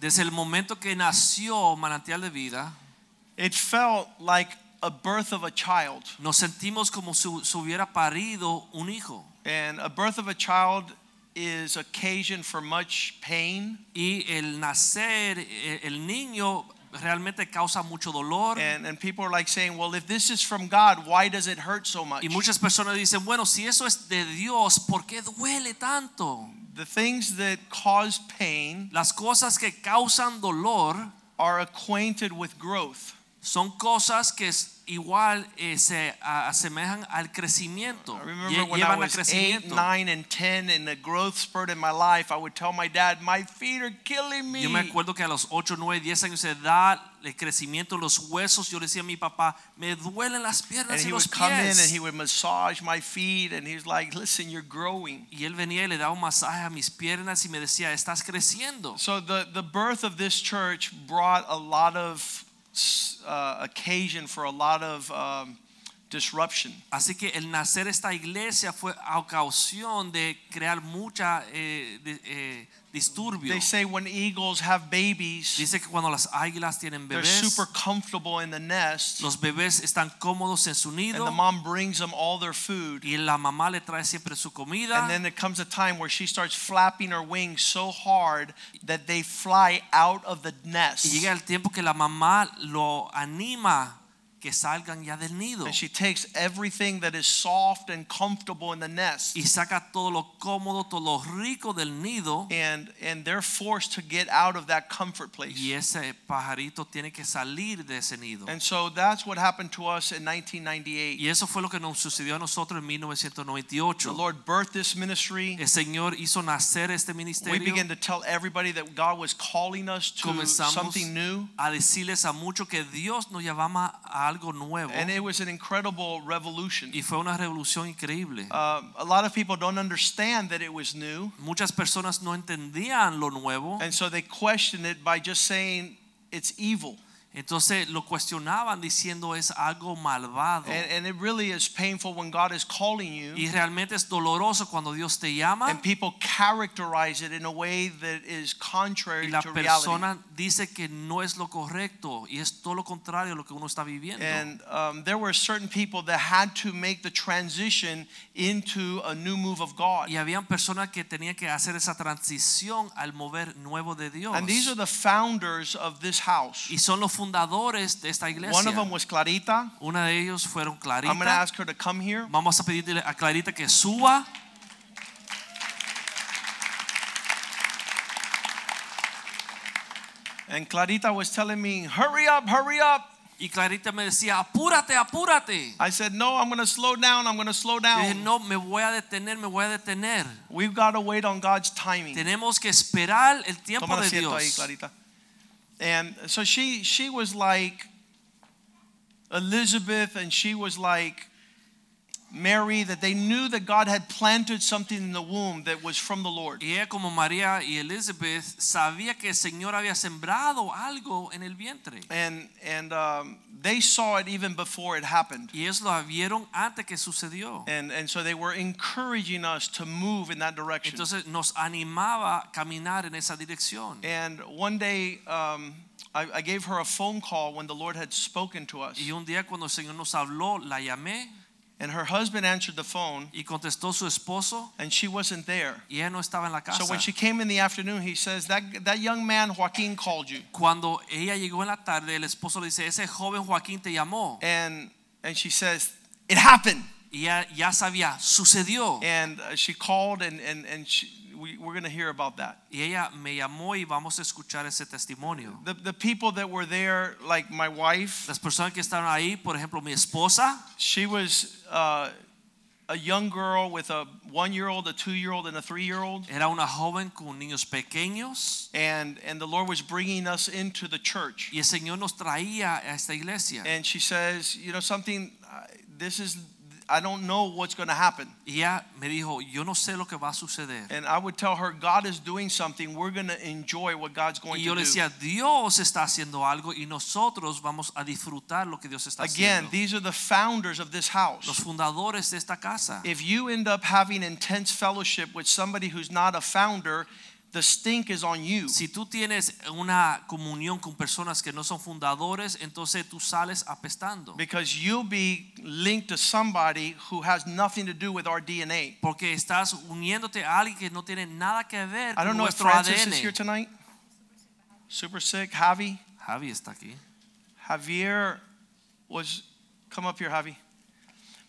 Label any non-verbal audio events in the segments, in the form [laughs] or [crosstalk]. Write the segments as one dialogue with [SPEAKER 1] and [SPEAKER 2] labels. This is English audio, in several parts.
[SPEAKER 1] Desde el momento que nació Manantial de Vida,
[SPEAKER 2] it felt like a birth of a child.
[SPEAKER 1] nos sentimos como si se hubiera parido un hijo.
[SPEAKER 2] And a birth of a child is occasion for much pain
[SPEAKER 1] Y el nacer, eh, el niño realmente causa mucho dolor.
[SPEAKER 2] and and people are like saying, "Well, if this is from God, why does it hurt so much?"
[SPEAKER 1] Y muchas personas dicen, bueno, si eso es de Dios, ¿por qué duele tanto?
[SPEAKER 2] The things that cause pain
[SPEAKER 1] Las cosas que causan dolor
[SPEAKER 2] are acquainted with growth.
[SPEAKER 1] son cosas que es- igual eh, se a- asemejan al crecimiento.
[SPEAKER 2] I
[SPEAKER 1] Lle-
[SPEAKER 2] remember when I
[SPEAKER 1] Llevan al
[SPEAKER 2] was 8,
[SPEAKER 1] crecimiento.
[SPEAKER 2] 9 and 10 in the growth spurt in my life, I would tell my dad, "My feet are killing me."
[SPEAKER 1] Yo me acuerdo que a los 8, 9, 10 años de edad, el crecimiento de los huesos, yo le decía a mi papá, me duelen las
[SPEAKER 2] and
[SPEAKER 1] piernas y
[SPEAKER 2] he
[SPEAKER 1] los
[SPEAKER 2] would come in and
[SPEAKER 1] pies.
[SPEAKER 2] he would massage my feet and he was like listen you're growing
[SPEAKER 1] Y él venía y le daba un masaje a mis piernas y me decía, estás creciendo.
[SPEAKER 2] so the, the birth of this church brought a lot of uh, occasion for a lot of um, disruption
[SPEAKER 1] Así que el nacer esta iglesia fue a ocasión de crear mucha eh, de- eh, disturbio.
[SPEAKER 2] they say when eagles have babies
[SPEAKER 1] Dice que cuando las águilas tienen
[SPEAKER 2] they're
[SPEAKER 1] bebés,
[SPEAKER 2] super comfortable in the nest
[SPEAKER 1] los bebés están cómodos en su
[SPEAKER 2] and the
[SPEAKER 1] nido
[SPEAKER 2] mom brings them all their food
[SPEAKER 1] y la mamá le trae siempre su comida.
[SPEAKER 2] and then there comes a time where she starts flapping her wings so hard that they fly out of the
[SPEAKER 1] Y
[SPEAKER 2] nest
[SPEAKER 1] llega el tiempo que la mamá lo anima que salgan ya del nido
[SPEAKER 2] and she takes everything that is soft and comfortable in the nest
[SPEAKER 1] y saca todo lo cómodo, todo lo rico del nido
[SPEAKER 2] and and they're forced to get out of that comfort place.
[SPEAKER 1] y ese pajarito tiene que salir de ese nido.
[SPEAKER 2] And so that's what happened to us in 1998.
[SPEAKER 1] Y eso fue lo que nos sucedió a nosotros en
[SPEAKER 2] The
[SPEAKER 1] 1998.
[SPEAKER 2] Lord birthed this ministry.
[SPEAKER 1] El Señor hizo nacer este
[SPEAKER 2] We
[SPEAKER 1] ministerio
[SPEAKER 2] began to tell everybody that God was calling us to
[SPEAKER 1] Comenzamos.
[SPEAKER 2] something new.
[SPEAKER 1] a decirles a muchos que Dios nos llamaba a algo nuevo
[SPEAKER 2] And it was an incredible revolution.
[SPEAKER 1] y fue una revolución increíble.
[SPEAKER 2] Uh, a lot of people don't understand that it was new.
[SPEAKER 1] Muchas personas no entendían lo nuevo,
[SPEAKER 2] And so they question it by just saying it's evil.
[SPEAKER 1] entonces lo cuestionaban diciendo es algo malvado.
[SPEAKER 2] And, and it really is painful when God is calling you
[SPEAKER 1] Y realmente es doloroso cuando Dios te llama
[SPEAKER 2] and people characterize it in a way that is
[SPEAKER 1] y
[SPEAKER 2] contrary
[SPEAKER 1] la
[SPEAKER 2] to reality.
[SPEAKER 1] persona dice que no es lo correcto y es todo lo contrario a lo que uno está viviendo.
[SPEAKER 2] And um, there were certain people that had to make the transition into a new move of God.
[SPEAKER 1] Y habían personas que tenían que hacer esa transición al mover nuevo de Dios.
[SPEAKER 2] And these are the founders of this house.
[SPEAKER 1] Y son los fundadores de esta iglesia.
[SPEAKER 2] One of them was Clarita.
[SPEAKER 1] Una de ellos fueron
[SPEAKER 2] I'm going to
[SPEAKER 1] Clarita.
[SPEAKER 2] ask her to come here.
[SPEAKER 1] Vamos a pedirle a Clarita que suba.
[SPEAKER 2] And Clarita was telling me, hurry up, hurry up.
[SPEAKER 1] Y Clarita me decía, apúrate, apúrate.
[SPEAKER 2] I said, no, I'm going to slow down. I'm going to slow
[SPEAKER 1] Yo dije,
[SPEAKER 2] down.
[SPEAKER 1] no, me voy a detener, me voy a detener.
[SPEAKER 2] We've got to wait on God's timing.
[SPEAKER 1] Tenemos que esperar el tiempo
[SPEAKER 2] Toma
[SPEAKER 1] de
[SPEAKER 2] asiento ahí,
[SPEAKER 1] Dios.
[SPEAKER 2] Clarita. And so she, she was like Elizabeth and she was like Mary, that they knew that God had planted something in the womb that was from the Lord.
[SPEAKER 1] Y ella como María y Elizabeth sabía que el Señor había sembrado algo en el vientre.
[SPEAKER 2] And, and um, they saw it even before it happened.
[SPEAKER 1] Y ellos lo vieron antes que sucedió.
[SPEAKER 2] And, and so they were encouraging us to move in that direction.
[SPEAKER 1] Entonces nos animaba a caminar en esa dirección.
[SPEAKER 2] And one day um, I, I gave her a phone call when the Lord had spoken to us.
[SPEAKER 1] Y un día cuando el Señor nos habló, la llamé
[SPEAKER 2] And her husband answered the phone
[SPEAKER 1] y contestó su esposo
[SPEAKER 2] and she wasn't there.
[SPEAKER 1] y ella no estaba en la casa.
[SPEAKER 2] So when she came in the afternoon, he says that that young man Joaquin called you,
[SPEAKER 1] Cuando ella llegó en la tarde, el esposo le dice, ese joven Joaquín te llamó.
[SPEAKER 2] and and she says it happened,
[SPEAKER 1] Y ella ya sabía, sucedió.
[SPEAKER 2] and uh, she called, and and and she, we, we're gonna hear about that.
[SPEAKER 1] Y ella me llamó y vamos a escuchar ese testimonio.
[SPEAKER 2] The the people that were there, like my wife,
[SPEAKER 1] Las personas que estaban ahí, por ejemplo, mi esposa,
[SPEAKER 2] she was. Uh, a young girl with a one year old, a two year old, and a three year old.
[SPEAKER 1] Era una joven con niños pequeños
[SPEAKER 2] And, and the Lord was bringing us into the church.
[SPEAKER 1] y el Señor nos traía a esta iglesia.
[SPEAKER 2] And she says, You know, something, I- this is, I don't know what's going to happen.
[SPEAKER 1] Y ella me dijo, yo no sé lo que va a suceder.
[SPEAKER 2] And I would tell her, God is doing something. We're going to enjoy what God's going
[SPEAKER 1] Y
[SPEAKER 2] to
[SPEAKER 1] yo le
[SPEAKER 2] do.
[SPEAKER 1] decía, Dios está haciendo algo y nosotros vamos a disfrutar lo que Dios está
[SPEAKER 2] Again,
[SPEAKER 1] haciendo.
[SPEAKER 2] these are the founders of this
[SPEAKER 1] Los
[SPEAKER 2] house.
[SPEAKER 1] fundadores de esta casa.
[SPEAKER 2] If you end up having intense fellowship with somebody who's not a founder, the stink is on you.
[SPEAKER 1] Si tú tienes una comunión con personas que no son fundadores, entonces tú sales apestando.
[SPEAKER 2] Because you'll be linked to somebody who has nothing to do with our DNA.
[SPEAKER 1] Porque estás uniéndote a alguien que no tiene nada que ver
[SPEAKER 2] I
[SPEAKER 1] con
[SPEAKER 2] don't know if
[SPEAKER 1] nuestro
[SPEAKER 2] Francis is here
[SPEAKER 1] ADN.
[SPEAKER 2] tonight. Super sick. Javi.
[SPEAKER 1] Javi está aquí.
[SPEAKER 2] Javier was, come up here, Javi.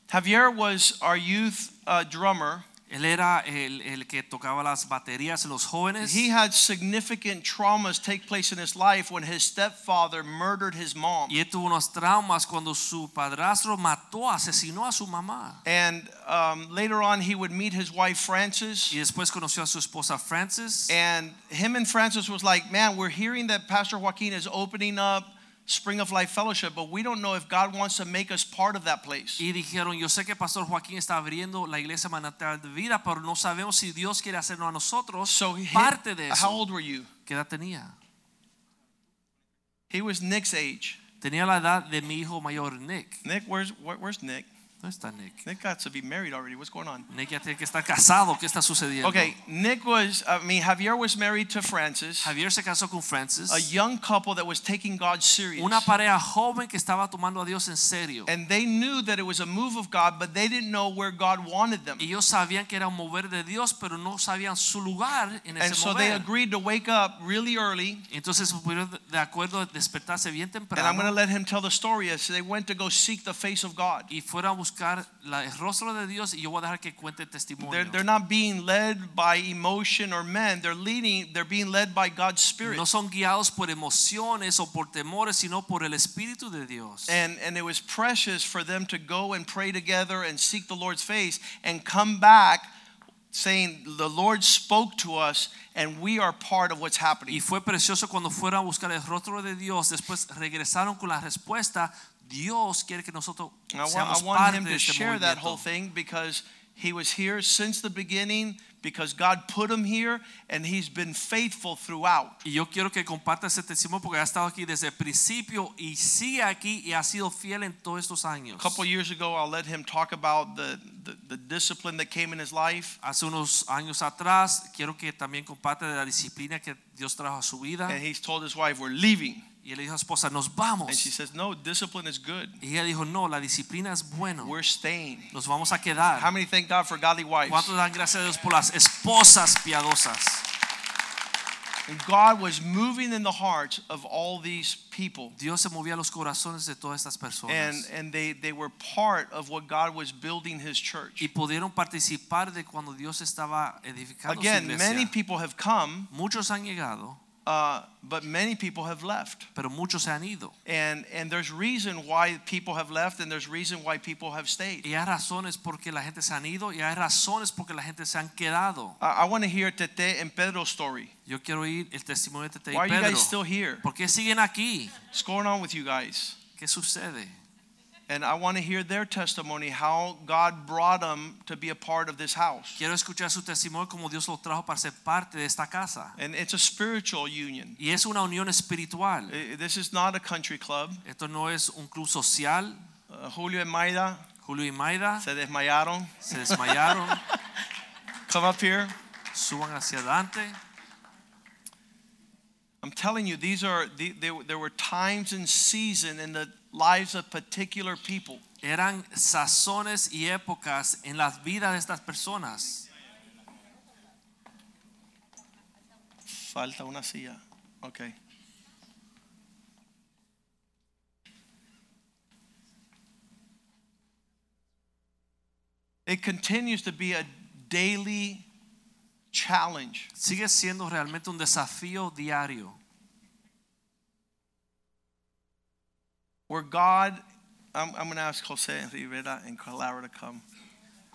[SPEAKER 2] Javier was our youth uh, drummer.
[SPEAKER 1] Él era el, el que tocaba las baterías en los jóvenes.
[SPEAKER 2] He had significant traumas take place in his life when his stepfather murdered his mom.
[SPEAKER 1] Y él tuvo unos traumas cuando su padrastro mató, asesinó a su mamá.
[SPEAKER 2] And um, later on, he would meet his wife Frances.
[SPEAKER 1] Y después conoció a su esposa Frances.
[SPEAKER 2] And him and Francis was like, man, we're hearing that Pastor Joaquin is opening up Spring of Life Fellowship, but we don't know if God wants to make us part of that place.
[SPEAKER 1] Y dijeron, yo sé que Pastor Joaquín está abriendo la iglesia Manantial de Vida, pero no sabemos si Dios quiere hacernos a nosotros
[SPEAKER 2] So he,
[SPEAKER 1] parte de
[SPEAKER 2] how
[SPEAKER 1] eso.
[SPEAKER 2] old were you?
[SPEAKER 1] ¿Qué edad tenía?
[SPEAKER 2] He was Nick's age.
[SPEAKER 1] Tenía la edad de mi hijo mayor, Nick.
[SPEAKER 2] Nick, where's where, where's Nick?
[SPEAKER 1] ¿Dónde está Nick?
[SPEAKER 2] Nick got to be married already. What's going on?
[SPEAKER 1] Nick ya tiene que estar casado. ¿Qué está sucediendo?
[SPEAKER 2] Okay, Nick was. I mean, Javier was married to Francis,
[SPEAKER 1] Javier se casó con Frances.
[SPEAKER 2] a young couple that was taking God serious.
[SPEAKER 1] Una pareja joven que estaba tomando a Dios en serio.
[SPEAKER 2] And they knew that it was a move of God, but they didn't know where God wanted them.
[SPEAKER 1] Ellos sabían que era un mover de Dios, pero no sabían su lugar en
[SPEAKER 2] And
[SPEAKER 1] ese
[SPEAKER 2] so they
[SPEAKER 1] mover.
[SPEAKER 2] agreed to wake up really early
[SPEAKER 1] Entonces se pusieron de acuerdo de despertarse bien
[SPEAKER 2] And I'm going to
[SPEAKER 1] temprano
[SPEAKER 2] let him tell the story as they went to go seek the face of God.
[SPEAKER 1] y fueron a buscar la- el rostro de Dios y yo voy a dejar que cuente el
[SPEAKER 2] They're,
[SPEAKER 1] testimonio.
[SPEAKER 2] they're not being led by emotion or men. They're leading. They're being led by God's spirit.
[SPEAKER 1] No son guiados por emociones o por temores, sino por el Espíritu de Dios.
[SPEAKER 2] And and it was precious for them to go and pray together and seek the Lord's face and come back saying the Lord spoke to us and we are part of what's
[SPEAKER 1] Y
[SPEAKER 2] happening.
[SPEAKER 1] fue precioso cuando fueron a buscar el rostro de Dios. Después regresaron con la respuesta: Dios quiere que nosotros
[SPEAKER 2] And I want,
[SPEAKER 1] seamos
[SPEAKER 2] I want
[SPEAKER 1] parte
[SPEAKER 2] him
[SPEAKER 1] de
[SPEAKER 2] to
[SPEAKER 1] este
[SPEAKER 2] share that whole
[SPEAKER 1] movimiento.
[SPEAKER 2] thing because he was here since the beginning because God put him here and he's been faithful throughout.
[SPEAKER 1] Y yo quiero que comparta ese testimonio porque ha estado aquí desde el principio y sigue aquí y ha sido fiel en todos estos años.
[SPEAKER 2] A couple years ago, I'll let him talk about the, the, the discipline that came in his life.
[SPEAKER 1] Hace unos años atrás, quiero que también comparta de la disciplina que Dios trajo a su vida.
[SPEAKER 2] And he's told his wife, We're leaving.
[SPEAKER 1] Y él le dijo a su esposa, nos
[SPEAKER 2] And she
[SPEAKER 1] vamos.
[SPEAKER 2] says, No, discipline is good.
[SPEAKER 1] Y ella dijo, no, la disciplina es bueno.
[SPEAKER 2] We're staying.
[SPEAKER 1] Nos vamos a
[SPEAKER 2] How
[SPEAKER 1] quedar.
[SPEAKER 2] many thank God for godly wives?
[SPEAKER 1] ¿Cuántos dan gracias a Dios por las esposas piadosas?
[SPEAKER 2] And God was moving in the hearts of all these people.
[SPEAKER 1] Dios se movía los corazones de todas estas
[SPEAKER 2] And,
[SPEAKER 1] personas.
[SPEAKER 2] and they, they were part of what God was building his
[SPEAKER 1] Y
[SPEAKER 2] church.
[SPEAKER 1] pudieron participar de cuando Dios estaba edificando su
[SPEAKER 2] Again, many
[SPEAKER 1] iglesia.
[SPEAKER 2] people have come,
[SPEAKER 1] Muchos han llegado,
[SPEAKER 2] uh, but many people have left.
[SPEAKER 1] pero muchos se han ido.
[SPEAKER 2] And, and there's reason why people have left, and there's reason why people have stayed.
[SPEAKER 1] Y hay razones porque la gente se han ido y hay razones porque la gente se han quedado.
[SPEAKER 2] I, I want to hear Tete and Pedro's story.
[SPEAKER 1] Yo quiero oír el testimonio de Tete y
[SPEAKER 2] Why are you
[SPEAKER 1] Pedro.
[SPEAKER 2] guys still here?
[SPEAKER 1] ¿Por qué siguen aquí?
[SPEAKER 2] What's going on with you guys?
[SPEAKER 1] ¿Qué sucede?
[SPEAKER 2] And I want to hear their testimony how God brought them to be a part of this house.
[SPEAKER 1] Quiero escuchar su testimonio como Dios lo trajo para ser parte de esta casa.
[SPEAKER 2] And it's a spiritual union.
[SPEAKER 1] Y es una unión espiritual.
[SPEAKER 2] I- This is not a country club.
[SPEAKER 1] Esto no es un club social.
[SPEAKER 2] Uh, Julio and Maida
[SPEAKER 1] Julio y Maida
[SPEAKER 2] se desmayaron.
[SPEAKER 1] se desmayaron.
[SPEAKER 2] [laughs] Come up here.
[SPEAKER 1] Suban hacia adelante.
[SPEAKER 2] I'm telling you, these are the, there, there were times and season in the lives of particular people.
[SPEAKER 1] Eran sazones y épocas en las vidas de estas personas.
[SPEAKER 2] Falta una silla. Okay. It continues to be a daily challenge.
[SPEAKER 1] Sigue siendo realmente un desafío diario.
[SPEAKER 2] where God, I'm, I'm going to ask Jose and Rivera and Clara to come.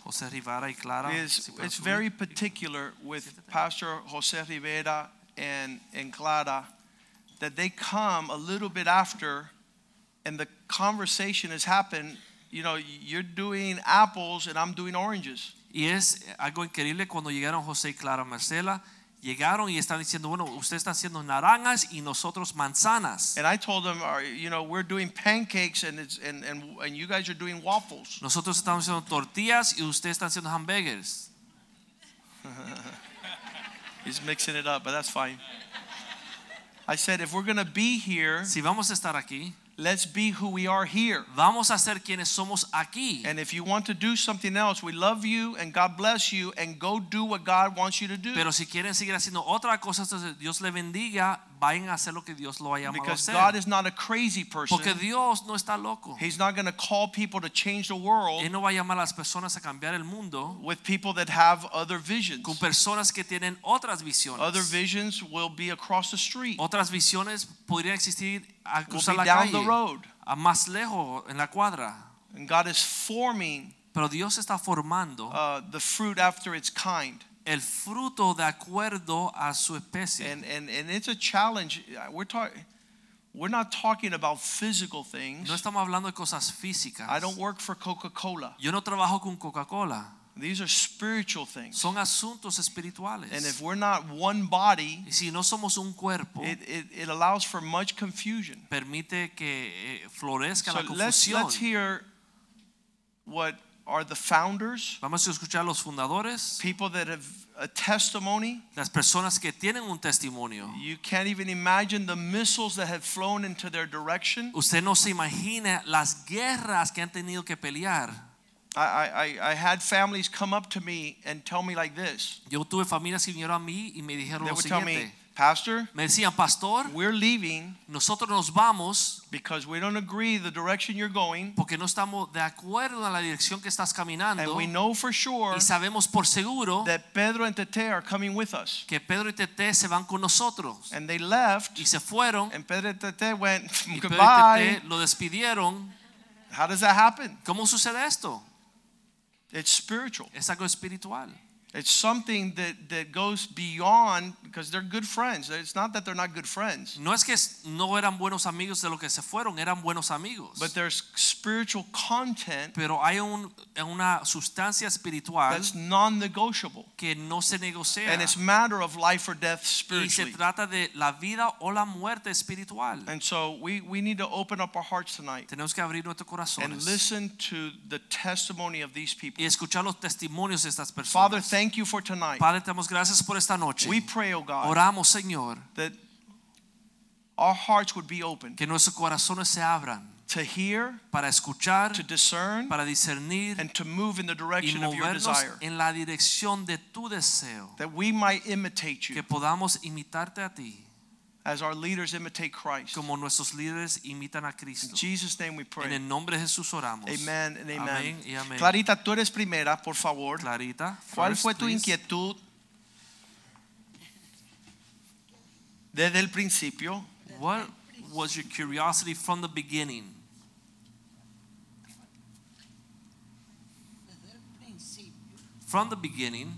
[SPEAKER 1] José Rivera y Clara.
[SPEAKER 2] is
[SPEAKER 1] si pueden
[SPEAKER 2] it's
[SPEAKER 1] subir.
[SPEAKER 2] very particular with Pastor Jose Rivera and, and Clara that they come a little bit after and the conversation has happened. You know, you're doing apples and I'm doing oranges.
[SPEAKER 1] Y es algo increíble cuando llegaron José y Clara Marcela. Llegaron y están diciendo, bueno, ustedes están haciendo naranjas y nosotros manzanas.
[SPEAKER 2] And I told them, "Are- you know, we're doing pancakes and, it's, and, and, and you guys are doing
[SPEAKER 1] [laughs]
[SPEAKER 2] waffles.
[SPEAKER 1] Nosotros estamos haciendo tortillas y ustedes están haciendo hamburgers.
[SPEAKER 2] He's mixing it up, but that's fine. I said, if we're going to be here,
[SPEAKER 1] Si vamos a estar aquí,
[SPEAKER 2] let's be who we are here.
[SPEAKER 1] vamos a ser quienes somos aquí.
[SPEAKER 2] And if you want to do something else, we love you and God bless you and go do what God wants you to do.
[SPEAKER 1] Pero si quieren seguir haciendo otra cosa, entonces Dios le bendiga, vayan a hacer lo que Dios lo ha llamado a
[SPEAKER 2] because
[SPEAKER 1] hacer.
[SPEAKER 2] God is not a crazy person.
[SPEAKER 1] Porque Dios no está loco.
[SPEAKER 2] He's not going to call people to change the world
[SPEAKER 1] Él no va a llamar a las personas a cambiar el mundo
[SPEAKER 2] with people that have other visions.
[SPEAKER 1] con personas que tienen otras
[SPEAKER 2] Other
[SPEAKER 1] visiones.
[SPEAKER 2] visions will be across the street,
[SPEAKER 1] Otras visiones podrían existir a
[SPEAKER 2] will
[SPEAKER 1] cruzar
[SPEAKER 2] be
[SPEAKER 1] la
[SPEAKER 2] down the
[SPEAKER 1] calle,
[SPEAKER 2] road.
[SPEAKER 1] a más lejos en la cuadra.
[SPEAKER 2] And God is forming
[SPEAKER 1] Pero Dios está formando
[SPEAKER 2] uh, the fruit after its kind.
[SPEAKER 1] el fruto de acuerdo a su especie.
[SPEAKER 2] And, and, and it's a challenge. We're, talk- we're not talking about physical things.
[SPEAKER 1] No estamos hablando de cosas físicas.
[SPEAKER 2] I don't work for Coca Cola,
[SPEAKER 1] Yo no trabajo con Coca-Cola.
[SPEAKER 2] these are spiritual things.
[SPEAKER 1] Son asuntos espirituales.
[SPEAKER 2] And if we're not one body,
[SPEAKER 1] Y si no somos un cuerpo,
[SPEAKER 2] it, it, it allows for much confusion.
[SPEAKER 1] permite que eh, florezca
[SPEAKER 2] So
[SPEAKER 1] la
[SPEAKER 2] let's,
[SPEAKER 1] confusión.
[SPEAKER 2] let's hear what are the founders,
[SPEAKER 1] Vamos a escuchar a los fundadores,
[SPEAKER 2] people that have a testimony.
[SPEAKER 1] las personas que tienen un testimonio.
[SPEAKER 2] You can't even imagine the missiles that have flown into their direction.
[SPEAKER 1] Usted no se imagina las guerras que han tenido que pelear.
[SPEAKER 2] I, I, I- I had families come up to me and tell me like this.
[SPEAKER 1] Yo tuve familias que vinieron a mí y me dijeron
[SPEAKER 2] They
[SPEAKER 1] lo
[SPEAKER 2] would tell me,
[SPEAKER 1] siguiente.
[SPEAKER 2] Pastor,
[SPEAKER 1] Me decían, pastor,
[SPEAKER 2] we're leaving
[SPEAKER 1] nosotros nos vamos
[SPEAKER 2] because we don't agree the direction you're going,
[SPEAKER 1] porque no estamos de acuerdo en la dirección que estás
[SPEAKER 2] and
[SPEAKER 1] caminando
[SPEAKER 2] we know for sure
[SPEAKER 1] y sabemos por seguro
[SPEAKER 2] that Pedro and Tete are coming with us.
[SPEAKER 1] que Pedro y Tete se van con nosotros.
[SPEAKER 2] And they left.
[SPEAKER 1] Y se fueron
[SPEAKER 2] And Pedro Tete went, "Mm,
[SPEAKER 1] y Pedro y
[SPEAKER 2] goodbye.
[SPEAKER 1] Tete lo despidieron.
[SPEAKER 2] How does that happen?
[SPEAKER 1] ¿Cómo sucede esto?
[SPEAKER 2] It's spiritual.
[SPEAKER 1] Es algo espiritual.
[SPEAKER 2] It's something that, that goes beyond because they're good friends. It's not that they're not good friends,
[SPEAKER 1] No es que es- no eran buenos amigos de lo que se fueron, eran buenos amigos.
[SPEAKER 2] but there's spiritual content
[SPEAKER 1] Pero hay un- una sustancia espiritual
[SPEAKER 2] that's non negotiable.
[SPEAKER 1] que no se negocia.
[SPEAKER 2] And it's matter of life or death
[SPEAKER 1] Y se
[SPEAKER 2] spiritually.
[SPEAKER 1] trata de la vida o la muerte espiritual.
[SPEAKER 2] And so we, we need to open up our hearts tonight
[SPEAKER 1] Tenemos que abrir nuestros
[SPEAKER 2] and
[SPEAKER 1] corazones
[SPEAKER 2] listen to the testimony of these people.
[SPEAKER 1] y escuchar los testimonios de estas
[SPEAKER 2] Father, thank
[SPEAKER 1] personas.
[SPEAKER 2] you for tonight.
[SPEAKER 1] Padre, te damos gracias por esta noche.
[SPEAKER 2] We pray, oh God,
[SPEAKER 1] Oramos, Señor,
[SPEAKER 2] that our hearts would be open
[SPEAKER 1] que nuestros corazones se abran
[SPEAKER 2] to hear,
[SPEAKER 1] para escuchar,
[SPEAKER 2] to discern,
[SPEAKER 1] para discernir
[SPEAKER 2] and to move in the
[SPEAKER 1] y
[SPEAKER 2] direction of your
[SPEAKER 1] movernos
[SPEAKER 2] desire,
[SPEAKER 1] en la dirección de tu deseo.
[SPEAKER 2] that we might imitate you
[SPEAKER 1] Que podamos imitarte a ti.
[SPEAKER 2] as our leaders imitate Christ.
[SPEAKER 1] como nuestros líderes imitan a
[SPEAKER 2] In
[SPEAKER 1] Cristo.
[SPEAKER 2] Jesus' name we
[SPEAKER 1] En
[SPEAKER 2] pray.
[SPEAKER 1] el nombre de Jesús oramos.
[SPEAKER 2] Amen and amen.
[SPEAKER 1] Amén y amén.
[SPEAKER 2] Clarita, tú eres primera, por favor.
[SPEAKER 1] Clarita,
[SPEAKER 2] ¿Cuál
[SPEAKER 1] first,
[SPEAKER 2] fue tu
[SPEAKER 1] please.
[SPEAKER 2] inquietud desde el principio?
[SPEAKER 1] What was your curiosity from the beginning?
[SPEAKER 3] Desde el principio
[SPEAKER 1] From the beginning,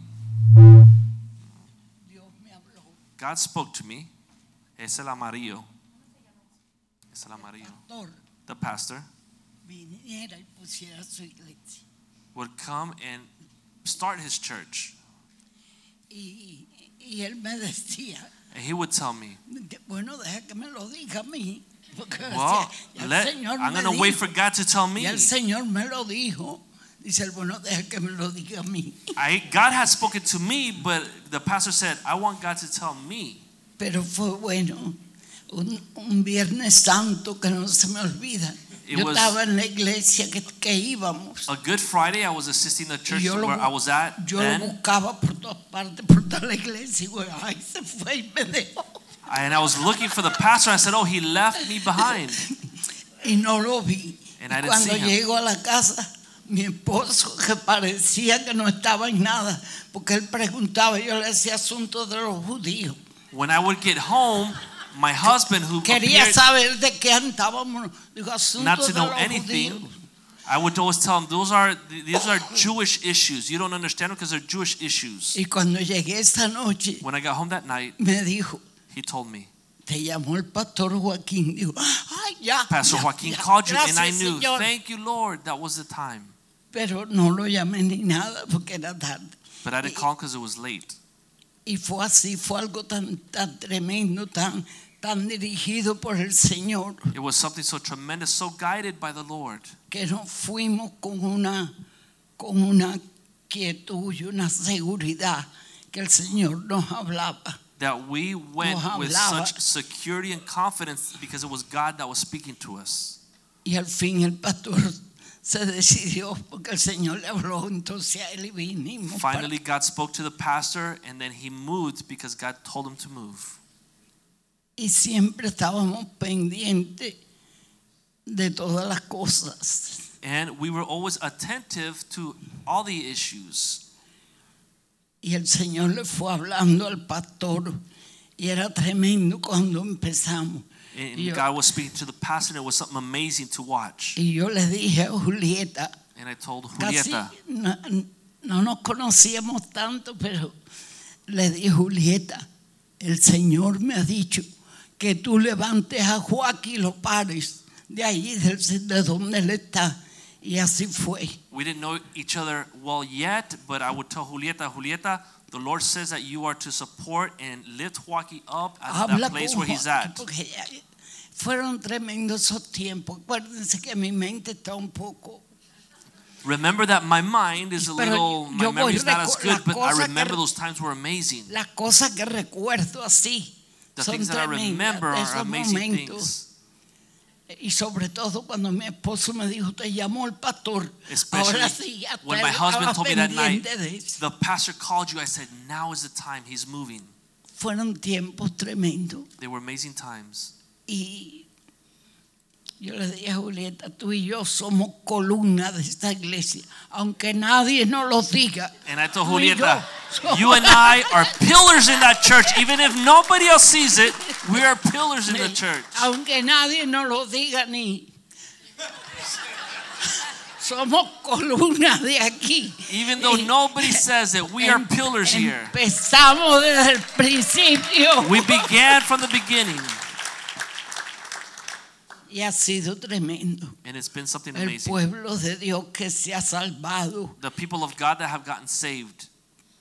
[SPEAKER 3] Dios me habló.
[SPEAKER 1] God spoke to me. Es el amarillo. Es el amarillo.
[SPEAKER 3] Pastor,
[SPEAKER 1] The pastor
[SPEAKER 3] viniera y pusiera su iglesia.
[SPEAKER 1] would come and start his church.
[SPEAKER 3] Y, y él me decía,
[SPEAKER 1] And he would tell me,
[SPEAKER 3] de- bueno, deja que me lo diga a mí. Porque
[SPEAKER 1] well,
[SPEAKER 3] decía, "Ya el
[SPEAKER 1] let-
[SPEAKER 3] Señor
[SPEAKER 1] I'm
[SPEAKER 3] me
[SPEAKER 1] going to wait
[SPEAKER 3] dijo".
[SPEAKER 1] for God to tell me.
[SPEAKER 3] Ya el Señor me lo dijo. Dice el bueno, deja que me lo diga a mí.
[SPEAKER 1] I, God has spoken to me, but the pastor said, I want God to tell me.
[SPEAKER 3] Pero fue bueno. Un, un Viernes Santo que no se me olvida.
[SPEAKER 1] It
[SPEAKER 3] yo
[SPEAKER 1] was-
[SPEAKER 3] estaba en la iglesia que, que íbamos.
[SPEAKER 1] A Good Friday, I was assisting the church
[SPEAKER 3] yo lo,
[SPEAKER 1] where
[SPEAKER 3] bu-
[SPEAKER 1] I was at
[SPEAKER 3] yo
[SPEAKER 1] then,
[SPEAKER 3] lo buscaba por todas partes, por toda la iglesia. Y güey, ay, se fue y me dejó.
[SPEAKER 1] and I was looking for the pastor. I said, "Oh, he left me
[SPEAKER 3] [laughs]
[SPEAKER 1] behind."
[SPEAKER 3] Y no lo vi.
[SPEAKER 1] And I
[SPEAKER 3] Y
[SPEAKER 1] didn't
[SPEAKER 3] cuando
[SPEAKER 1] see him.
[SPEAKER 3] llego a la casa, mi esposo, [laughs] que parecía que no estaba en nada, porque él preguntaba, yo le hacía asuntos de los judíos.
[SPEAKER 1] When I would get home, my husband, who
[SPEAKER 3] Quería
[SPEAKER 1] appeared
[SPEAKER 3] saber de qué andábamos. Digo, asuntos de
[SPEAKER 1] to know
[SPEAKER 3] los
[SPEAKER 1] anything.
[SPEAKER 3] judíos.
[SPEAKER 1] I would always tell them those are these are Jewish issues. You don't understand them because they're Jewish issues.
[SPEAKER 3] Y cuando llegué esa noche,
[SPEAKER 1] When I got home that night,
[SPEAKER 3] me dijo,
[SPEAKER 1] he told me,
[SPEAKER 3] te llamó el pastor Joaquín. "Ah, Dijo, ay, ya.
[SPEAKER 1] Pastor
[SPEAKER 3] ya,
[SPEAKER 1] Joaquin
[SPEAKER 3] ya,
[SPEAKER 1] called you, and I
[SPEAKER 3] gracias,
[SPEAKER 1] knew.
[SPEAKER 3] Señor.
[SPEAKER 1] Thank you, Lord. That was the time.
[SPEAKER 3] Pero no lo llamé ni nada porque era tarde.
[SPEAKER 1] But I didn't call because it was late.
[SPEAKER 3] Y fue así, fue algo tan, tan tremendo, tan, tan dirigido por el Señor,
[SPEAKER 1] It was something so tremendous, so guided by the Lord,
[SPEAKER 3] que nos fuimos con una, con una quietud y una seguridad que el Señor nos hablaba.
[SPEAKER 1] that we went
[SPEAKER 3] Nos
[SPEAKER 1] with
[SPEAKER 3] hablaba.
[SPEAKER 1] such security and confidence because it was God that was speaking to us.
[SPEAKER 3] Y al fin el pastor se decidió porque el Señor le habló, entonces a él y vinimos. para-
[SPEAKER 1] Finally, God spoke to the pastor, and then he moved because God told him to move.
[SPEAKER 3] Y siempre estábamos pendientes de todas las cosas.
[SPEAKER 1] And we were always attentive to all the issues.
[SPEAKER 3] Y el Señor le fue hablando al pastor. Y era tremendo cuando empezamos.
[SPEAKER 1] And
[SPEAKER 3] Y yo,
[SPEAKER 1] God was speaking to the pastor, and it was something amazing to watch.
[SPEAKER 3] y yo le dije a Julieta,
[SPEAKER 1] And I told
[SPEAKER 3] casi
[SPEAKER 1] Julieta,
[SPEAKER 3] no, no nos conocíamos tanto, pero le dije, Julieta, el Señor me ha dicho que tú levantes a Joaquín y lo pares de ahí, de, de donde él está. Y así fue.
[SPEAKER 1] we didn't know each other well yet, but I would tell Julieta, Julieta, the Lord says that you are to support and lift Joaquin up at
[SPEAKER 3] Habla con
[SPEAKER 1] that place where he's
[SPEAKER 3] Joaquín,
[SPEAKER 1] at.
[SPEAKER 3] porque ya- fueron tremendos esos tiempos. Acuérdense que mi mente está un poco...
[SPEAKER 1] Remember that my mind is a
[SPEAKER 3] Pero
[SPEAKER 1] little, my
[SPEAKER 3] yo voy
[SPEAKER 1] memory is not
[SPEAKER 3] reco-
[SPEAKER 1] as
[SPEAKER 3] la
[SPEAKER 1] good, but
[SPEAKER 3] cosa
[SPEAKER 1] I
[SPEAKER 3] que-
[SPEAKER 1] remember those times were amazing.
[SPEAKER 3] las cosas que recuerdo así
[SPEAKER 1] The
[SPEAKER 3] son
[SPEAKER 1] things that I
[SPEAKER 3] tremendas
[SPEAKER 1] remember
[SPEAKER 3] de
[SPEAKER 1] are
[SPEAKER 3] esos
[SPEAKER 1] amazing
[SPEAKER 3] momentos
[SPEAKER 1] things.
[SPEAKER 3] y sobre todo cuando mi esposo me dijo te llamó el pastor
[SPEAKER 1] Especially
[SPEAKER 3] ahora sí ya tú
[SPEAKER 1] when my husband
[SPEAKER 3] estabas
[SPEAKER 1] told me that night,
[SPEAKER 3] pendiente de eso.
[SPEAKER 1] the pastor called you. I said, Now is the time. He's moving.
[SPEAKER 3] fueron tiempos tremendos
[SPEAKER 1] They were amazing times.
[SPEAKER 3] y yo le dije a Julieta tú y yo somos columna de esta iglesia aunque nadie nos lo diga
[SPEAKER 1] And I told
[SPEAKER 3] tú y
[SPEAKER 1] Julieta,
[SPEAKER 3] yo
[SPEAKER 1] You and I are pillars in that church. Even if nobody else sees it, we are pillars in the church.
[SPEAKER 3] Aunque nadie nos lo diga ni. [laughs] Somos columnas de aquí. [laughs]
[SPEAKER 1] Even though
[SPEAKER 3] Y
[SPEAKER 1] nobody says it, we are
[SPEAKER 3] em-
[SPEAKER 1] pillars here.
[SPEAKER 3] Empezamos desde el principio.
[SPEAKER 1] We began from the beginning,
[SPEAKER 3] Y ha sido tremendo.
[SPEAKER 1] and it's been something
[SPEAKER 3] El
[SPEAKER 1] amazing.
[SPEAKER 3] pueblo de Dios que se ha salvado.
[SPEAKER 1] The people of God that have gotten saved,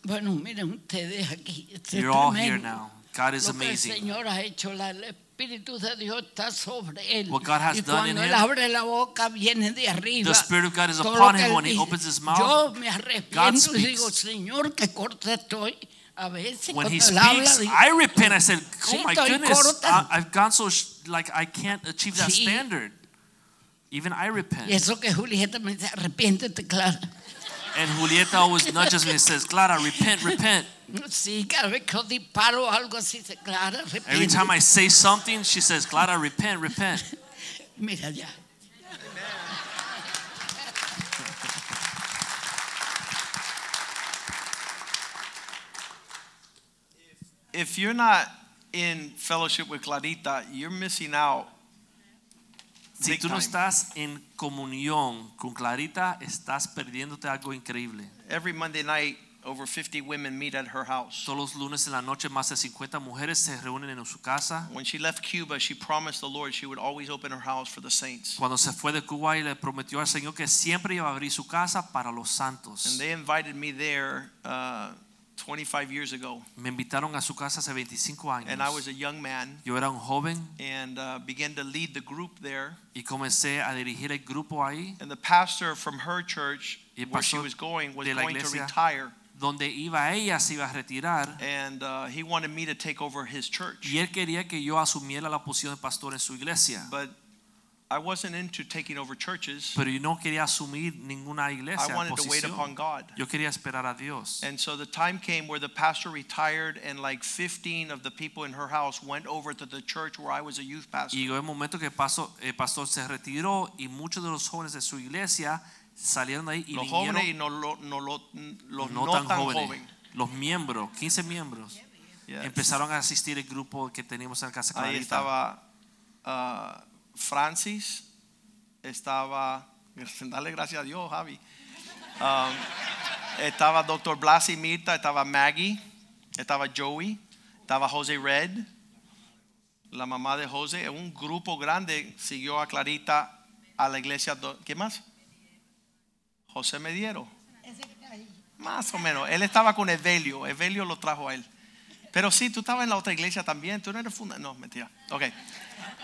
[SPEAKER 3] Bueno, miren ustedes aquí. Esto es
[SPEAKER 1] you're all here
[SPEAKER 3] tremendo.
[SPEAKER 1] now. God is
[SPEAKER 3] Lo que el
[SPEAKER 1] amazing.
[SPEAKER 3] Señor ha hecho, la- el Espíritu de Dios está sobre él.
[SPEAKER 1] What God has
[SPEAKER 3] y
[SPEAKER 1] done
[SPEAKER 3] cuando él
[SPEAKER 1] in him,
[SPEAKER 3] abre la boca, viene de arriba.
[SPEAKER 1] the Spirit of God is
[SPEAKER 3] Todo lo
[SPEAKER 1] upon
[SPEAKER 3] que
[SPEAKER 1] him
[SPEAKER 3] él
[SPEAKER 1] when he
[SPEAKER 3] dice.
[SPEAKER 1] opens his mouth,
[SPEAKER 3] Yo me arrepiento y
[SPEAKER 1] speaks.
[SPEAKER 3] digo, Señor, que corta estoy. A veces
[SPEAKER 1] When
[SPEAKER 3] cuando
[SPEAKER 1] he
[SPEAKER 3] él habla,
[SPEAKER 1] speaks,
[SPEAKER 3] digo,
[SPEAKER 1] I repent. I said,
[SPEAKER 3] Sí,
[SPEAKER 1] "Oh my
[SPEAKER 3] estoy
[SPEAKER 1] goodness,
[SPEAKER 3] corta."
[SPEAKER 1] I, I've gone so sh- like I can't achieve that
[SPEAKER 3] Sí.
[SPEAKER 1] standard." Even I repent.
[SPEAKER 3] y eso que Julieta me dice, arrepiéntete, Clara.
[SPEAKER 1] And Julieta always nudges me and says, Clara, repent,
[SPEAKER 3] [laughs]
[SPEAKER 1] repent.
[SPEAKER 3] [laughs] Sí, cada vez que yo disparo algo así, dice, Clara,
[SPEAKER 1] Every
[SPEAKER 3] arrepiéntete.
[SPEAKER 1] time I say something, she says, Clara, repent, repent.
[SPEAKER 3] Mira ya.
[SPEAKER 2] If you're not in fellowship with Clarita, you're missing out.
[SPEAKER 1] Si
[SPEAKER 2] Big
[SPEAKER 1] tú no
[SPEAKER 2] time.
[SPEAKER 1] estás en comunión con Clarita, estás perdiéndote algo increíble.
[SPEAKER 2] Every Monday night, over 50 women meet at her house.
[SPEAKER 1] Todos los lunes en la noche, más de 50 mujeres se reúnen en su casa.
[SPEAKER 2] When she left Cuba, she promised the Lord she would always open her house for the saints.
[SPEAKER 1] Cuando se fue de Cuba y le prometió al Señor que siempre iba a abrir su casa para los
[SPEAKER 2] And
[SPEAKER 1] santos.
[SPEAKER 2] they invited me there uh, 25 years ago.
[SPEAKER 1] Me invitaron a su casa hace 25
[SPEAKER 2] And I was
[SPEAKER 1] años.
[SPEAKER 2] a young man
[SPEAKER 1] Yo era un joven
[SPEAKER 2] and uh, began to lead the group there.
[SPEAKER 1] y comencé a dirigir el grupo ahí,
[SPEAKER 2] And the pastor from her church,
[SPEAKER 1] Y el
[SPEAKER 2] where she
[SPEAKER 1] pastor
[SPEAKER 2] was going, was
[SPEAKER 1] de la
[SPEAKER 2] going to
[SPEAKER 1] iglesia.
[SPEAKER 2] retire.
[SPEAKER 1] donde iba ella, se iba a retirar.
[SPEAKER 2] And uh, he wanted me to take over his church.
[SPEAKER 1] Y él quería que yo asumiera la posición de pastor en su iglesia.
[SPEAKER 2] But I wasn't into taking over churches,
[SPEAKER 1] Pero yo no quería asumir ninguna
[SPEAKER 2] I
[SPEAKER 1] iglesia
[SPEAKER 2] wanted to wait upon
[SPEAKER 1] posición.
[SPEAKER 2] God.
[SPEAKER 1] Yo quería esperar a Dios.
[SPEAKER 2] And so the time came where the pastor retired, and like 15 of the people in her house went over to the church where I was a youth pastor.
[SPEAKER 1] Y llegó el momento que paso- el pastor se retiró y muchos de los jóvenes de su iglesia salieron de ahí y
[SPEAKER 2] Los jóvenes y
[SPEAKER 1] vinieron
[SPEAKER 2] no, lo- no lo- los
[SPEAKER 1] no tan jóvenes.
[SPEAKER 2] joven.
[SPEAKER 1] Los miembros, 15 miembros,
[SPEAKER 2] Yes.
[SPEAKER 1] empezaron a asistir el grupo que teníamos en Casa
[SPEAKER 2] Ahí
[SPEAKER 1] Clarita.
[SPEAKER 2] estaba [laughs] ah, Francis, estaba Dale gracias a Dios, Javi. Um, estaba Dr. Blasi Mirta, estaba Maggie, estaba Joey, estaba Jose Red, la mamá de Jose. Un grupo grande siguió a Clarita a la iglesia. do- ¿Qué más? José Mediero. Más o menos. Él estaba con Evelio. Evelio lo trajo a él. Pero sí, tú estabas en la otra iglesia también. Tú no eres funda. No, mentira. Ok.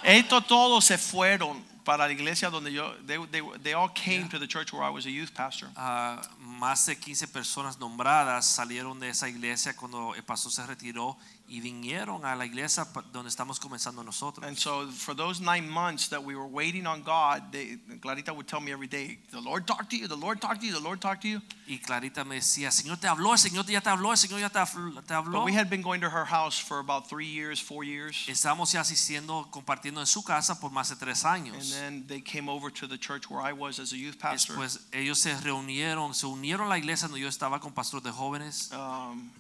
[SPEAKER 2] Estos todos se fueron para la iglesia donde yo. They, they, they all came to the church where I was a youth pastor.
[SPEAKER 1] Ah, más de 15 personas nombradas salieron de esa iglesia cuando el pastor se retiró y vinieron a la iglesia pa- donde estamos comenzando nosotros.
[SPEAKER 2] And so for those nine months that we were waiting on God, they, Clarita would tell me every day, the Lord talked to you, the Lord talked to you, the Lord talked to you.
[SPEAKER 1] Y Clarita me decía, Señor te habló, el Señor ya te habló, el Señor ya te haf- te
[SPEAKER 2] But
[SPEAKER 1] habló.
[SPEAKER 2] we had been going to her house for about three years, four years.
[SPEAKER 1] Estábamos ya asistiendo, compartiendo en su casa por más de tres
[SPEAKER 2] And
[SPEAKER 1] años.
[SPEAKER 2] then they came over to the church where I was as a youth pastor.
[SPEAKER 1] Después Pues ellos se reunieron, se unieron a la iglesia donde yo estaba con pastor de jóvenes.
[SPEAKER 2] Um,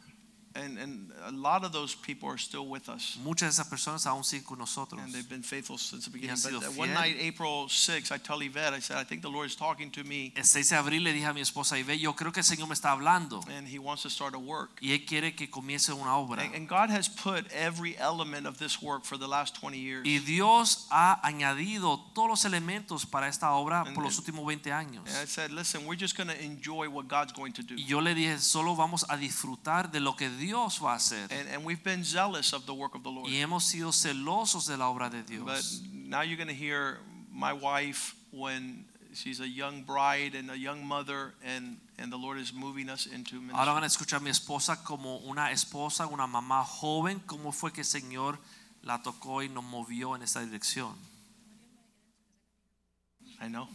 [SPEAKER 2] and, and a lot of those people are still with us.
[SPEAKER 1] Muchas de esas personas aún siguen con nosotros.
[SPEAKER 2] And they've been faithful since the beginning.
[SPEAKER 1] han sido
[SPEAKER 2] But one
[SPEAKER 1] fiel.
[SPEAKER 2] night, April 6th, I tell Yvette, I said, I think the Lord is talking to me
[SPEAKER 1] El 6 de abril le dije a mi esposa, Ibe, yo creo que el Señor me está hablando
[SPEAKER 2] and he wants to start a work.
[SPEAKER 1] y Él quiere que comience una obra.
[SPEAKER 2] And, and God has put every element of this work for the last 20 years.
[SPEAKER 1] Y Dios ha añadido todos los elementos para esta obra
[SPEAKER 2] And-
[SPEAKER 1] por los
[SPEAKER 2] and-
[SPEAKER 1] últimos 20 años.
[SPEAKER 2] And I said, listen, we're just going to enjoy what God's going to do.
[SPEAKER 1] Y yo le dije, solo vamos a disfrutar de lo que Dios va a hacer.
[SPEAKER 2] And, and we've been zealous of the work of the Lord.
[SPEAKER 1] Y hemos sido celosos de la obra de
[SPEAKER 2] But
[SPEAKER 1] Dios.
[SPEAKER 2] now you're going to hear my wife when she's a young bride and a young mother, and, and the Lord is moving us into ministry.
[SPEAKER 1] Ahora van a escuchar a mi esposa como una esposa, una mamá joven, cómo fue que el Señor la tocó y nos movió en esta dirección.
[SPEAKER 2] I know.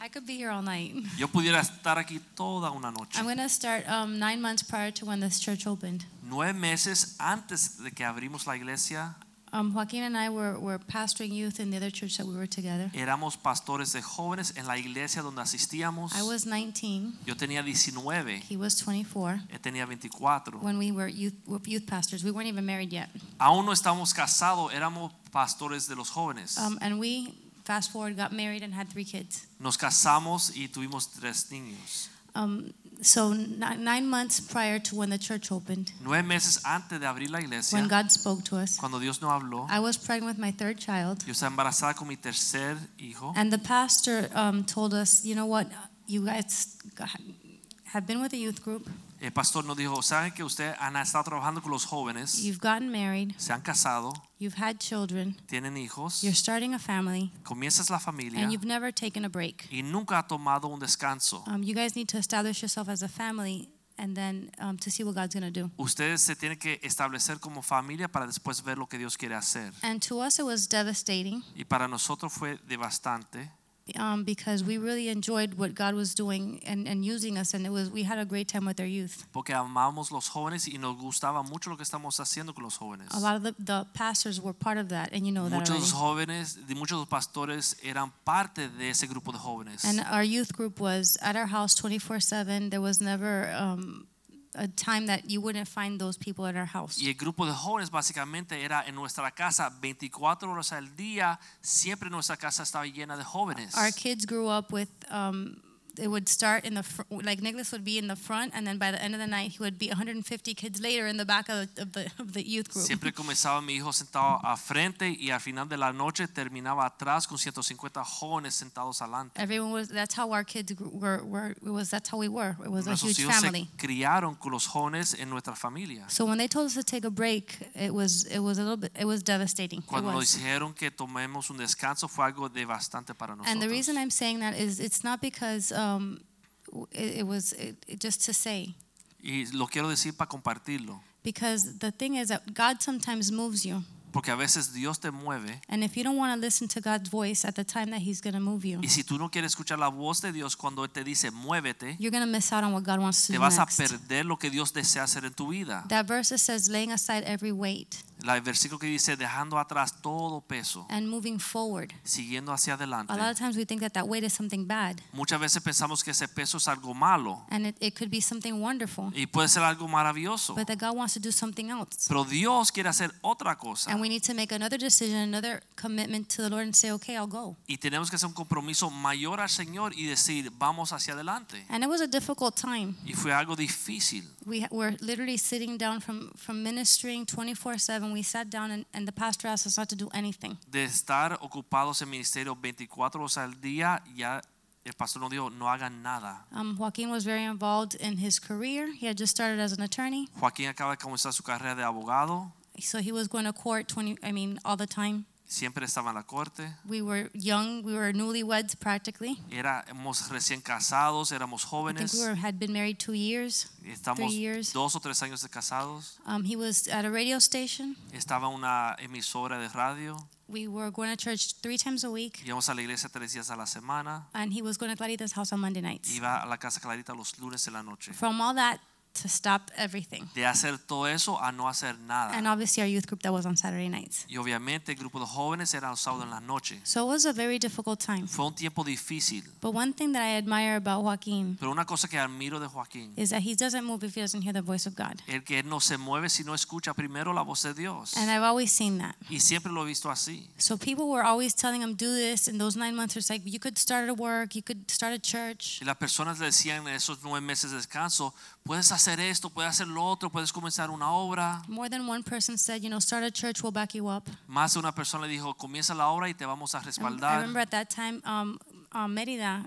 [SPEAKER 4] I could be here all night. [laughs]
[SPEAKER 1] Yo pudiera estar aquí toda una noche.
[SPEAKER 4] I'm going to start um, nine months prior to when this church opened.
[SPEAKER 1] Nueve meses antes de que abrimos la iglesia,
[SPEAKER 4] Um, Joaquin and I were, were pastoring youth in the other church that we were together.
[SPEAKER 1] éramos pastores de jóvenes en la iglesia donde asistíamos.
[SPEAKER 4] I was 19,
[SPEAKER 1] Yo tenía 19,
[SPEAKER 4] he was 24
[SPEAKER 1] él tenía 24.
[SPEAKER 4] when we were youth, were youth pastors. We weren't even married yet.
[SPEAKER 1] Aún no estábamos casados, éramos pastores de los jóvenes.
[SPEAKER 4] Um, and we, fast forward, got married and had three kids.
[SPEAKER 1] Nos casamos y tuvimos tres niños.
[SPEAKER 4] Um, so ni- nine months prior to when the church opened,
[SPEAKER 1] Nueve meses antes de abrir la iglesia,
[SPEAKER 4] when God spoke to us,
[SPEAKER 1] cuando Dios nos habló,
[SPEAKER 4] I was pregnant with my third child.
[SPEAKER 1] yo estaba embarazada con mi tercer hijo.
[SPEAKER 4] And the pastor um, told us, you know what, you guys have been with a youth group,
[SPEAKER 1] El pastor nos dijo, ¿saben que ustedes han estado trabajando con los jóvenes?
[SPEAKER 4] you've gotten married,
[SPEAKER 1] Se han casado,
[SPEAKER 4] you've had children,
[SPEAKER 1] tienen hijos,
[SPEAKER 4] you're starting a family,
[SPEAKER 1] comienzas la familia
[SPEAKER 4] and you've never taken a break.
[SPEAKER 1] y nunca ha tomado un descanso.
[SPEAKER 4] Um, you guys need to establish yourself as a family and then um, to see what God's going to do.
[SPEAKER 1] Ustedes se tienen que establecer como familia para después ver lo que Dios quiere hacer.
[SPEAKER 4] And to us, it was devastating
[SPEAKER 1] Y para nosotros fue devastante
[SPEAKER 4] um, because we really enjoyed what God was doing and, and using us, and it was we had a great time with our youth.
[SPEAKER 1] porque amamos los jóvenes y nos gustaba mucho lo que estamos haciendo con los jóvenes.
[SPEAKER 4] A lot of the, the pastors were part of that, and you know that.
[SPEAKER 1] Muchos de los
[SPEAKER 4] Already.
[SPEAKER 1] jóvenes, de muchos de los pastores eran parte de ese grupo de jóvenes.
[SPEAKER 4] And our youth group was at our house 24 7. There was never um, a time that you wouldn't find those people at our house.
[SPEAKER 1] Y el grupo de jóvenes básicamente era en nuestra casa 24 horas al día, siempre nuestra casa estaba llena de jóvenes.
[SPEAKER 4] Our kids grew up with. Um, it would start in the fr- like Nicholas would be in the front, and then by the end of the night, he would be 150 kids later in the back of the, of the, of the youth group.
[SPEAKER 1] Siempre comenzaba mi hijo sentado a frente y al final de la noche terminaba atrás con 150 jóvenes sentados adelante.
[SPEAKER 4] Everyone was. That's how our kids grew, were. Were it was. That's how we were. It was a
[SPEAKER 1] Nuestros
[SPEAKER 4] huge
[SPEAKER 1] hijos
[SPEAKER 4] family.
[SPEAKER 1] se criaron con los jóvenes en nuestra familia.
[SPEAKER 4] So when they told us to take a break, it was it was a little bit. It was devastating. It
[SPEAKER 1] Cuando nos
[SPEAKER 4] was.
[SPEAKER 1] dijeron que tomemos un descanso fue algo devastante para
[SPEAKER 4] And the reason
[SPEAKER 1] nosotros.
[SPEAKER 4] I'm saying that is it's not because um, w- it, it was it, it just to say
[SPEAKER 1] Y lo quiero decir para compartirlo,
[SPEAKER 4] because the thing is that God sometimes moves you,
[SPEAKER 1] porque a veces Dios te mueve
[SPEAKER 4] and if you don't want to listen to God's voice at the time that He's going to move you,
[SPEAKER 1] y si tú no quieres escuchar la voz de Dios cuando Él te dice muévete,
[SPEAKER 4] you're going to miss out on what God wants to
[SPEAKER 1] te
[SPEAKER 4] do
[SPEAKER 1] vas a
[SPEAKER 4] next.
[SPEAKER 1] perder lo que Dios desea hacer en tu vida.
[SPEAKER 4] That verse that says laying aside every weight
[SPEAKER 1] La- El versículo que dice, dejando atrás todo peso,
[SPEAKER 4] and moving forward.
[SPEAKER 1] siguiendo hacia adelante.
[SPEAKER 4] A lot of times we think that that weight is something bad,
[SPEAKER 1] Muchas veces pensamos que ese peso es algo malo
[SPEAKER 4] and it, it could be something wonderful,
[SPEAKER 1] y puede ser algo maravilloso.
[SPEAKER 4] but that God wants to do something else.
[SPEAKER 1] Pero Dios quiere hacer otra cosa
[SPEAKER 4] And we need to make another decision, another commitment to the Lord and say, okay, I'll go.
[SPEAKER 1] y tenemos que hacer un compromiso mayor al Señor y decir, vamos hacia adelante.
[SPEAKER 4] And it was a difficult time.
[SPEAKER 1] Y fue algo difícil.
[SPEAKER 4] We ha- were literally sitting down from, from ministering 24 7. We sat down, and, and the pastor asked us not to do anything.
[SPEAKER 1] de estar ocupados en ministerio 24 horas al día, ya el pastor nos dijo, no hagan nada.
[SPEAKER 4] Um, Joaquin was very involved in his career. He had just started as an attorney,
[SPEAKER 1] Joaquín acaba de comenzar su carrera de abogado,
[SPEAKER 4] so he was going to court 20, I mean, all the time.
[SPEAKER 1] siempre estaba en la corte,
[SPEAKER 4] We were young, we were newlyweds practically.
[SPEAKER 1] éramos recién casados, éramos
[SPEAKER 4] I think
[SPEAKER 1] jóvenes,
[SPEAKER 4] we were, had been married two years.
[SPEAKER 1] estamos
[SPEAKER 4] three years.
[SPEAKER 1] dos o tres años de casados,
[SPEAKER 4] Um, he was at a radio station.
[SPEAKER 1] estaba en una emisora de radio,
[SPEAKER 4] We were going to church three times a week,
[SPEAKER 1] íbamos a la iglesia tres días a la semana,
[SPEAKER 4] and he was going to Clarita's house on Monday nights.
[SPEAKER 1] iba a la casa Clarita los lunes en la noche.
[SPEAKER 4] From all that to stop everything.
[SPEAKER 1] De hacer todo eso a no hacer
[SPEAKER 4] And
[SPEAKER 1] nada.
[SPEAKER 4] obviously, our youth group that was on Saturday nights.
[SPEAKER 1] Y obviamente el grupo de jóvenes era los sábados en la noche.
[SPEAKER 4] So it was a very difficult time.
[SPEAKER 1] Fue un tiempo difícil.
[SPEAKER 4] But one thing that I admire about Joaquin
[SPEAKER 1] Pero una cosa que admiro de Joaquín
[SPEAKER 4] is that he doesn't move if he doesn't hear the voice of God.
[SPEAKER 1] es que él no se mueve si no escucha primero la voz de Dios.
[SPEAKER 4] And I've always seen that.
[SPEAKER 1] Y siempre lo he visto así.
[SPEAKER 4] So people were always telling him, do this. In those nine months, it's like, you could start a work, you could start a church.
[SPEAKER 1] Y las personas le decían en esos nueve meses de descanso, puedes hacer esto, puedes hacer lo otro, puedes comenzar una obra.
[SPEAKER 4] More than one person said, you know, start a church, we'll back you up.
[SPEAKER 1] Más de una persona le dijo, comienza la obra y te vamos a
[SPEAKER 4] Um, I
[SPEAKER 1] respaldar.
[SPEAKER 4] remember at that time, um, um, Merida,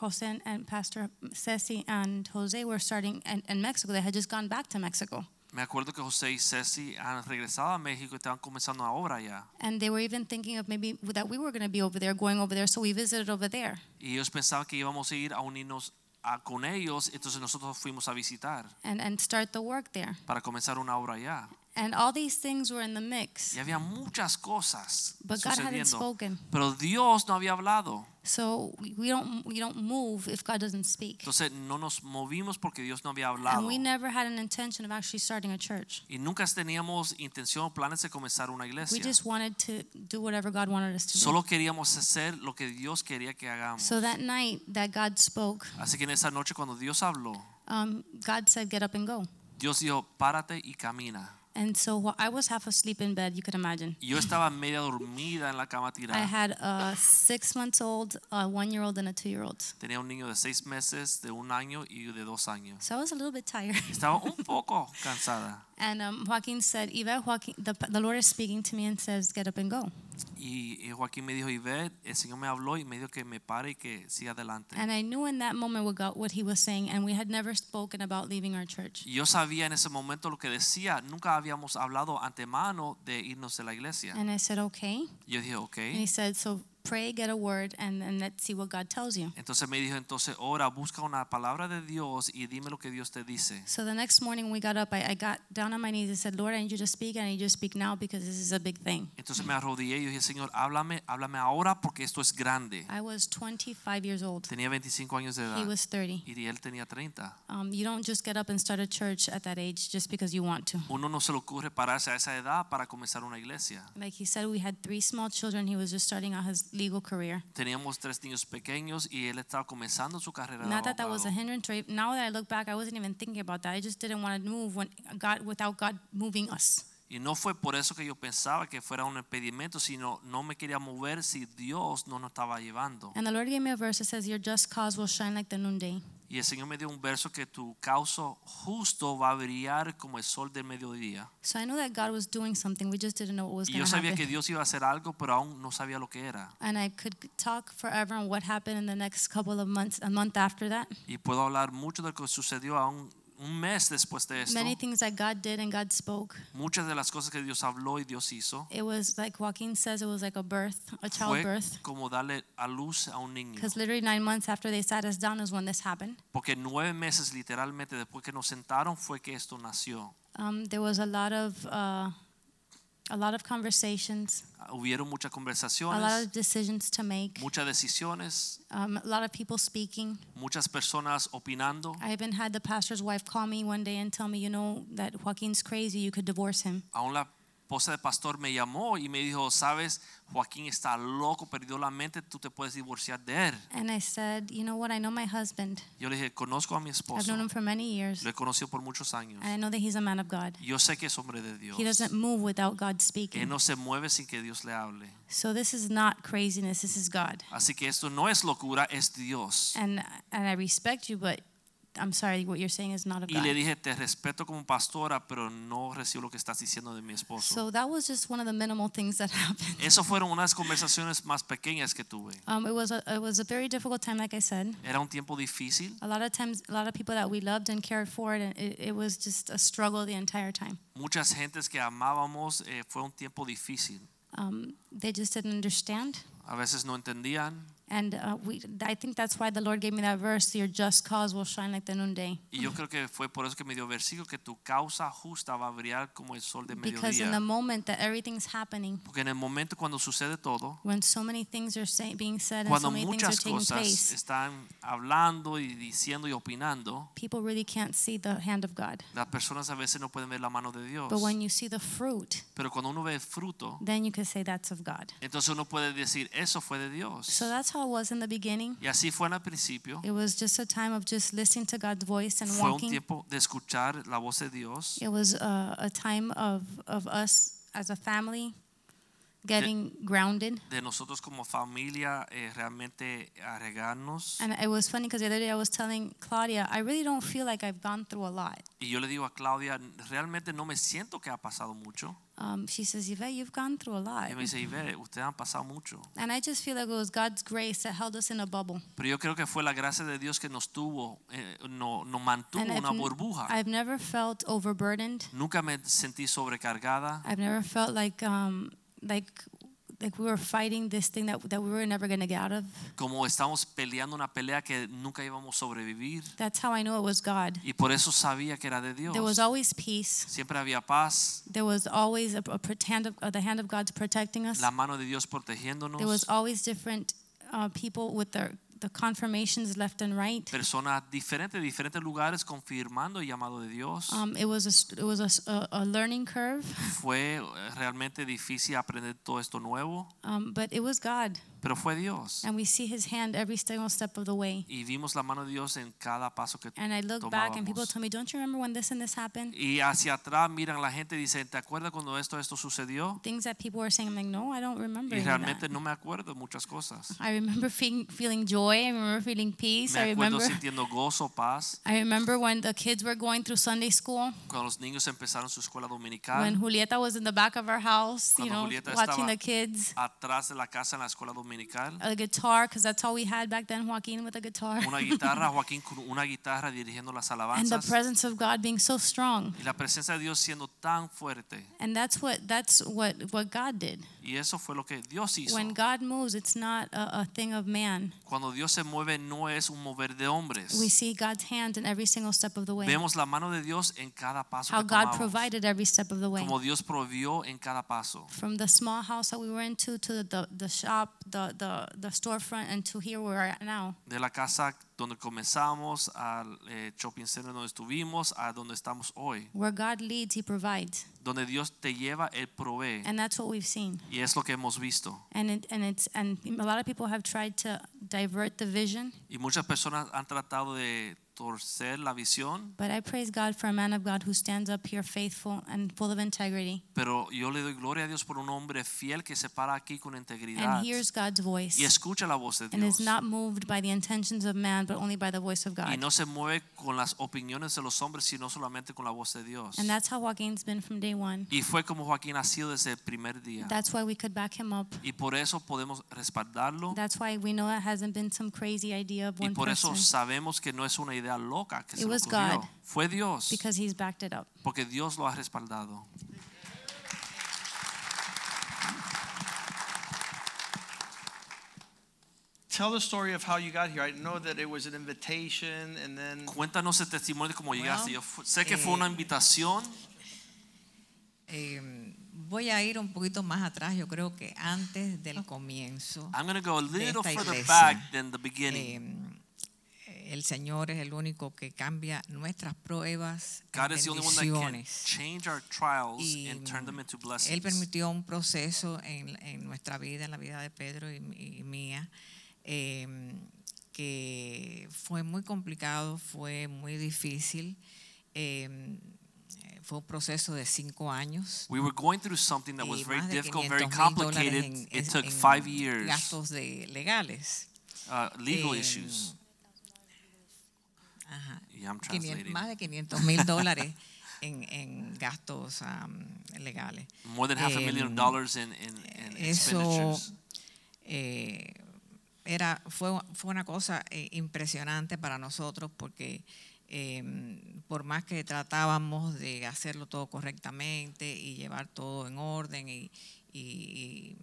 [SPEAKER 4] Jose and- and Pastor Ceci and Jose were starting in, in Mexico. They had just gone back to Mexico.
[SPEAKER 1] Me acuerdo que José y Ceci han regresado a México y estaban comenzando una obra ya.
[SPEAKER 4] And they were even thinking of maybe that we were going to be over there, going over there. So we visited over there.
[SPEAKER 1] Y ellos pensaban que íbamos a ir a unirnos a- con ellos, entonces nosotros fuimos a visitar
[SPEAKER 4] and, and start the work there.
[SPEAKER 1] para comenzar una obra ya.
[SPEAKER 4] And all these things were in the mix.
[SPEAKER 1] Y había muchas cosas
[SPEAKER 4] But God hadn't
[SPEAKER 1] sucediendo.
[SPEAKER 4] spoken.
[SPEAKER 1] Pero Dios no había hablado.
[SPEAKER 4] So we- we don't we don't move if God doesn't speak.
[SPEAKER 1] Entonces no nos movimos porque Dios no había
[SPEAKER 4] And
[SPEAKER 1] hablado.
[SPEAKER 4] we never had an intention of actually starting a church.
[SPEAKER 1] Y nunca teníamos intención o planes de comenzar una
[SPEAKER 4] We
[SPEAKER 1] iglesia.
[SPEAKER 4] just wanted to do whatever God wanted us to do.
[SPEAKER 1] Solo queríamos hacer lo que Dios quería que hagamos.
[SPEAKER 4] So that night that God spoke,
[SPEAKER 1] Así que en esa noche cuando Dios habló,
[SPEAKER 4] um, God said, "Get up and go."
[SPEAKER 1] Dios dijo, párate y camina.
[SPEAKER 4] And so while I was half asleep in bed. You can imagine.
[SPEAKER 1] Y yo estaba media dormida en la cama
[SPEAKER 4] I
[SPEAKER 1] tirada.
[SPEAKER 4] had a six months old, a one year old, and a two year old.
[SPEAKER 1] Tenía un niño de seis meses, de un año y de dos años.
[SPEAKER 4] So I was a little bit tired. [laughs]
[SPEAKER 1] Estaba un poco cansada.
[SPEAKER 4] And um, Joaquin said, Eva, Joaquin, the, the Lord is speaking to me and says, get up and go.
[SPEAKER 1] Y y Joaquín me dijo, Ivette, el Señor me habló y me dijo que me pare y que siga adelante.
[SPEAKER 4] And I knew in that moment what, God, what he was saying, and we had never spoken about leaving our church.
[SPEAKER 1] Y yo sabía en ese momento lo que decía. Nunca habíamos hablado antemano de irnos de la iglesia.
[SPEAKER 4] And I said, okay.
[SPEAKER 1] Y yo dije, ok.
[SPEAKER 4] And he said, so pray, get a word, and then let's see what God tells you.
[SPEAKER 1] Entonces me dijo, entonces ora, busca una palabra de Dios y dime lo que Dios te dice.
[SPEAKER 4] So the next morning we got up, I, I got down on my knees and said, Lord, I need you to speak, and I need you to speak now because this is a big thing.
[SPEAKER 1] Entonces me arrodillé y dije, Señor, háblame, háblame ahora porque esto es grande.
[SPEAKER 4] I was 25 years old.
[SPEAKER 1] Tenía 25 años de
[SPEAKER 4] He
[SPEAKER 1] edad
[SPEAKER 4] was 30.
[SPEAKER 1] y él tenía 30.
[SPEAKER 4] Um, you don't just get up and start a church at that age just because you want to.
[SPEAKER 1] Uno no se le ocurre pararse a esa edad para comenzar una iglesia.
[SPEAKER 4] Like he said, we had three small children. He was just starting out his legal career.
[SPEAKER 1] Teníamos tres niños pequeños y él estaba comenzando su carrera. de
[SPEAKER 4] Not that that was a
[SPEAKER 1] abogado.
[SPEAKER 4] hindrance. Right? Now that I look back, I wasn't even thinking about that. I just didn't want to move when God without God moving us.
[SPEAKER 1] Y no fue por eso que yo pensaba que fuera un impedimento, sino no me quería mover si Dios no nos estaba llevando.
[SPEAKER 4] And the Lord gave me a verse that says, "Your just cause will shine like the noonday."
[SPEAKER 1] Y el Señor me dio un verso que tu causa justo va a brillar como el sol del mediodía.
[SPEAKER 4] So I knew that God was doing something. We just didn't know what was
[SPEAKER 1] Y
[SPEAKER 4] going
[SPEAKER 1] yo
[SPEAKER 4] to
[SPEAKER 1] sabía que
[SPEAKER 4] happen.
[SPEAKER 1] Dios iba a hacer algo, pero aún no sabía lo que era.
[SPEAKER 4] And I could talk forever on what happened in the next couple of months, a month after that.
[SPEAKER 1] Y puedo hablar mucho de lo que sucedió aún un mes después de esto.
[SPEAKER 4] Many things that God did and God spoke.
[SPEAKER 1] Muchas de las cosas que Dios habló y Dios hizo
[SPEAKER 4] It was like Joaquin says, it was like a birth, a
[SPEAKER 1] fue
[SPEAKER 4] childbirth.
[SPEAKER 1] como darle a luz a un niño.
[SPEAKER 4] Because literally nine months after they sat us down is when this happened.
[SPEAKER 1] Porque nueve meses literalmente después que nos sentaron fue que esto nació.
[SPEAKER 4] Um, there was a lot of uh, a lot of conversations,
[SPEAKER 1] Hubieron
[SPEAKER 4] a
[SPEAKER 1] muchas
[SPEAKER 4] lot
[SPEAKER 1] conversaciones,
[SPEAKER 4] of decisions to make,
[SPEAKER 1] muchas decisiones,
[SPEAKER 4] um, a lot of people speaking.
[SPEAKER 1] muchas personas opinando.
[SPEAKER 4] I even had the pastor's wife call me one day and tell me, you know, that Joaquin's crazy. You could divorce him.
[SPEAKER 1] Aún la esposa del pastor me llamó y me dijo, sabes, Joaquín está loco, perdió la mente, tú te puedes divorciar de él.
[SPEAKER 4] And I said, you know what? I know my husband.
[SPEAKER 1] Yo le dije, conozco a mi
[SPEAKER 4] I've known him
[SPEAKER 1] esposo,
[SPEAKER 4] for many years,
[SPEAKER 1] lo he conocido por muchos años.
[SPEAKER 4] and I know that he's a man of God.
[SPEAKER 1] Yo sé que es hombre de Dios.
[SPEAKER 4] He doesn't move without God
[SPEAKER 1] Él
[SPEAKER 4] speaking.
[SPEAKER 1] no se mueve sin que Dios le hable.
[SPEAKER 4] So this is not craziness. This is God.
[SPEAKER 1] Así que esto no es locura, es Dios.
[SPEAKER 4] And and I respect you, but I'm sorry, what you're saying is not of
[SPEAKER 1] Y le
[SPEAKER 4] God.
[SPEAKER 1] dije, te respeto como pastora, pero no recibo lo que estás diciendo de mi esposo.
[SPEAKER 4] So [laughs] that was just one of the minimal things that [laughs] happened.
[SPEAKER 1] Esas fueron unas conversaciones más pequeñas que tuve.
[SPEAKER 4] Um, it was a, it was a very difficult time, like I said.
[SPEAKER 1] Era un tiempo difícil.
[SPEAKER 4] A lot of times, a lot of people that we loved and cared for, and it, it was just a struggle the entire time.
[SPEAKER 1] Muchas gentes que amábamos, eh, fue un tiempo difícil.
[SPEAKER 4] Um, they just didn't understand,
[SPEAKER 1] A veces no entendían.
[SPEAKER 4] and uh, we. I think that's why the Lord gave me that verse: "Your just cause will shine like the noonday."
[SPEAKER 1] Y yo creo que fue por eso que me dio versículo que tu causa justa va a brillar como el sol de
[SPEAKER 4] Because in the
[SPEAKER 1] mediodía.
[SPEAKER 4] moment that everything's happening,
[SPEAKER 1] Porque en el momento cuando sucede todo,
[SPEAKER 4] when so many things are say, being said and so
[SPEAKER 1] cuando
[SPEAKER 4] many things are
[SPEAKER 1] muchas
[SPEAKER 4] taking
[SPEAKER 1] cosas
[SPEAKER 4] place,
[SPEAKER 1] están hablando y diciendo y opinando,
[SPEAKER 4] people really can't see the hand of God.
[SPEAKER 1] las personas a veces no pueden ver la mano de Dios.
[SPEAKER 4] But when you see the fruit,
[SPEAKER 1] Pero cuando uno ve el fruto,
[SPEAKER 4] then you can say that's of God.
[SPEAKER 1] entonces uno puede decir, eso fue de Dios.
[SPEAKER 4] So that's how it was in the beginning.
[SPEAKER 1] Y así fue en el principio.
[SPEAKER 4] It was just a time of just listening to God's voice and
[SPEAKER 1] Fue un
[SPEAKER 4] walking.
[SPEAKER 1] tiempo de escuchar la voz de Dios,
[SPEAKER 4] It was uh, a, a time of, of us as a family getting grounded.
[SPEAKER 1] de nosotros como familia eh, realmente arreglarnos.
[SPEAKER 4] And it was funny because the other day I was telling Claudia, I really don't feel like I've gone through a lot.
[SPEAKER 1] Y yo le digo a Claudia, realmente no me siento que ha pasado mucho.
[SPEAKER 4] Um, she says, Yvette, you've gone through a lot.
[SPEAKER 1] Y me dice, Ibe, ustedes han pasado mucho.
[SPEAKER 4] And I just feel like it was God's grace that held us in a bubble.
[SPEAKER 1] Pero yo creo que fue la gracia de Dios que nos tuvo, eh, no- nos mantuvo
[SPEAKER 4] And I've,
[SPEAKER 1] una
[SPEAKER 4] n-
[SPEAKER 1] burbuja.
[SPEAKER 4] I've never felt overburdened.
[SPEAKER 1] Nunca me sentí sobrecargada.
[SPEAKER 4] I've never felt like um, like like we were fighting this thing that that we were never going to get out of.
[SPEAKER 1] Como estamos peleando una pelea que nunca íbamos a sobrevivir.
[SPEAKER 4] That's how I know it was God.
[SPEAKER 1] Y por eso sabía que era de Dios.
[SPEAKER 4] There was always peace.
[SPEAKER 1] Siempre había paz,
[SPEAKER 4] There was always a, a prot- hand of uh, the hand of God's protecting us.
[SPEAKER 1] la mano de Dios
[SPEAKER 4] There was
[SPEAKER 1] protegiéndonos,
[SPEAKER 4] always different uh, people with their the confirmations left and right.
[SPEAKER 1] personas diferentes, de diferentes lugares confirmando el llamado de Dios.
[SPEAKER 4] Um, it was a, s- it was a s- a, a learning curve,
[SPEAKER 1] Fue eh, realmente difícil aprender todo esto nuevo,
[SPEAKER 4] um, but it was God,
[SPEAKER 1] pero fue Dios.
[SPEAKER 4] and we see His hand every single step of the way.
[SPEAKER 1] Y vimos la mano de Dios en cada paso que
[SPEAKER 4] And I look back, and people
[SPEAKER 1] tomábamos.
[SPEAKER 4] tell me, "Don't you remember when this and this happened?"
[SPEAKER 1] Y hacia atrás miran la gente y dicen, ¿te acuerdas cuando esto, esto sucedió?
[SPEAKER 4] Things that people were saying, I'm like, "No, I don't remember."
[SPEAKER 1] Y
[SPEAKER 4] any of
[SPEAKER 1] realmente
[SPEAKER 4] that."
[SPEAKER 1] no me acuerdo muchas cosas.
[SPEAKER 4] I remember [laughs] feeling, feeling joy. I remember feeling peace. I
[SPEAKER 1] Me acuerdo
[SPEAKER 4] remember.
[SPEAKER 1] sintiendo gozo, paz,
[SPEAKER 4] [laughs] I remember when the kids were going through Sunday school,
[SPEAKER 1] cuando los niños empezaron su escuela
[SPEAKER 4] when
[SPEAKER 1] dominical,
[SPEAKER 4] Julieta was in the back of our house, you
[SPEAKER 1] Cuando
[SPEAKER 4] know,
[SPEAKER 1] Julieta
[SPEAKER 4] watching
[SPEAKER 1] estaba-
[SPEAKER 4] the kids,
[SPEAKER 1] atrás de la casa en la escuela dominical.
[SPEAKER 4] a guitar, because that's all we had back then, Joaquin with a guitar.
[SPEAKER 1] una
[SPEAKER 4] [laughs]
[SPEAKER 1] guitarra, Joaquín con una guitarra dirigiendo las
[SPEAKER 4] and the
[SPEAKER 1] alabanzas
[SPEAKER 4] presence of God being so strong.
[SPEAKER 1] y la presencia de Dios siendo tan fuerte.
[SPEAKER 4] And that's what that's what what God did.
[SPEAKER 1] Y eso fue lo que Dios hizo.
[SPEAKER 4] When God moves, it's not a, a thing of man.
[SPEAKER 1] Cuando Dios se mueve no es un mover de
[SPEAKER 4] We
[SPEAKER 1] hombres.
[SPEAKER 4] see God's hand in every single step of the way.
[SPEAKER 1] Vemos la mano de Dios en cada paso
[SPEAKER 4] How
[SPEAKER 1] que
[SPEAKER 4] God
[SPEAKER 1] tomamos.
[SPEAKER 4] provided every step of the way.
[SPEAKER 1] Como Dios provió en cada paso.
[SPEAKER 4] from the small house that we were into to the, the, the shop, the, the, the storefront, and to here where we're at now.
[SPEAKER 1] De la casa donde comenzamos, al eh, shopping center donde estuvimos, a donde estamos hoy.
[SPEAKER 4] Where God leads, He provides.
[SPEAKER 1] Donde Dios te lleva, Él provee.
[SPEAKER 4] And that's what we've seen.
[SPEAKER 1] Y es lo que hemos visto.
[SPEAKER 4] And, it, and, it's, and a lot of people have tried to divert the vision,
[SPEAKER 1] Y muchas personas han tratado de torcer la visión
[SPEAKER 4] but I praise God for a man of God who stands up here faithful and full of integrity
[SPEAKER 1] Pero yo le doy gloria a Dios por un hombre fiel que se para aquí con integridad
[SPEAKER 4] and hears God's
[SPEAKER 1] y
[SPEAKER 4] voice
[SPEAKER 1] escucha la voz de
[SPEAKER 4] and
[SPEAKER 1] Dios
[SPEAKER 4] is not moved by the intentions of man, but only by the voice of
[SPEAKER 1] y
[SPEAKER 4] God.
[SPEAKER 1] no se mueve con las opiniones de los hombres, sino solamente con la voz de Dios.
[SPEAKER 4] And that's how Joaquin's been from day one.
[SPEAKER 1] Y fue como Joaquín ha sido desde el primer día.
[SPEAKER 4] That's why we could back him up.
[SPEAKER 1] Y por eso podemos respaldarlo
[SPEAKER 4] That's why we know it hasn't been some crazy idea of
[SPEAKER 1] y
[SPEAKER 4] one
[SPEAKER 1] por eso
[SPEAKER 4] person.
[SPEAKER 1] sabemos que no es una idea loca que
[SPEAKER 4] It
[SPEAKER 1] se le
[SPEAKER 4] was
[SPEAKER 1] ocurrió.
[SPEAKER 4] God.
[SPEAKER 1] Fue Dios,
[SPEAKER 4] because he's backed it up.
[SPEAKER 1] porque Dios lo ha respaldado.
[SPEAKER 2] Tell the story of how you got here. I know that it was an invitation, and then
[SPEAKER 1] Cuéntanos el testimonio de cómo llegaste. Yo fu- sé que fue
[SPEAKER 5] eh,
[SPEAKER 1] una invitación,
[SPEAKER 5] Eh, voy a ir un poquito más atrás, yo creo que antes del comienzo.
[SPEAKER 1] I'm going to go a little
[SPEAKER 5] esta
[SPEAKER 1] further
[SPEAKER 5] iglesia.
[SPEAKER 1] back than the beginning.
[SPEAKER 5] Eh, el Señor es el único que cambia nuestras pruebas en
[SPEAKER 1] God is the only one that can
[SPEAKER 5] bendiciones.
[SPEAKER 1] change our trials
[SPEAKER 5] Y
[SPEAKER 1] and turn them into
[SPEAKER 5] Él
[SPEAKER 1] blessings.
[SPEAKER 5] permitió un proceso en, en nuestra vida, en la vida de Pedro y, y mía, eh, que fue muy complicado, fue muy difícil. eh, fue un proceso de cinco años.
[SPEAKER 1] We were going through something that was
[SPEAKER 5] y
[SPEAKER 1] very
[SPEAKER 5] más de
[SPEAKER 1] difficult, very
[SPEAKER 5] 500 mil
[SPEAKER 1] complicated.
[SPEAKER 5] dólares en-
[SPEAKER 1] It
[SPEAKER 5] en-
[SPEAKER 1] took
[SPEAKER 5] en
[SPEAKER 1] five years,
[SPEAKER 5] Gastos de legales.
[SPEAKER 1] uh, legal
[SPEAKER 5] em,
[SPEAKER 1] issues.
[SPEAKER 5] Ajá.
[SPEAKER 1] Yeah, I'm
[SPEAKER 5] 500
[SPEAKER 1] translating.
[SPEAKER 5] más de 500 mil dólares en, en gastos am, legales.
[SPEAKER 1] More than half a million
[SPEAKER 5] Em,
[SPEAKER 1] dollars in, in, in
[SPEAKER 5] Eso
[SPEAKER 1] expenditures.
[SPEAKER 5] eh, era, fue, fue una cosa eh, impresionante para nosotros porque eh, por más que tratábamos de hacerlo todo correctamente y llevar todo en orden y, y-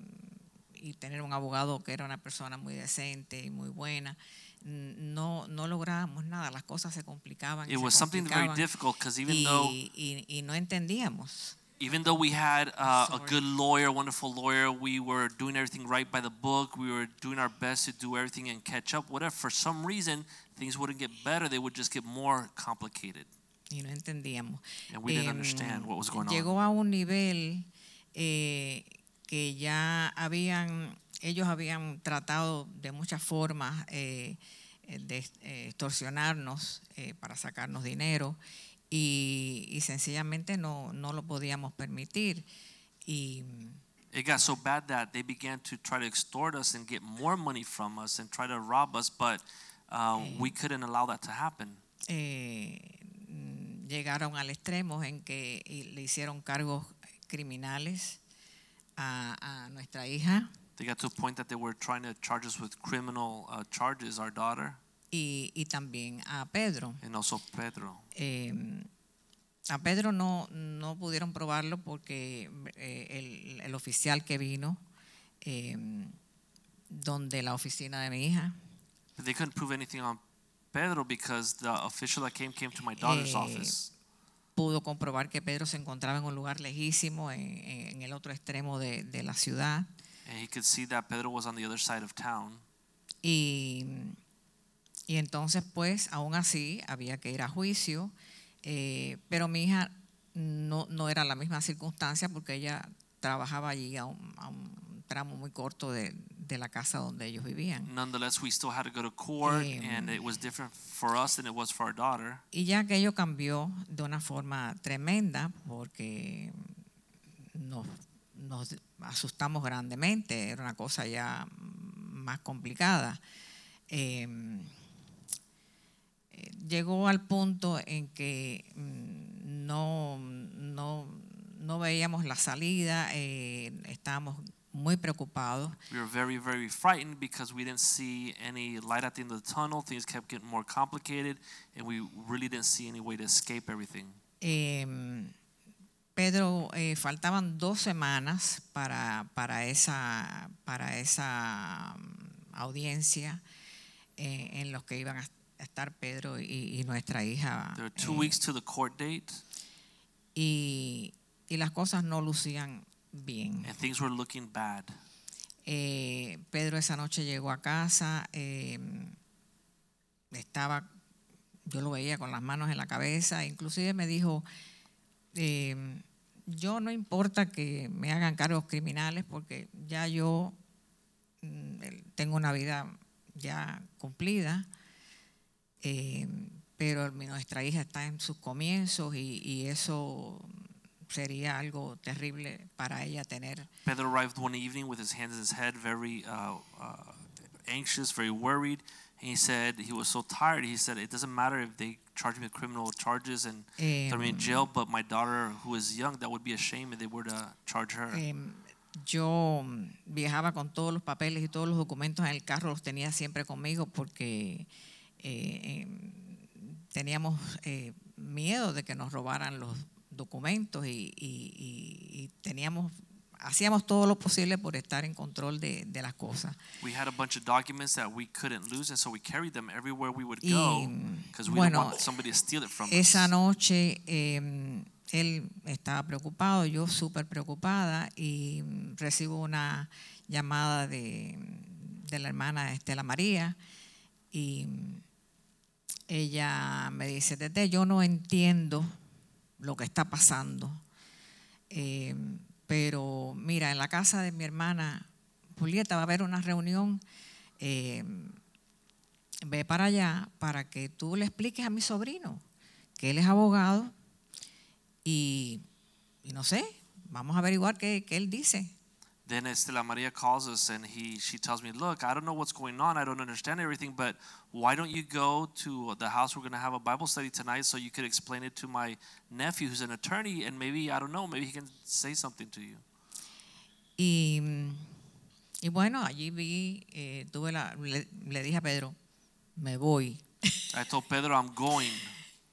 [SPEAKER 5] y tener un abogado que era una persona muy decente y muy buena, n- no, no lográbamos nada, las cosas se complicaban. y
[SPEAKER 1] It
[SPEAKER 5] se
[SPEAKER 1] was something very
[SPEAKER 5] complicaban
[SPEAKER 1] difficult because even
[SPEAKER 5] y,
[SPEAKER 1] though
[SPEAKER 5] y- y no entendíamos.
[SPEAKER 1] even though we had uh, a
[SPEAKER 5] Sorry.
[SPEAKER 1] good lawyer, wonderful lawyer, we were doing everything right by the book. We were doing our best to do everything and catch up. Whatever, for some reason, things wouldn't get better. They would just get more complicated.
[SPEAKER 5] y no entendíamos.
[SPEAKER 1] And we didn't
[SPEAKER 5] Em,
[SPEAKER 1] understand what was going on.
[SPEAKER 5] Llegó a un nivel eh, que ya habían, ellos habían tratado de muchas formas eh, eh, de eh, extorsionarnos eh, para sacarnos dinero y, y sencillamente no, no lo podíamos permitir. Y,
[SPEAKER 1] It got so bad that they began to try to extort us and get more money from us and try to rob us, but uh, we couldn't allow that to happen.
[SPEAKER 5] eh, mm, llegaron al extremo en que y- le hicieron cargos criminales a, a nuestra hija
[SPEAKER 1] They got to a point that they were trying to charge us with criminal uh, charges, our daughter
[SPEAKER 5] y, y también a Pedro.
[SPEAKER 1] and also Pedro.
[SPEAKER 5] Eh, a Pedro no, no pudieron probarlo porque eh, el, el oficial que vino, eh, donde la oficina de mi hija,
[SPEAKER 1] But they couldn't prove anything on Pedro because the official that came came to my daughter's
[SPEAKER 5] Eh,
[SPEAKER 1] office.
[SPEAKER 5] pudo comprobar que Pedro se encontraba en un lugar lejísimo, en, en el otro extremo de, de la ciudad.
[SPEAKER 1] and he could see that Pedro was on the other side of town.
[SPEAKER 5] Y, y entonces, pues, aún así, había que ir a juicio. eh, pero mi hija no, no era la misma circunstancia porque ella trabajaba allí a un, a un tramo muy corto de, de la casa donde ellos vivían.
[SPEAKER 1] Nonetheless, we still had to go to court,
[SPEAKER 5] Em.
[SPEAKER 1] and it was different for us than it was for our daughter.
[SPEAKER 5] Y ya aquello cambió de una forma tremenda porque nos, nos asustamos grandemente, era una cosa ya más complicada. Eh, eh, llegó al punto en que mm, no, no, no veíamos la salida, eh, estábamos muy preocupados.
[SPEAKER 1] We were very, very frightened because we didn't see any light at the end of the tunnel. Things kept getting more complicated, and we really didn't see any way to escape everything.
[SPEAKER 5] Eh, Pedro, eh, faltaban dos semanas para, para esa, para esa mm, audiencia eh, en los que iban a estar Pedro y, y nuestra hija.
[SPEAKER 1] There were two
[SPEAKER 5] eh,
[SPEAKER 1] weeks to the court date,
[SPEAKER 5] y, y las cosas no lucían bien.
[SPEAKER 1] and things were looking bad.
[SPEAKER 5] Eh, Pedro esa noche llegó a casa, eh, estaba, yo lo veía con las manos en la cabeza, inclusive me dijo, eh, yo no importa que me hagan cargos criminales porque ya yo mm, el- tengo una vida ya cumplida, eh, pero mi- nuestra hija está en sus comienzos y, y eso sería algo terrible para ella tener
[SPEAKER 1] Pedro arrived one evening with his hands in his head, very uh, uh, anxious, very worried. And he said he was so tired. He said it doesn't matter if they charge me with criminal charges and throw me in
[SPEAKER 5] Em,
[SPEAKER 1] jail, but my daughter, who is young, that would be a shame if they were to charge her.
[SPEAKER 5] Em, yo mm, viajaba con todos los papeles y todos los documentos en el carro, los tenía siempre conmigo porque eh, em, teníamos eh, miedo de que nos robaran los documentos y, y- y- y teníamos, hacíamos todo lo posible por estar en control de, de las cosas.
[SPEAKER 1] We had a bunch of documents that we couldn't lose, and so we carried them everywhere we would
[SPEAKER 5] Y,
[SPEAKER 1] go because we didn't
[SPEAKER 5] bueno,
[SPEAKER 1] want somebody to steal it from
[SPEAKER 5] Esa
[SPEAKER 1] us.
[SPEAKER 5] noche eh, él estaba preocupado, yo súper preocupada y mm, recibo una llamada de, de la hermana Estela María y mm, Ella me dice, Tete, yo no entiendo lo que está pasando, eh, pero mira, en la casa de mi hermana Julieta va a haber una reunión. eh, ve para allá para que tú le expliques a mi sobrino que él es abogado y, y no sé, vamos a averiguar qué, qué él dice.
[SPEAKER 1] Then Estela Maria calls us and he she tells me, Look, I don't know what's going on. I don't understand everything, but why don't you go to the house? We're going to have a Bible study tonight so you could explain it to my nephew who's an attorney and maybe, I don't know, maybe he can say something to you.
[SPEAKER 5] Y, y bueno, allí vi, eh, tuve la, le, le dije a Pedro, me voy.
[SPEAKER 1] I told Pedro, I'm going.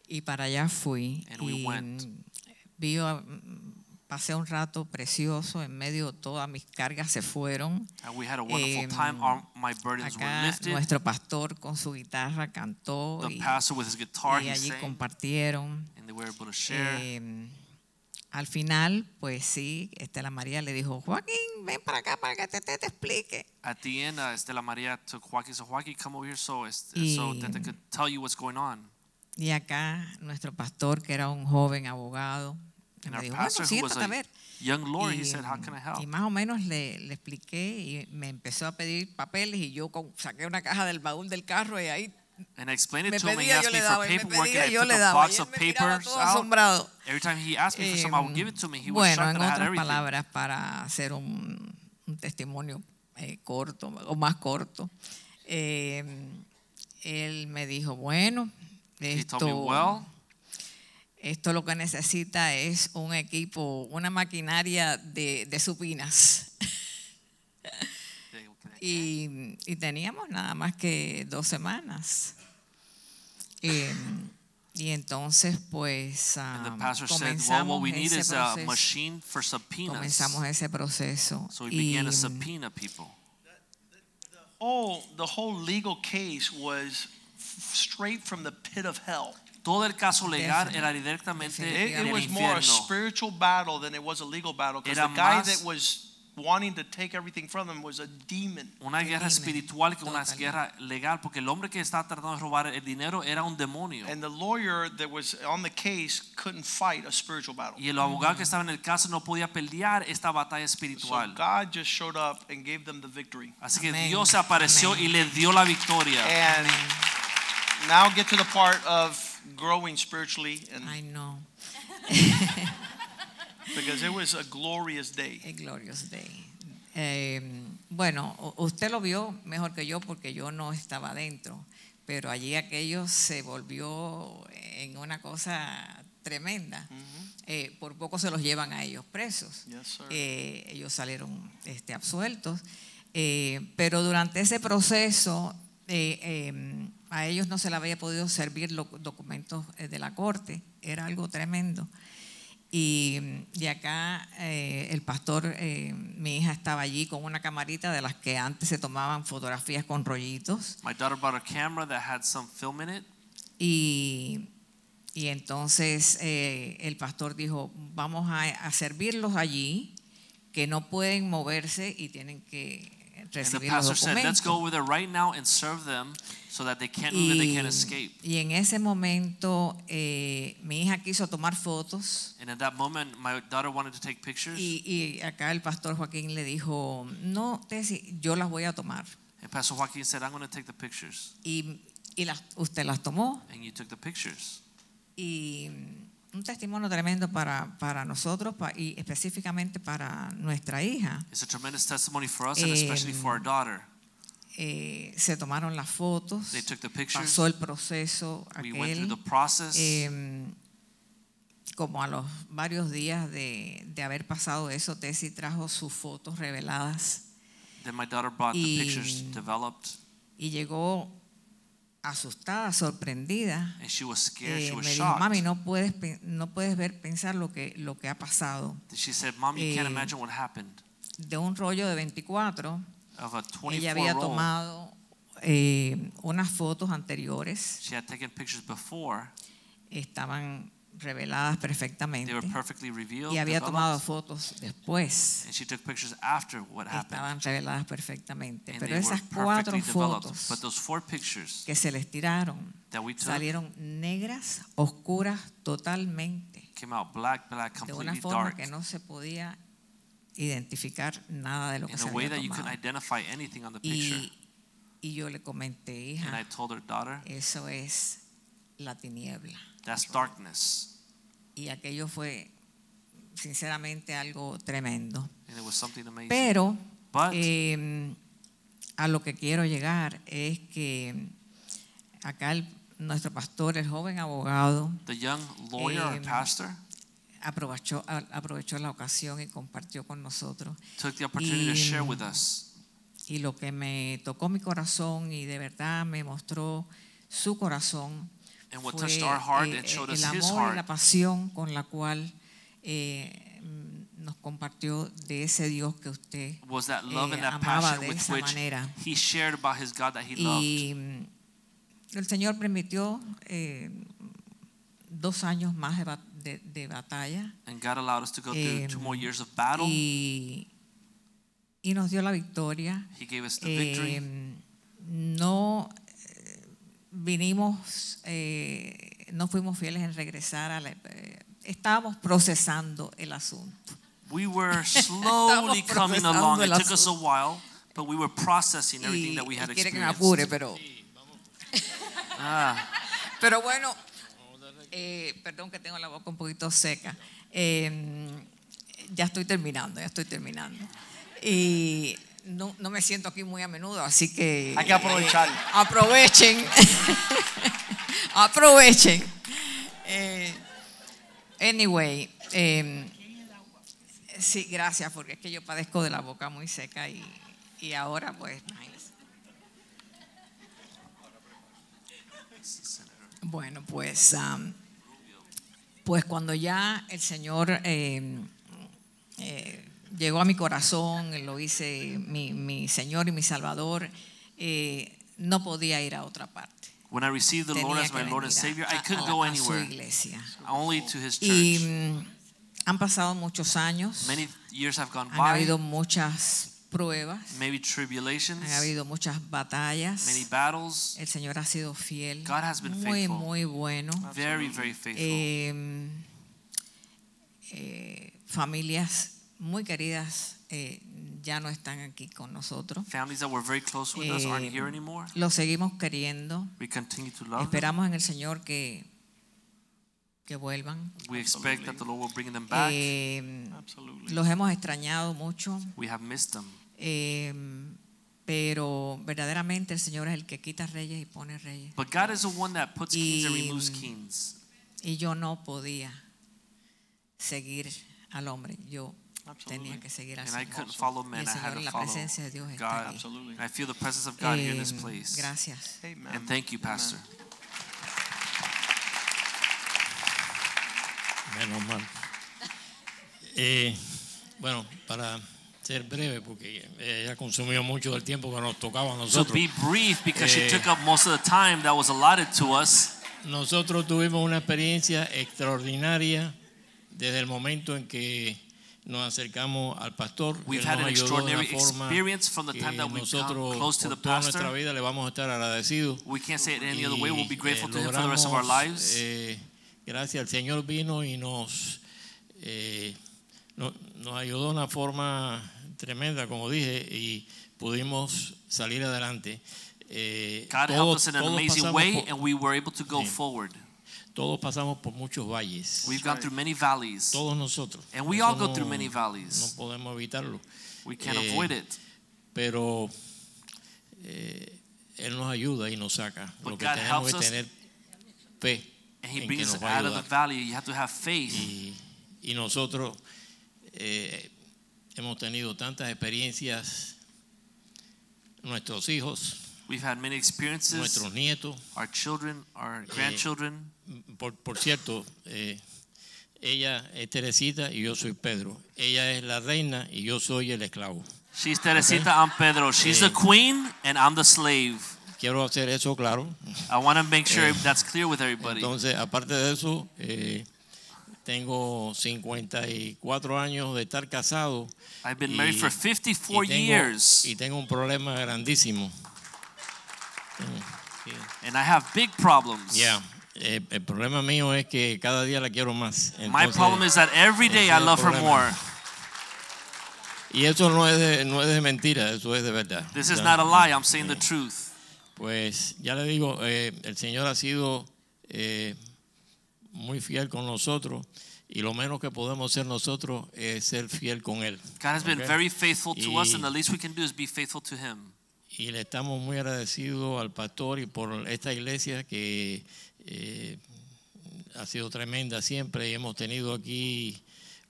[SPEAKER 5] Y para allá fui.
[SPEAKER 1] And we
[SPEAKER 5] y
[SPEAKER 1] went.
[SPEAKER 5] mm, vi, a- mm, pasé un rato precioso, en medio de todas mis cargas se fueron.
[SPEAKER 1] And we had a wonderful
[SPEAKER 5] Em,
[SPEAKER 1] time. Our, my burdens were
[SPEAKER 5] Acá
[SPEAKER 1] lifted.
[SPEAKER 5] nuestro pastor con su guitarra cantó
[SPEAKER 1] The
[SPEAKER 5] y,
[SPEAKER 1] pastor with his guitar,
[SPEAKER 5] y
[SPEAKER 1] he
[SPEAKER 5] allí
[SPEAKER 1] sang,
[SPEAKER 5] compartieron.
[SPEAKER 1] and they were able to share.
[SPEAKER 5] Eh, al final, pues sí, Estela María le dijo, Joaquín, ven para acá para que Tete te explique.
[SPEAKER 1] At the end, uh, Estela Maria took Joaquín. So, Joaquín, come over here so, Est- so
[SPEAKER 5] Y-
[SPEAKER 1] that they could tell you what's going on.
[SPEAKER 5] Y acá nuestro pastor, que era un joven abogado,
[SPEAKER 1] And
[SPEAKER 5] me
[SPEAKER 1] our
[SPEAKER 5] dijo, "Ah, bueno,
[SPEAKER 1] pastor, who was
[SPEAKER 5] siéntate a
[SPEAKER 1] a
[SPEAKER 5] ver.
[SPEAKER 1] young lawyer, he
[SPEAKER 5] Y,
[SPEAKER 1] said, How can I help?
[SPEAKER 5] y más o menos le, le expliqué y me empezó a pedir papeles y yo con- saqué una caja del baúl del carro y ahí
[SPEAKER 1] And I explained it
[SPEAKER 5] me
[SPEAKER 1] to him. and He
[SPEAKER 5] pedía, yo
[SPEAKER 1] asked
[SPEAKER 5] le
[SPEAKER 1] me for
[SPEAKER 5] daba, y me
[SPEAKER 1] paperwork, and I
[SPEAKER 5] pedía, yo
[SPEAKER 1] took
[SPEAKER 5] le
[SPEAKER 1] a
[SPEAKER 5] daba.
[SPEAKER 1] box
[SPEAKER 5] Y él
[SPEAKER 1] of
[SPEAKER 5] me miraba
[SPEAKER 1] papers
[SPEAKER 5] todo
[SPEAKER 1] out.
[SPEAKER 5] asombrado.
[SPEAKER 1] Every time he asked me for some, I would give it to me. He was
[SPEAKER 5] bueno,
[SPEAKER 1] shocked
[SPEAKER 5] en
[SPEAKER 1] that I had
[SPEAKER 5] otras
[SPEAKER 1] everything.
[SPEAKER 5] palabras, para hacer un, un testimonio eh, corto o más corto, eh, él me dijo, bueno,
[SPEAKER 1] He told me,
[SPEAKER 5] esto,
[SPEAKER 1] Well,
[SPEAKER 5] esto lo que necesita es un equipo, una maquinaria de,
[SPEAKER 1] [laughs]
[SPEAKER 5] de supinas. Y, y teníamos nada más que dos semanas. Eh, y entonces, pues,
[SPEAKER 1] and the
[SPEAKER 5] ah,
[SPEAKER 1] pastor said, Well, what
[SPEAKER 5] comenzamos
[SPEAKER 1] we need
[SPEAKER 5] ese
[SPEAKER 1] is a
[SPEAKER 5] proceso.
[SPEAKER 1] machine for subpoenas.
[SPEAKER 5] Comenzamos ese proceso.
[SPEAKER 1] So we
[SPEAKER 5] y,
[SPEAKER 1] began to subpoena people.
[SPEAKER 2] Oh, the whole legal case was f- straight from the pit of hell.
[SPEAKER 1] Todo el caso legal
[SPEAKER 5] Definite-
[SPEAKER 1] era directamente
[SPEAKER 5] It-
[SPEAKER 2] It,
[SPEAKER 1] del
[SPEAKER 2] it was more a
[SPEAKER 1] infierno.
[SPEAKER 2] spiritual battle than it was a legal battle because
[SPEAKER 1] Era
[SPEAKER 2] the guy
[SPEAKER 1] más-
[SPEAKER 2] that was wanting to take everything from them was a demon.
[SPEAKER 1] Una guerra
[SPEAKER 5] Crimen,
[SPEAKER 1] espiritual que una
[SPEAKER 5] total.
[SPEAKER 1] guerra legal, porque el hombre que estaba tratando de robar el dinero era un demonio.
[SPEAKER 2] And the lawyer that was on the case couldn't fight a spiritual battle.
[SPEAKER 1] Y el abogado que estaba en el caso no podía pelear esta batalla
[SPEAKER 2] So
[SPEAKER 1] espiritual.
[SPEAKER 2] God just showed up and gave them the victory.
[SPEAKER 1] Así que
[SPEAKER 5] Amén,
[SPEAKER 1] Dios se apareció
[SPEAKER 5] amén.
[SPEAKER 1] y le dio la victoria.
[SPEAKER 2] And now get to the part of growing spiritually and
[SPEAKER 5] Ay, no.
[SPEAKER 2] [laughs] because it was a glorious day.
[SPEAKER 5] A glorious day. Eh, bueno, u- usted lo vio mejor que yo porque yo no estaba dentro, pero allí aquello se volvió en una cosa tremenda. Eh, por poco se los llevan a ellos presos.
[SPEAKER 2] Yes, sir.
[SPEAKER 5] Eh, ellos salieron este, absueltos. Eh, pero durante ese proceso eh, eh, a ellos no se les había podido servir los documentos eh, de la corte. Era algo tremendo. Y, y acá eh, el pastor, eh, mi hija estaba allí con una camarita de las que antes se tomaban fotografías con rollitos.
[SPEAKER 1] My daughter brought a camera that had some film in it.
[SPEAKER 5] Y, y entonces eh, el pastor dijo, vamos a, a servirlos allí, que no pueden moverse y tienen que
[SPEAKER 1] And the
[SPEAKER 5] recibir los
[SPEAKER 1] pastor said,
[SPEAKER 5] documentos.
[SPEAKER 1] let's go over there right now and serve them so that they can't move and they
[SPEAKER 5] y,
[SPEAKER 1] can't escape.
[SPEAKER 5] y en ese momento eh, mi hija quiso tomar fotos
[SPEAKER 1] And at that moment, my daughter wanted to take pictures.
[SPEAKER 5] y, y acá el pastor Joaquín le dijo, no, Tessy, yo las voy a tomar.
[SPEAKER 1] And Pastor Joaquin said, I'm going to take the pictures.
[SPEAKER 5] Y, y las, usted las tomó.
[SPEAKER 1] And you took the pictures.
[SPEAKER 5] Y un testimonio tremendo para, para nosotros pa- y específicamente para nuestra hija.
[SPEAKER 1] It's a tremendous testimony for us and
[SPEAKER 5] Em,
[SPEAKER 1] especially for our daughter.
[SPEAKER 5] Eh, se tomaron las fotos,
[SPEAKER 1] They took the pictures.
[SPEAKER 5] pasó el proceso
[SPEAKER 1] We went through
[SPEAKER 5] aquel.
[SPEAKER 1] the process.
[SPEAKER 5] Eh, como a los varios días de, de haber pasado eso, Tessy trajo sus fotos reveladas
[SPEAKER 1] Then my daughter brought the
[SPEAKER 5] y-
[SPEAKER 1] pictures developed.
[SPEAKER 5] y llegó asustada, sorprendida.
[SPEAKER 1] And she was scared.
[SPEAKER 5] Eh,
[SPEAKER 1] she was
[SPEAKER 5] me dijo, mami,
[SPEAKER 1] shocked.
[SPEAKER 5] no puedes, pe- no puedes ver, pensar lo que, lo que ha pasado.
[SPEAKER 1] She said, Mom, you can't
[SPEAKER 5] Eh,
[SPEAKER 1] imagine what happened.
[SPEAKER 5] De un rollo de 24,
[SPEAKER 1] Of a 24
[SPEAKER 5] ella había
[SPEAKER 1] roll,
[SPEAKER 5] tomado eh, unas fotos anteriores,
[SPEAKER 1] she had taken pictures before.
[SPEAKER 5] estaban reveladas
[SPEAKER 1] They
[SPEAKER 5] perfectamente.
[SPEAKER 1] were perfectly revealed.
[SPEAKER 5] Y había tomado
[SPEAKER 1] developed,
[SPEAKER 5] fotos después.
[SPEAKER 1] and she took pictures after what happened.
[SPEAKER 5] Estaban reveladas perfectamente.
[SPEAKER 1] And
[SPEAKER 5] Pero
[SPEAKER 1] they were
[SPEAKER 5] esas
[SPEAKER 1] perfectly
[SPEAKER 5] cuatro
[SPEAKER 1] developed. But
[SPEAKER 5] fotos
[SPEAKER 1] those four pictures
[SPEAKER 5] que se les tiraron
[SPEAKER 1] that we took
[SPEAKER 5] salieron negras, oscuras totalmente.
[SPEAKER 1] came out black, black,
[SPEAKER 5] de una
[SPEAKER 1] completely
[SPEAKER 5] forma
[SPEAKER 1] dark.
[SPEAKER 5] que no se podía identificar nada de lo que
[SPEAKER 1] in
[SPEAKER 5] se
[SPEAKER 1] a way
[SPEAKER 5] había
[SPEAKER 1] that you couldn't
[SPEAKER 5] tomado.
[SPEAKER 1] identify anything on the picture.
[SPEAKER 5] Y, y yo le comenté,
[SPEAKER 1] And I
[SPEAKER 5] hija, eh,
[SPEAKER 1] told her, daughter,
[SPEAKER 5] eso es la tiniebla.
[SPEAKER 1] that's darkness.
[SPEAKER 5] Y aquello fue sinceramente algo tremendo.
[SPEAKER 1] And it was something amazing.
[SPEAKER 5] Pero
[SPEAKER 1] But-
[SPEAKER 5] eh, a lo que quiero llegar es que acá el- nuestro pastor, el joven abogado,
[SPEAKER 1] the young lawyer or
[SPEAKER 5] em,
[SPEAKER 1] pastor
[SPEAKER 5] aprovechó, a- aprovechó la ocasión y compartió con nosotros.
[SPEAKER 1] took the opportunity to share
[SPEAKER 5] em,
[SPEAKER 1] with us.
[SPEAKER 5] Y lo que me tocó mi corazón y de verdad me mostró su corazón
[SPEAKER 1] And what
[SPEAKER 5] fue
[SPEAKER 1] touched our heart
[SPEAKER 5] eh,
[SPEAKER 1] and showed
[SPEAKER 5] el
[SPEAKER 1] us his
[SPEAKER 5] amor y la
[SPEAKER 1] heart.
[SPEAKER 5] pasión con la cual eh, mm, nos compartió de ese Dios que usted
[SPEAKER 1] Was that love
[SPEAKER 5] eh,
[SPEAKER 1] and that
[SPEAKER 5] amaba
[SPEAKER 1] passion
[SPEAKER 5] de
[SPEAKER 1] with
[SPEAKER 5] esa
[SPEAKER 1] which
[SPEAKER 5] manera.
[SPEAKER 1] he shared about his God that he loved.
[SPEAKER 5] Y mm, el Señor permitió eh, dos años más de, ba- de- de batalla
[SPEAKER 1] And God allowed us to go through two
[SPEAKER 5] em,
[SPEAKER 1] more years of battle.
[SPEAKER 5] y, y nos dio la victoria.
[SPEAKER 1] He gave us the victory.
[SPEAKER 5] Eh, no eh, vinimos, eh, no fuimos fieles en regresar a la... eh, estábamos procesando el asunto.
[SPEAKER 1] We
[SPEAKER 5] [laughs]
[SPEAKER 1] were slowly coming
[SPEAKER 5] procesando
[SPEAKER 1] along. It
[SPEAKER 5] el
[SPEAKER 1] took us a
[SPEAKER 5] asunto.
[SPEAKER 1] while, but we were processing everything
[SPEAKER 5] Y,
[SPEAKER 1] that we had
[SPEAKER 5] y quiere que me
[SPEAKER 1] experienced. Ah.
[SPEAKER 5] apure, pero... [laughs] pero bueno, eh, perdón que tengo la boca un poquito seca. Eh, ya estoy terminando, ya estoy terminando. Y no, no me siento aquí muy a menudo, así que... eh,
[SPEAKER 2] Hay que aprovechar.
[SPEAKER 5] Aprovechen. [laughs] Aprovechen. Eh, anyway. eh, sí, gracias, porque es que yo padezco de la boca muy seca y, y ahora, pues, imagínense. Bueno, pues, am, pues cuando ya el Señor eh, eh, llegó a mi corazón, lo hice mi, mi Señor y mi Salvador, eh, no podía ir a otra parte.
[SPEAKER 1] When I received the Lord
[SPEAKER 5] Tenía
[SPEAKER 1] as
[SPEAKER 5] que
[SPEAKER 1] my Lord and
[SPEAKER 5] venir
[SPEAKER 1] Savior,
[SPEAKER 5] a-
[SPEAKER 1] I
[SPEAKER 5] a-
[SPEAKER 1] couldn't
[SPEAKER 5] a-
[SPEAKER 1] go
[SPEAKER 5] a su
[SPEAKER 1] anywhere,
[SPEAKER 5] iglesia.
[SPEAKER 1] only to His
[SPEAKER 5] Y
[SPEAKER 1] church.
[SPEAKER 5] mm, han pasado muchos años,
[SPEAKER 1] Many years have gone
[SPEAKER 5] han
[SPEAKER 1] by,
[SPEAKER 5] habido muchas pruebas,
[SPEAKER 1] maybe
[SPEAKER 5] han
[SPEAKER 1] tribulations,
[SPEAKER 5] habido muchas batallas.
[SPEAKER 1] many battles.
[SPEAKER 5] El Señor ha sido fiel,
[SPEAKER 1] God has been
[SPEAKER 5] muy,
[SPEAKER 1] faithful.
[SPEAKER 5] muy bueno.
[SPEAKER 1] Very, very faithful.
[SPEAKER 5] Eh, eh, familias muy queridas eh, ya no están aquí con nosotros.
[SPEAKER 1] Families that were very close with us aren't
[SPEAKER 5] Eh,
[SPEAKER 1] here anymore.
[SPEAKER 5] Los seguimos queriendo.
[SPEAKER 1] We continue to love them.
[SPEAKER 5] Esperamos en el Señor que, que vuelvan.
[SPEAKER 1] We expect that the Lord will bring them back.
[SPEAKER 5] Eh,
[SPEAKER 2] Absolutely.
[SPEAKER 5] los hemos extrañado mucho,
[SPEAKER 1] We have missed them.
[SPEAKER 5] eh, pero verdaderamente el Señor es el que quita reyes y pone reyes.
[SPEAKER 1] But God is the one that puts kings and
[SPEAKER 5] Y-
[SPEAKER 1] removes kings.
[SPEAKER 5] Y yo no podía seguir al hombre. Yo tenía
[SPEAKER 2] Absolutely.
[SPEAKER 5] que seguir al
[SPEAKER 1] And I
[SPEAKER 5] Señor.
[SPEAKER 1] couldn't follow
[SPEAKER 5] Y
[SPEAKER 1] man.
[SPEAKER 5] el
[SPEAKER 1] I had
[SPEAKER 5] Señor,
[SPEAKER 1] to
[SPEAKER 5] la
[SPEAKER 1] follow
[SPEAKER 5] presencia de Dios está
[SPEAKER 1] God.
[SPEAKER 5] aquí.
[SPEAKER 2] Absolutely.
[SPEAKER 1] And I feel the presence of God here in this
[SPEAKER 5] Eh,
[SPEAKER 1] place.
[SPEAKER 5] Gracias.
[SPEAKER 2] Amen.
[SPEAKER 1] And thank you, Pastor.
[SPEAKER 2] Amen.
[SPEAKER 6] Menos mal. Eh, bueno, para ser breve, porque ella consumió mucho del tiempo que nos tocaba a
[SPEAKER 1] So
[SPEAKER 6] nosotros.
[SPEAKER 1] be brief because she
[SPEAKER 6] Eh.
[SPEAKER 1] took up most of the time that was allotted to us.
[SPEAKER 6] Nosotros tuvimos una experiencia extraordinaria desde el momento en que nos acercamos al pastor.
[SPEAKER 1] We've
[SPEAKER 6] Él
[SPEAKER 1] had
[SPEAKER 6] nos
[SPEAKER 1] an
[SPEAKER 6] ayudó de una
[SPEAKER 1] extraordinary
[SPEAKER 6] forma
[SPEAKER 1] experience from the
[SPEAKER 6] que
[SPEAKER 1] time that we've
[SPEAKER 6] nosotros
[SPEAKER 1] come close to the
[SPEAKER 6] por toda
[SPEAKER 1] pastor.
[SPEAKER 6] nuestra vida le vamos a estar agradecidos.
[SPEAKER 1] We can't say it any other way. We'll be
[SPEAKER 6] Y,
[SPEAKER 1] grateful
[SPEAKER 6] eh,
[SPEAKER 1] to Him for the rest of our
[SPEAKER 6] logramos,
[SPEAKER 1] lives.
[SPEAKER 6] eh, gracias al Señor vino y nos, eh, no- nos ayudó de una forma tremenda, como dije, y pudimos salir adelante. Eh,
[SPEAKER 1] God helped
[SPEAKER 6] todos,
[SPEAKER 1] us in an
[SPEAKER 6] todos
[SPEAKER 1] amazing
[SPEAKER 6] pasamos
[SPEAKER 1] way,
[SPEAKER 6] por-
[SPEAKER 1] and we were able to go
[SPEAKER 6] Sí.
[SPEAKER 1] forward.
[SPEAKER 6] todos pasamos por muchos valles.
[SPEAKER 1] We've gone through many valleys.
[SPEAKER 6] todos nosotros.
[SPEAKER 1] And we
[SPEAKER 6] Eso
[SPEAKER 1] all go
[SPEAKER 6] no-
[SPEAKER 1] through many valleys.
[SPEAKER 6] No podemos evitarlo.
[SPEAKER 1] We can't
[SPEAKER 6] Eh,
[SPEAKER 1] avoid it.
[SPEAKER 6] Pero eh, Él nos ayuda y nos saca.
[SPEAKER 1] But
[SPEAKER 6] Lo que
[SPEAKER 1] God
[SPEAKER 6] tenemos
[SPEAKER 1] helps
[SPEAKER 6] que
[SPEAKER 1] us
[SPEAKER 6] tener fe
[SPEAKER 1] And He
[SPEAKER 6] en que
[SPEAKER 1] brings
[SPEAKER 6] nos
[SPEAKER 1] us
[SPEAKER 6] va a
[SPEAKER 1] out of the
[SPEAKER 6] ayudar.
[SPEAKER 1] valley. You have to have faith.
[SPEAKER 6] Y, y nosotros eh, hemos tenido tantas experiencias, nuestros hijos,
[SPEAKER 1] We've had many experiences.
[SPEAKER 6] nuestros nietos. eh,
[SPEAKER 1] Our children, our grandchildren.
[SPEAKER 6] Por, por cierto, eh, ella es Teresita y yo soy Pedro. Ella es la reina y yo soy el esclavo.
[SPEAKER 1] She's Teresita, I'm Pedro. She's the
[SPEAKER 6] Eh.
[SPEAKER 1] queen, and I'm the slave.
[SPEAKER 6] Quiero hacer eso claro.
[SPEAKER 1] I want to make sure
[SPEAKER 6] Eh.
[SPEAKER 1] that's clear with everybody.
[SPEAKER 6] Entonces, aparte de eso, eh, Tengo 54 años de estar casado.
[SPEAKER 1] I've been married for 54
[SPEAKER 6] y tengo-
[SPEAKER 1] years.
[SPEAKER 6] Y tengo un problema grandísimo.
[SPEAKER 3] Mm.
[SPEAKER 1] and I have big problems.
[SPEAKER 6] Ya, eh, el problema mío es que cada día la quiero más.
[SPEAKER 1] My
[SPEAKER 6] Entonces,
[SPEAKER 1] problem is that every day I
[SPEAKER 6] ese es el
[SPEAKER 1] love her
[SPEAKER 6] problema.
[SPEAKER 1] more.
[SPEAKER 6] y eso no es, de, no es de mentira, eso es de verdad.
[SPEAKER 1] This is
[SPEAKER 6] Ya.
[SPEAKER 1] not a lie. I'm saying the truth.
[SPEAKER 6] Pues ya le digo, eh, el Señor ha sido eh, muy fiel con nosotros y lo menos que podemos ser nosotros es ser fiel con Él.
[SPEAKER 1] God has been
[SPEAKER 6] Okay.
[SPEAKER 1] very faithful to us, and
[SPEAKER 6] Y-
[SPEAKER 1] the least we can do is be faithful to Him.
[SPEAKER 6] Y le estamos muy agradecidos al pastor y por esta iglesia que eh, ha sido tremenda siempre y hemos tenido aquí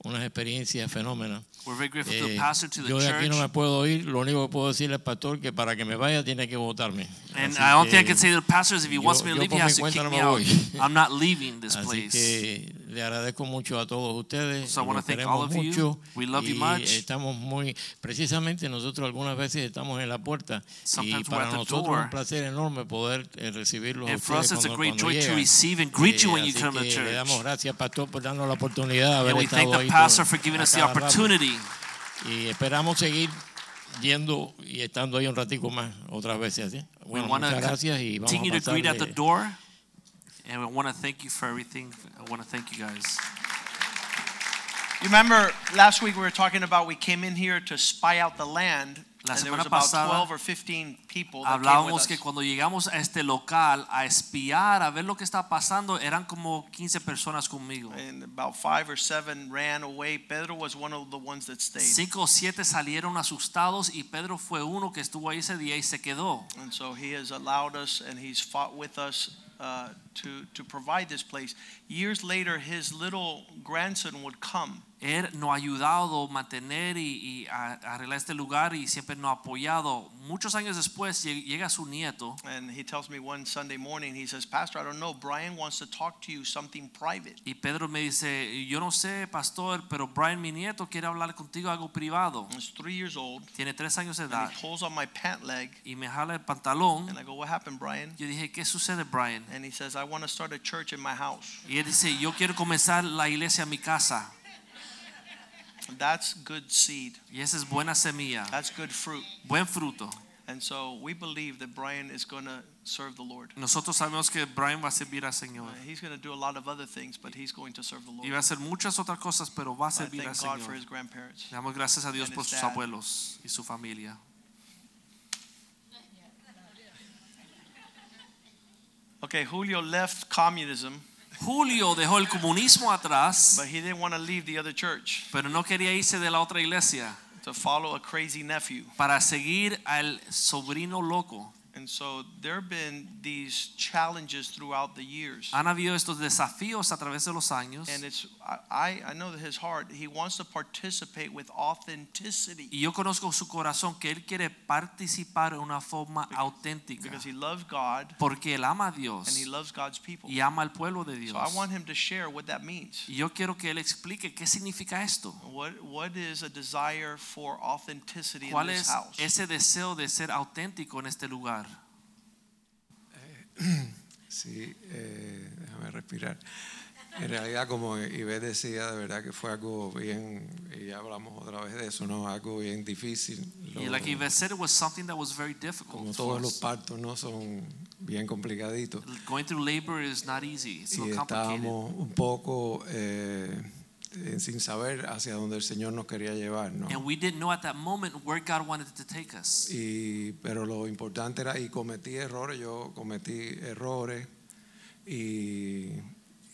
[SPEAKER 6] unas experiencias fenómenas.
[SPEAKER 1] We're very grateful to
[SPEAKER 6] Eh,
[SPEAKER 1] the pastor, to the
[SPEAKER 6] yo de aquí
[SPEAKER 1] church.
[SPEAKER 6] no me puedo ir, lo único que puedo decirle al pastor que para que me vaya tiene que votarme.
[SPEAKER 1] and
[SPEAKER 6] Así
[SPEAKER 1] I don't think I
[SPEAKER 6] que-
[SPEAKER 1] can say to the pastors if he wants
[SPEAKER 6] yo-
[SPEAKER 1] me to
[SPEAKER 6] yo
[SPEAKER 1] leave, he
[SPEAKER 6] por
[SPEAKER 1] has
[SPEAKER 6] mi
[SPEAKER 1] to
[SPEAKER 6] cuenta
[SPEAKER 1] kick
[SPEAKER 6] no
[SPEAKER 1] me
[SPEAKER 6] me
[SPEAKER 1] out.
[SPEAKER 6] voy.
[SPEAKER 1] [laughs] I'm not leaving this
[SPEAKER 6] Así
[SPEAKER 1] place.
[SPEAKER 6] que le agradezco mucho a todos ustedes.
[SPEAKER 1] So I wanna
[SPEAKER 6] los
[SPEAKER 1] thank
[SPEAKER 6] queremos
[SPEAKER 1] all of you.
[SPEAKER 6] mucho
[SPEAKER 1] We love you
[SPEAKER 6] y
[SPEAKER 1] much.
[SPEAKER 6] Estamos muy, precisamente nosotros algunas veces estamos en la puerta y
[SPEAKER 1] Sometimes we're
[SPEAKER 6] para
[SPEAKER 1] at the
[SPEAKER 6] nosotros es
[SPEAKER 1] door.
[SPEAKER 6] un placer enorme poder eh, recibirlos. a
[SPEAKER 1] And for us,
[SPEAKER 6] ustedes
[SPEAKER 1] it's a
[SPEAKER 6] cuando-
[SPEAKER 1] great
[SPEAKER 6] cuando
[SPEAKER 1] joy to
[SPEAKER 6] llegan.
[SPEAKER 1] receive and greet you
[SPEAKER 6] Eh,
[SPEAKER 1] when you
[SPEAKER 6] así
[SPEAKER 1] come to
[SPEAKER 6] que Le damos
[SPEAKER 1] church.
[SPEAKER 6] gracias, pastor, por darnos la oportunidad de haber
[SPEAKER 1] And we
[SPEAKER 6] estado
[SPEAKER 1] thank the
[SPEAKER 6] ahí
[SPEAKER 1] pastor
[SPEAKER 6] todos,
[SPEAKER 1] for giving
[SPEAKER 6] a
[SPEAKER 1] us the
[SPEAKER 6] cada rato.
[SPEAKER 1] opportunity.
[SPEAKER 6] Y esperamos seguir yendo y estando ahí un ratico más otras veces. ¿sí?
[SPEAKER 1] We
[SPEAKER 6] Bueno,
[SPEAKER 1] want
[SPEAKER 6] muchas
[SPEAKER 1] to
[SPEAKER 6] gracias y vamos a
[SPEAKER 1] continue to greet at the
[SPEAKER 6] pasarle-
[SPEAKER 1] door. And we want to thank you for everything. I want to thank you guys.
[SPEAKER 2] You remember last week we were talking about we came in here to spy out the land,
[SPEAKER 1] La
[SPEAKER 2] and there
[SPEAKER 1] semana
[SPEAKER 2] was about
[SPEAKER 1] pasada
[SPEAKER 2] 12 or 15 people that came with
[SPEAKER 1] Hablábamos
[SPEAKER 2] us.
[SPEAKER 1] que cuando llegamos a este local a espiar, a ver lo que está pasando, eran como 15 personas conmigo.
[SPEAKER 2] And about five or seven ran away. Pedro was one of the ones that stayed,
[SPEAKER 1] Cinco o siete salieron asustados y Pedro fue uno que estuvo ahí ese día y se quedó.
[SPEAKER 2] and so he has allowed us, and he's fought with us uh, to to provide this place. Years later, his little grandson would come.
[SPEAKER 1] Él nos ha ayudado a mantener y, y a- a arreglar este lugar y siempre nos ha apoyado. Muchos años después lleg- llega su nieto
[SPEAKER 2] And he tells me one Sunday morning, he says, Pastor, I don't know, Brian wants to talk to you something private.
[SPEAKER 1] y Pedro me dice, yo no sé, pastor, pero Brian, mi nieto, quiere hablar contigo algo privado.
[SPEAKER 2] He's three years old,
[SPEAKER 1] Tiene tres años de
[SPEAKER 2] and
[SPEAKER 1] edad
[SPEAKER 2] he pulls on my pant leg,
[SPEAKER 1] y me jala el pantalón.
[SPEAKER 2] and I go, What happened, Brian?
[SPEAKER 1] Yo dije, ¿qué sucede, Brian?
[SPEAKER 2] And he says, I want to start a church in my house.
[SPEAKER 1] Y él dice, yo quiero comenzar la iglesia en mi casa.
[SPEAKER 2] That's good seed,
[SPEAKER 1] Y esa es buena semilla,
[SPEAKER 2] that's good fruit.
[SPEAKER 1] buen fruto.
[SPEAKER 2] And so we believe that Brian is going to serve the Lord.
[SPEAKER 1] Nosotros sabemos que Brian va a servir al
[SPEAKER 2] Uh,
[SPEAKER 1] Señor.
[SPEAKER 2] He's going to do a lot of other things, but he's going to serve the
[SPEAKER 1] Y va a
[SPEAKER 2] Lord.
[SPEAKER 1] hacer muchas otras cosas, pero va a
[SPEAKER 2] So I
[SPEAKER 1] servir al
[SPEAKER 2] thank God for
[SPEAKER 1] Señor.
[SPEAKER 2] his grandparents.
[SPEAKER 1] Le damos gracias a Dios
[SPEAKER 2] And
[SPEAKER 1] por
[SPEAKER 2] his
[SPEAKER 1] sus
[SPEAKER 2] dad.
[SPEAKER 1] abuelos y su familia.
[SPEAKER 2] Okay, Julio left communism,
[SPEAKER 1] Julio dejó el comunismo atrás,
[SPEAKER 2] but he didn't want to leave the other church
[SPEAKER 1] pero no quería irse de la otra iglesia
[SPEAKER 2] to follow a crazy nephew.
[SPEAKER 1] para seguir al sobrino loco.
[SPEAKER 2] And so there have been these challenges throughout the years.
[SPEAKER 1] Han habido estos desafíos a través de los años.
[SPEAKER 2] And it's, I, I know that his heart, he wants to participate with authenticity
[SPEAKER 1] Y yo conozco su corazón que él quiere participar de una forma auténtica.
[SPEAKER 2] because he loves God
[SPEAKER 1] Porque él ama a
[SPEAKER 2] and
[SPEAKER 1] Dios
[SPEAKER 2] he loves God's people.
[SPEAKER 1] y ama al pueblo de
[SPEAKER 2] So I
[SPEAKER 1] Dios.
[SPEAKER 2] want him to share what that means.
[SPEAKER 1] Y yo quiero que él explique qué significa esto.
[SPEAKER 2] What, what is a desire for authenticity in
[SPEAKER 1] ¿Cuál
[SPEAKER 2] this
[SPEAKER 1] es
[SPEAKER 2] house?
[SPEAKER 1] ese deseo de ser auténtico en este lugar?
[SPEAKER 7] Sí, eh, déjame respirar. En realidad, como Ibe decía, de verdad que fue algo bien, y ya hablamos otra vez de eso, ¿no? Algo bien difícil. Lo-
[SPEAKER 1] Y like Yvette said, it was something that was very
[SPEAKER 7] como
[SPEAKER 1] difficult for
[SPEAKER 7] todos los
[SPEAKER 1] us.
[SPEAKER 7] partos, ¿no? Son bien complicaditos.
[SPEAKER 1] Going through labor is not easy. It's so
[SPEAKER 7] y
[SPEAKER 1] complicated.
[SPEAKER 7] estábamos un poco eh, eh, sin saber hacia dónde el Señor nos quería llevar, ¿no?
[SPEAKER 1] And we didn't know at that moment where God wanted to take us.
[SPEAKER 7] Y, pero lo importante era, y cometí errores, yo cometí errores, y, y-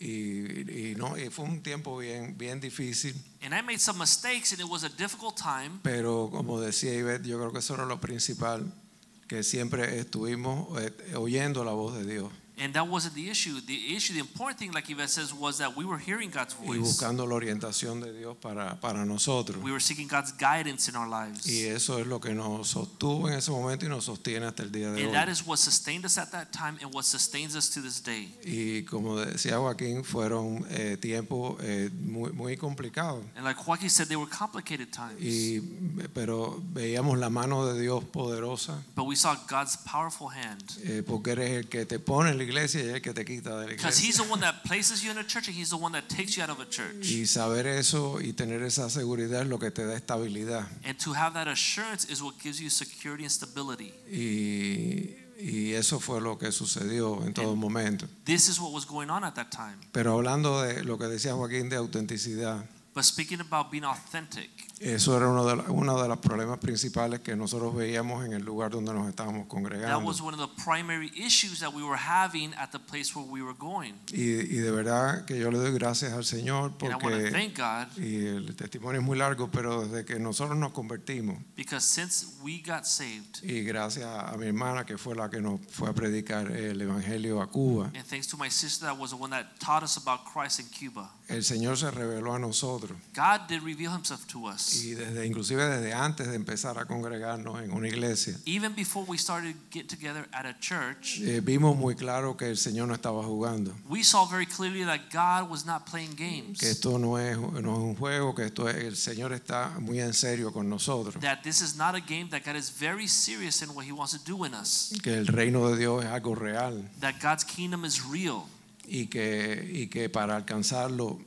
[SPEAKER 7] y no, y fue un tiempo bien, bien difícil,
[SPEAKER 1] And I made some mistakes and it was a difficult time.
[SPEAKER 7] pero como decía Ivette, yo creo que eso era lo principal, que siempre estuvimos eh, oyendo la voz de Dios
[SPEAKER 1] And that wasn't the issue. The issue, the important thing, like Yvette says, was that we were hearing God's
[SPEAKER 7] y
[SPEAKER 1] voice.
[SPEAKER 7] buscando la orientación de Dios para, para nosotros.
[SPEAKER 1] Pues We were seeking God's guidance in our
[SPEAKER 7] Y
[SPEAKER 1] lives.
[SPEAKER 7] eso es lo que nos sostuvo en ese momento y nos sostiene hasta el día de
[SPEAKER 1] And that
[SPEAKER 7] hoy.
[SPEAKER 1] is what sustained us at that time and what sustains us to this day.
[SPEAKER 7] Y como decía Joaquín, fueron eh, tiempos eh, muy, muy complicados.
[SPEAKER 1] And like Joaquin said, they were complicated times.
[SPEAKER 7] y, pero veíamos la mano de Dios poderosa
[SPEAKER 1] But we saw God's powerful hand
[SPEAKER 7] eh, porque eres el que te pone en la iglesia y es el que te quita de la
[SPEAKER 1] Because
[SPEAKER 7] iglesia.
[SPEAKER 1] he's the one that places you in a church and he's the one that takes you out of a church.
[SPEAKER 7] Y saber eso y tener esa seguridad es lo que te da estabilidad.
[SPEAKER 1] And to have that assurance is what gives you security and stability.
[SPEAKER 7] Y, y eso fue lo que sucedió en todo momento.
[SPEAKER 1] This is what was going on at that time.
[SPEAKER 7] Pero hablando de lo que decía Joaquín de autenticidad,
[SPEAKER 1] But speaking about being authentic,
[SPEAKER 7] eso era uno de, la- uno de los problemas principales que nosotros veíamos en el lugar donde nos estábamos
[SPEAKER 1] that
[SPEAKER 7] congregando.
[SPEAKER 1] was one of the primary issues that we were having at the place where we were going.
[SPEAKER 7] Y, y de verdad que yo le doy gracias al Señor
[SPEAKER 1] And I want to
[SPEAKER 7] porque
[SPEAKER 1] thank God
[SPEAKER 7] y el testimonio es muy largo, pero desde que nosotros nos convertimos
[SPEAKER 1] because since we got saved,
[SPEAKER 7] y gracias a mi hermana que fue la que nos fue a predicar el evangelio a Cuba,
[SPEAKER 1] and thanks to my sister that was the one that taught us about Christ in Cuba,
[SPEAKER 7] el Señor se reveló a nosotros
[SPEAKER 1] God did reveal himself to us.
[SPEAKER 7] y desde inclusive desde antes de empezar a congregarnos en una iglesia
[SPEAKER 1] Even before we started to get together at a church,
[SPEAKER 7] eh, vimos muy claro que el Señor no estaba jugando,
[SPEAKER 1] we saw very clearly that God was not playing
[SPEAKER 7] que
[SPEAKER 1] games.
[SPEAKER 7] esto no es, no es un juego, que esto es- el Señor está muy en serio con nosotros,
[SPEAKER 1] That this is not a game, that God is very serious in what he wants to do in us.
[SPEAKER 7] que el reino de Dios es algo real
[SPEAKER 1] That God's kingdom is real.
[SPEAKER 7] y que, y que para alcanzarlo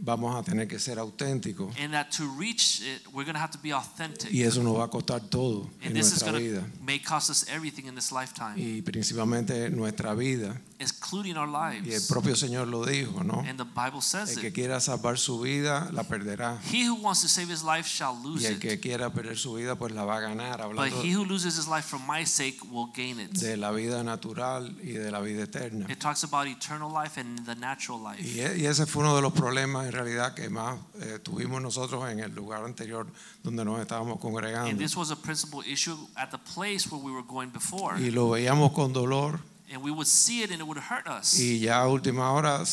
[SPEAKER 7] vamos a tener que ser auténticos
[SPEAKER 1] And that to reach it, we're going to have to be authentic.
[SPEAKER 7] y eso nos va a costar todo en
[SPEAKER 1] And this is
[SPEAKER 7] nuestra
[SPEAKER 1] going to
[SPEAKER 7] vida
[SPEAKER 1] may cost us everything in this lifetime,
[SPEAKER 7] y principalmente nuestra vida
[SPEAKER 1] including our
[SPEAKER 7] y el
[SPEAKER 1] lives.
[SPEAKER 7] propio Señor lo dijo, ¿no?
[SPEAKER 1] And the Bible says
[SPEAKER 7] El que
[SPEAKER 1] it.
[SPEAKER 7] quiera salvar su vida la perderá.
[SPEAKER 1] He who wants to save his life shall lose
[SPEAKER 7] Y el que
[SPEAKER 1] it.
[SPEAKER 7] quiera perder su vida, pues la va a ganar.
[SPEAKER 1] But
[SPEAKER 7] Hablando
[SPEAKER 1] he who loses his life for my sake will gain it.
[SPEAKER 7] de la vida natural y de la vida eterna.
[SPEAKER 1] It talks about eternal life and the natural life.
[SPEAKER 7] Y e- y ese fue uno de los problemas en realidad que más eh, tuvimos nosotros en el lugar anterior donde nos estábamos
[SPEAKER 1] And
[SPEAKER 7] congregando.
[SPEAKER 1] this was a principal issue at the place where we were going before.
[SPEAKER 7] Y lo veíamos con dolor
[SPEAKER 1] And we would see it and it would hurt us.
[SPEAKER 7] y ya a última hora eh,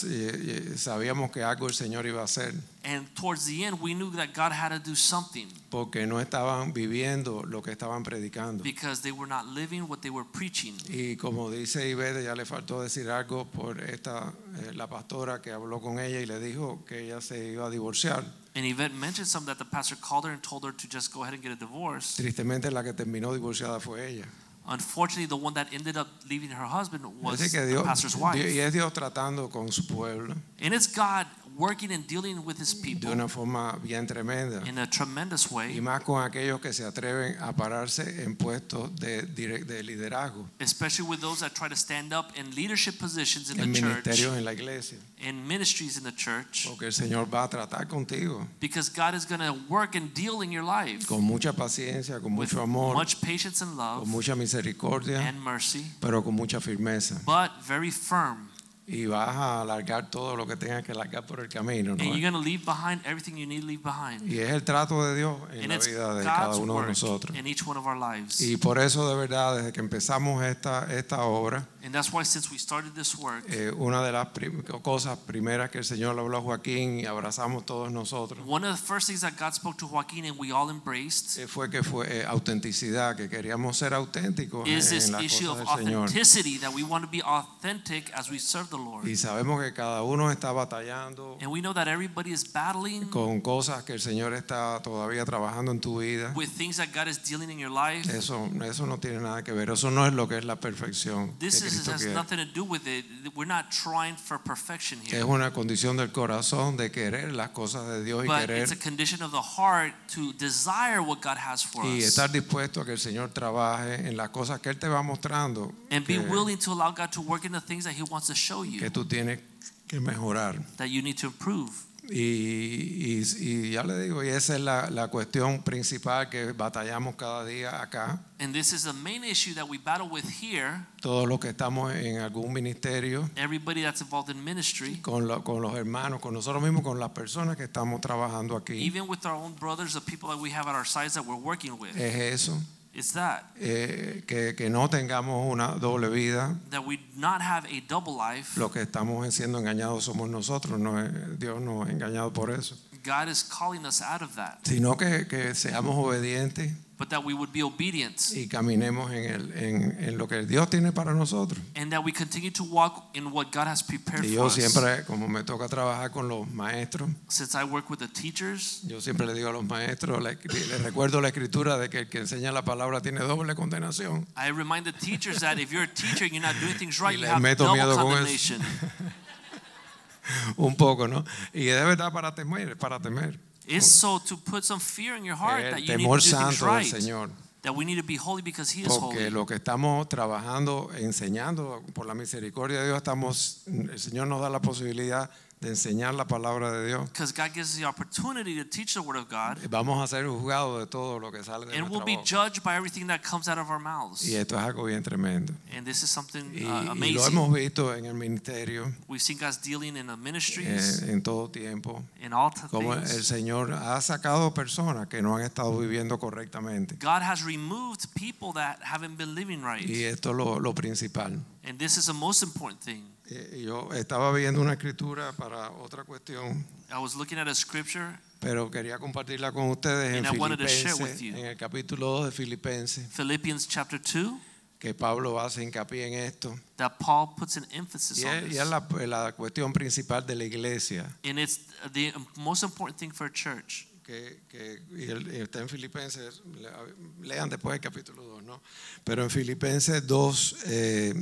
[SPEAKER 7] eh, sabíamos que algo el Señor iba a hacer
[SPEAKER 1] And towards the end, we knew that God had to do something
[SPEAKER 7] porque no estaban viviendo lo que estaban predicando.
[SPEAKER 1] because they were not living what they were preaching.
[SPEAKER 7] Y como dice Ibede, ya le faltó decir algo por esta eh, la pastora que habló con ella y le dijo que ella se iba a divorciar.
[SPEAKER 1] And Yvette mentioned something that the pastor called her and told her to just go ahead and get a divorce.
[SPEAKER 7] Tristemente la que terminó divorciada fue ella.
[SPEAKER 1] Unfortunately, the one that ended up leaving her husband was
[SPEAKER 7] Así que
[SPEAKER 1] the
[SPEAKER 7] Dios,
[SPEAKER 1] pastor's
[SPEAKER 7] Dios- y
[SPEAKER 1] wife.
[SPEAKER 7] es Dios tratando con su pueblo
[SPEAKER 1] And it's God working and dealing with his
[SPEAKER 7] de
[SPEAKER 1] people
[SPEAKER 7] una forma bien tremenda.
[SPEAKER 1] in a tremendous
[SPEAKER 7] Y
[SPEAKER 1] way,
[SPEAKER 7] más con aquellos que se atreven a pararse en puestos de, dire- de liderazgo,
[SPEAKER 1] especially with those that try to stand up in leadership positions in
[SPEAKER 7] en
[SPEAKER 1] the church,
[SPEAKER 7] ministerios en la iglesia.
[SPEAKER 1] in ministries in the church,
[SPEAKER 7] Porque el Señor va a tratar contigo
[SPEAKER 1] because God is going to work and deal in your life
[SPEAKER 7] con mucha paciencia, con
[SPEAKER 1] with
[SPEAKER 7] mucho amor,
[SPEAKER 1] much patience
[SPEAKER 7] con
[SPEAKER 1] and love
[SPEAKER 7] mucha misericordia,
[SPEAKER 1] and mercy,
[SPEAKER 7] pero con mucha firmeza.
[SPEAKER 1] but very firm.
[SPEAKER 7] y vas a alargar todo lo que tengas que alargar por el camino. ¿no?
[SPEAKER 1] And you're going to leave behind everything you need to leave behind.
[SPEAKER 7] Y es el trato de Dios en
[SPEAKER 1] And
[SPEAKER 7] la
[SPEAKER 1] it's
[SPEAKER 7] vida de cada
[SPEAKER 1] God's
[SPEAKER 7] uno de
[SPEAKER 1] work
[SPEAKER 7] nosotros.
[SPEAKER 1] in each one of our lives.
[SPEAKER 7] Y por eso de verdad, desde que empezamos esta, esta obra,
[SPEAKER 1] And that's why since we started this work,
[SPEAKER 7] eh, una de las prim- cosas primeras que el Señor le habló a Joaquín y abrazamos todos nosotros,
[SPEAKER 1] one of the first things that God spoke to Joaquin and we all embraced
[SPEAKER 7] eh, fue que fue eh, autenticidad, que queríamos ser auténticos
[SPEAKER 1] is
[SPEAKER 7] en,
[SPEAKER 1] this
[SPEAKER 7] la
[SPEAKER 1] issue of
[SPEAKER 7] del Señor.
[SPEAKER 1] authenticity that we want to be authentic as we serve the Lord.
[SPEAKER 7] Y sabemos que cada uno está batallando
[SPEAKER 1] And we know that everybody is battling
[SPEAKER 7] con cosas que el Señor está todavía trabajando en tu vida.
[SPEAKER 1] with things that God is dealing in your life.
[SPEAKER 7] Eso, eso no tiene nada que ver, eso no es lo que es la perfección. que
[SPEAKER 1] This is,
[SPEAKER 7] Cristo
[SPEAKER 1] has
[SPEAKER 7] quiere.
[SPEAKER 1] nothing to do with it. We're not trying for perfection
[SPEAKER 7] Es
[SPEAKER 1] here.
[SPEAKER 7] una condición del corazón de querer las cosas de Dios y
[SPEAKER 1] But it's a
[SPEAKER 7] querer
[SPEAKER 1] condition of the heart to desire what God has for
[SPEAKER 7] y
[SPEAKER 1] us
[SPEAKER 7] estar dispuesto a que el Señor trabaje en las cosas que Él te va mostrando
[SPEAKER 1] and be
[SPEAKER 7] que,
[SPEAKER 1] willing to allow God to work in the things that He wants to show
[SPEAKER 7] que
[SPEAKER 1] you
[SPEAKER 7] tú tienes que mejorar.
[SPEAKER 1] that you need to improve.
[SPEAKER 7] Y, y- y ya le digo, y esa es la, la cuestión principal que batallamos cada día acá.
[SPEAKER 1] And this is the main issue that we battle with here.
[SPEAKER 7] Todos los que estamos en algún ministerio,
[SPEAKER 1] Everybody that's involved in ministry,
[SPEAKER 7] con, lo- con los hermanos, con nosotros mismos, con las personas que estamos trabajando aquí.
[SPEAKER 1] even with our own brothers, the people that we have at our sides that we're working with,
[SPEAKER 7] Es eso.
[SPEAKER 1] it's that
[SPEAKER 7] eh, que, que no tengamos una doble vida.
[SPEAKER 1] that we not have a double life.
[SPEAKER 7] Lo que estamos siendo engañados somos nosotros, no es- Dios nos ha engañado por eso.
[SPEAKER 1] God is calling us out of that,
[SPEAKER 7] Sino que, que seamos obedientes
[SPEAKER 1] but that we would be obedient
[SPEAKER 7] y caminemos en, el, en, en lo que Dios tiene para nosotros.
[SPEAKER 1] and that we continue to walk in what God has prepared
[SPEAKER 7] Y
[SPEAKER 1] for
[SPEAKER 7] yo
[SPEAKER 1] us.
[SPEAKER 7] siempre, como me toca trabajar con los maestros,
[SPEAKER 1] Since I work with the teachers,
[SPEAKER 7] yo siempre le digo a los maestros, le- les recuerdo la escritura de que el que enseña la palabra tiene doble condenación.
[SPEAKER 1] I remind the teachers that if you're a teacher and you're not doing things right, you
[SPEAKER 7] les
[SPEAKER 1] have
[SPEAKER 7] meto
[SPEAKER 1] double
[SPEAKER 7] miedo con eso.
[SPEAKER 1] condemnation.
[SPEAKER 7] [laughs] Un poco, ¿no? Y de verdad para temer, para temer.
[SPEAKER 1] It's so to put some fear in your heart that
[SPEAKER 7] El
[SPEAKER 1] you need to do
[SPEAKER 7] temor
[SPEAKER 1] things
[SPEAKER 7] santo del
[SPEAKER 1] right,
[SPEAKER 7] Señor.
[SPEAKER 1] that we need to be holy because He is
[SPEAKER 7] Porque
[SPEAKER 1] holy.
[SPEAKER 7] lo que estamos trabajando, enseñando, por la misericordia de Dios, estamos, el Señor nos da la posibilidad de enseñar la palabra de Dios.
[SPEAKER 1] Because God gives us the opportunity to teach the Word of God,
[SPEAKER 7] Vamos a ser juzgados de todo lo que sale de
[SPEAKER 1] and we'll
[SPEAKER 7] nuestra
[SPEAKER 1] be
[SPEAKER 7] boca.
[SPEAKER 1] judged by everything that comes out of our mouths.
[SPEAKER 7] Y esto es algo bien tremendo.
[SPEAKER 1] And this is something
[SPEAKER 7] Y,
[SPEAKER 1] uh,
[SPEAKER 7] y lo hemos
[SPEAKER 1] amazing.
[SPEAKER 7] visto en el ministerio
[SPEAKER 1] We've seen God's dealing in the
[SPEAKER 7] eh,
[SPEAKER 1] ministries,
[SPEAKER 7] en todo tiempo,
[SPEAKER 1] in all t-
[SPEAKER 7] como el
[SPEAKER 1] things.
[SPEAKER 7] Señor ha sacado personas que no han estado viviendo correctamente.
[SPEAKER 1] God has removed people that haven't been living right.
[SPEAKER 7] Y esto es lo, lo principal.
[SPEAKER 1] And this is the most important thing.
[SPEAKER 7] Eh, Yo estaba viendo una escritura para otra cuestión,
[SPEAKER 1] I was looking at a scripture,
[SPEAKER 7] pero quería compartirla con ustedes en
[SPEAKER 1] And I wanted to share
[SPEAKER 7] Filipenses,
[SPEAKER 1] with you.
[SPEAKER 7] en el capítulo 2 de Filipenses,
[SPEAKER 1] Philippians chapter 2,
[SPEAKER 7] que Pablo hace hincapié en esto.
[SPEAKER 1] that Paul puts an emphasis
[SPEAKER 7] Y
[SPEAKER 1] on
[SPEAKER 7] es, y
[SPEAKER 1] this.
[SPEAKER 7] es la, la cuestión principal de la iglesia,
[SPEAKER 1] And it's the most important thing for a church.
[SPEAKER 7] que, que- y el- y está en Filipenses, le- lean después el capítulo 2, ¿no? Pero en Filipenses 2, eh,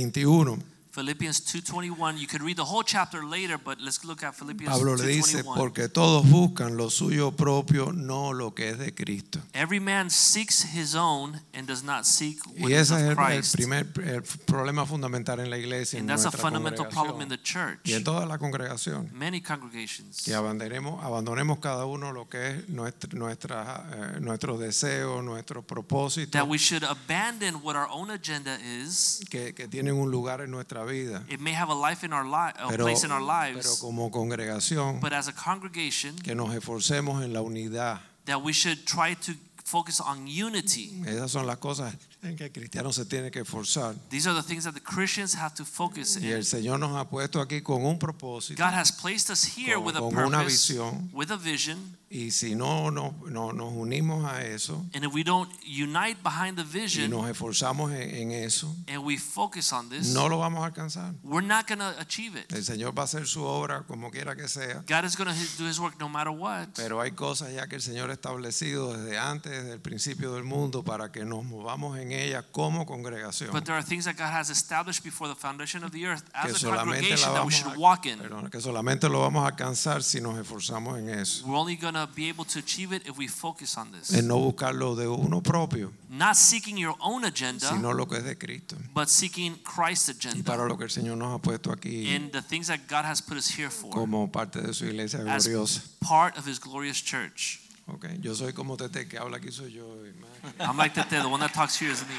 [SPEAKER 7] 21,
[SPEAKER 1] Philippians 2:21. You could read the whole chapter later, but let's look at Philippians
[SPEAKER 7] Pablo le dice,
[SPEAKER 1] 2:21.
[SPEAKER 7] porque todos buscan lo suyo propio, no lo que es de Cristo.
[SPEAKER 1] Every man seeks his own and does not seek what
[SPEAKER 7] Y
[SPEAKER 1] is
[SPEAKER 7] ese
[SPEAKER 1] of
[SPEAKER 7] es el- el,
[SPEAKER 1] Christ.
[SPEAKER 7] primer el problema fundamental en la iglesia, en
[SPEAKER 1] and that's a
[SPEAKER 7] nuestra
[SPEAKER 1] fundamental problem
[SPEAKER 7] congregación
[SPEAKER 1] in the church.
[SPEAKER 7] y en todas las congregaciones.
[SPEAKER 1] Many congregations.
[SPEAKER 7] Que abandonemos, abandonemos cada uno lo que es nuestro, nuestra, eh, nuestros deseos, nuestros
[SPEAKER 1] That
[SPEAKER 7] propósitos,
[SPEAKER 1] we should abandon what our own agenda is.
[SPEAKER 7] que, que tienen un lugar en nuestra vida.
[SPEAKER 1] It may have a life in our life, a
[SPEAKER 7] Pero,
[SPEAKER 1] place in our
[SPEAKER 7] pero
[SPEAKER 1] lives,
[SPEAKER 7] como congregación,
[SPEAKER 1] but as a congregation,
[SPEAKER 7] que nos esforcemos en la unidad.
[SPEAKER 1] that we should try to focus on unity.
[SPEAKER 7] Esas son las cosas en que el cristiano se tiene que esforzar.
[SPEAKER 1] These are the things that the Christians have to focus
[SPEAKER 7] Y
[SPEAKER 1] in.
[SPEAKER 7] el Señor nos ha puesto aquí con un propósito.
[SPEAKER 1] God has placed us here
[SPEAKER 7] Con-
[SPEAKER 1] with a
[SPEAKER 7] con una
[SPEAKER 1] purpose,
[SPEAKER 7] visión.
[SPEAKER 1] with a vision,
[SPEAKER 7] Y si no, no, no nos unimos a eso
[SPEAKER 1] and if we don't unite behind the
[SPEAKER 7] y
[SPEAKER 1] vision
[SPEAKER 7] nos esforzamos en, en eso,
[SPEAKER 1] and we focus on this,
[SPEAKER 7] no lo vamos a alcanzar.
[SPEAKER 1] we're not going to achieve it.
[SPEAKER 7] El Señor va a hacer su obra como quiera que sea.
[SPEAKER 1] God is going to do His work no matter what.
[SPEAKER 7] Pero hay cosas ya que el Señor ha establecido desde antes, desde el principio del mundo, para que nos movamos en ellas como congregación.
[SPEAKER 1] But there are things that God has established before the foundation of the earth
[SPEAKER 7] Que
[SPEAKER 1] as a
[SPEAKER 7] solamente, la
[SPEAKER 1] congregation that we
[SPEAKER 7] vamos
[SPEAKER 1] should
[SPEAKER 7] a,
[SPEAKER 1] walk in.
[SPEAKER 7] perdón, que solamente lo vamos a alcanzar si nos esforzamos en eso.
[SPEAKER 1] We're only going to be able to achieve it if we focus on this.
[SPEAKER 7] En no buscar lo de uno propio,
[SPEAKER 1] Not seeking your own agenda,
[SPEAKER 7] sino lo que es de Cristo.
[SPEAKER 1] but seeking Christ's
[SPEAKER 7] Y
[SPEAKER 1] agenda
[SPEAKER 7] para lo que el Señor nos ha puesto aquí
[SPEAKER 1] and the things that God has put us here for
[SPEAKER 7] como parte de su iglesia
[SPEAKER 1] as
[SPEAKER 7] gloriosa.
[SPEAKER 1] part of His glorious church.
[SPEAKER 7] Ok, Yo soy como Tete, que habla aquí soy yo. hermano.
[SPEAKER 1] I'm like Tete, the one that talks here is me.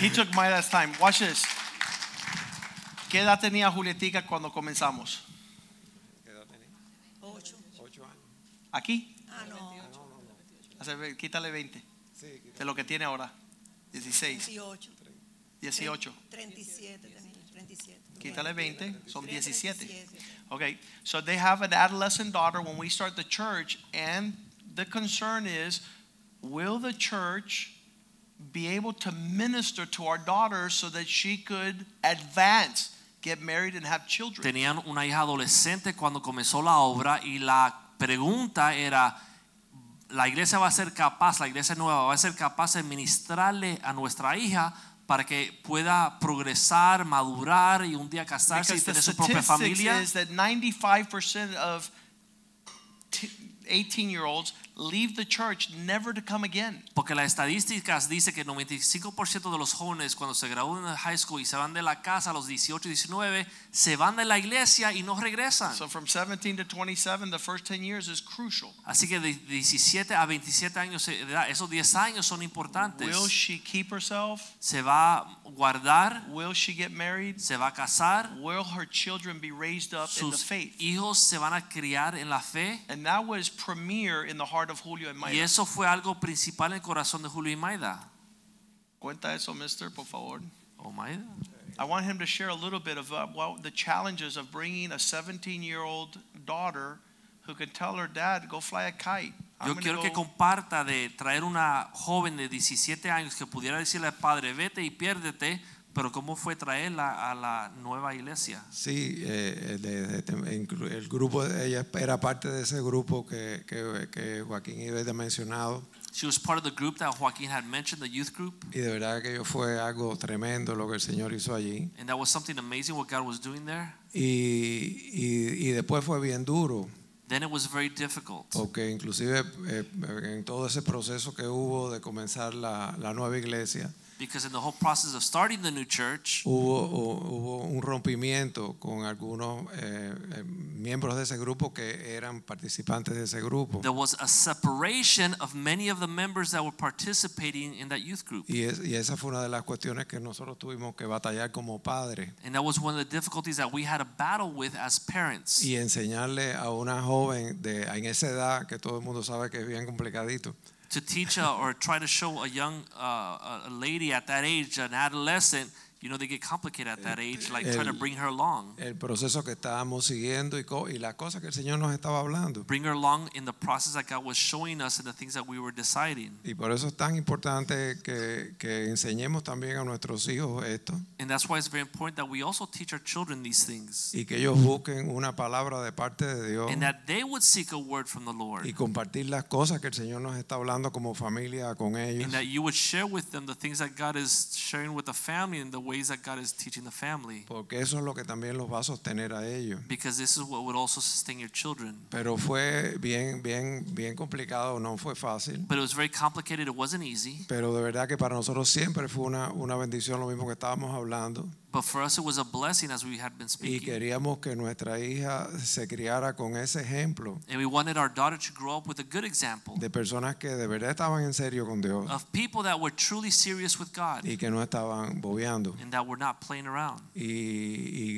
[SPEAKER 2] He took my last time. Watch this. ¿Qué edad tenía Julietica cuando comenzamos?
[SPEAKER 7] Ocho años.
[SPEAKER 2] ¿Aquí? Hace ve- Quítale 20 de lo que tiene ahora. 16,
[SPEAKER 8] 38,
[SPEAKER 2] 18.
[SPEAKER 8] 37 tenía, 37.
[SPEAKER 2] Quítale 20, son 17.
[SPEAKER 8] 37.
[SPEAKER 2] Okay, so they have an adolescent daughter when we start the church, and the concern is will the church be able to minister to our daughter so that she could advance, get married, and have children?
[SPEAKER 1] Tenían una hija adolescente cuando comenzó la obra y la pregunta era, ¿la iglesia va a ser capaz, la iglesia nueva va a ser capaz de ministrarle a nuestra hija para que pueda progresar, madurar y un día casarse y
[SPEAKER 2] Because the
[SPEAKER 1] tener su propia
[SPEAKER 2] statistics
[SPEAKER 1] familia?
[SPEAKER 2] is that 95% of 18 year olds leave the church never to come again.
[SPEAKER 1] Porque las estadísticas dicen que 95% de los jóvenes cuando se gradúan de high school y se van de la casa a los 18 y 19, se van de la iglesia y no regresan.
[SPEAKER 2] So from 17 to 27, the first 10 years is crucial.
[SPEAKER 1] Así que de 17 a 27 años de edad, esos 10 años son
[SPEAKER 2] Will
[SPEAKER 1] importantes.
[SPEAKER 2] she keep herself?
[SPEAKER 1] Se va a guardar,
[SPEAKER 2] Will she get married?
[SPEAKER 1] se va a casar,
[SPEAKER 2] Will her children be raised up in the
[SPEAKER 1] sus
[SPEAKER 2] faith?
[SPEAKER 1] hijos se van a criar en la fe.
[SPEAKER 2] And that was premier in the heart of Julio and
[SPEAKER 1] Y
[SPEAKER 2] Maya.
[SPEAKER 1] eso fue algo principal en el corazón de Julio y Maida.
[SPEAKER 2] Cuenta eso, mister, por favor.
[SPEAKER 1] ¿O Maida?
[SPEAKER 2] I want him to share a little bit of uh, what the challenges of bringing a 17 year old daughter who could tell her dad, go fly a kite. I'm
[SPEAKER 1] Yo
[SPEAKER 2] gonna
[SPEAKER 1] quiero que
[SPEAKER 2] go-
[SPEAKER 1] comparta de traer una joven de 17 años que pudiera decirle al padre, vete y piérdete, pero ¿cómo fue traerla a la nueva iglesia?
[SPEAKER 7] Sí, eh, de- de- de- inclu- el grupo de ella era parte de ese grupo que, que- que Joaquín Ives ha mencionado
[SPEAKER 1] She was part of the group that Joaquín had mentioned, the youth group,
[SPEAKER 7] y de verdad que ello fue algo tremendo lo que el Señor hizo allí
[SPEAKER 1] and that was something amazing what God was doing there.
[SPEAKER 7] y, y- y después fue bien duro
[SPEAKER 1] Then it was very difficult
[SPEAKER 7] porque inclusive eh, en todo ese proceso que hubo de comenzar la, la nueva iglesia
[SPEAKER 1] because in the whole process of starting the new church,
[SPEAKER 7] hubo, hu- hubo un rompimiento con algunos eh, eh, miembros de ese grupo que eran participantes de ese grupo.
[SPEAKER 1] there was a separation of many of the members that were participating in that youth group.
[SPEAKER 7] Y, es- y esa fue una de las cuestiones que nosotros tuvimos que batallar como padres
[SPEAKER 1] And that was one of the difficulties that we had a battle with as parents.
[SPEAKER 7] y enseñarle a una joven de en esa edad que todo el mundo sabe que es bien complicadito
[SPEAKER 1] to teach a, or try to show a young uh, a- a lady at that age, an adolescent, you know, they get complicated at that age. Like trying to
[SPEAKER 7] el-
[SPEAKER 1] bring her along,
[SPEAKER 7] el proceso que estábamos siguiendo y, co- y las cosas que el Señor nos estaba hablando.
[SPEAKER 1] bring her along in the process that God was showing us and the things that we were deciding.
[SPEAKER 7] Y por eso es tan importante que, que enseñemos también a nuestros hijos esto
[SPEAKER 1] And that's why it's very important that we also teach our children these things,
[SPEAKER 7] y que ellos busquen una palabra de parte de Dios
[SPEAKER 1] and that they would seek a word from the
[SPEAKER 7] y
[SPEAKER 1] Lord,
[SPEAKER 7] compartir las cosas que el Señor nos está hablando como familia con ellos.
[SPEAKER 1] and that you would share with them the things that God is sharing with the family and the ways that God is teaching the family,
[SPEAKER 7] Porque eso es lo que también los va a sostener a ellos.
[SPEAKER 1] because this is what would also sustain your children.
[SPEAKER 7] Pero fue bien, bien, bien complicado, no fue fácil.
[SPEAKER 1] But it was very complicated. It wasn't easy.
[SPEAKER 7] Pero de verdad que para nosotros siempre fue una, una bendición lo mismo que estábamos hablando.
[SPEAKER 1] But for us, it was a blessing as we had been
[SPEAKER 7] Y
[SPEAKER 1] speaking.
[SPEAKER 7] queríamos que nuestra hija se criara con ese ejemplo
[SPEAKER 1] And we wanted our daughter to grow up with a good example
[SPEAKER 7] de personas que de verdad estaban en serio con Dios
[SPEAKER 1] of people that were truly serious with God
[SPEAKER 7] y que no estaban bobeando.
[SPEAKER 1] and that were not playing around.
[SPEAKER 7] Y,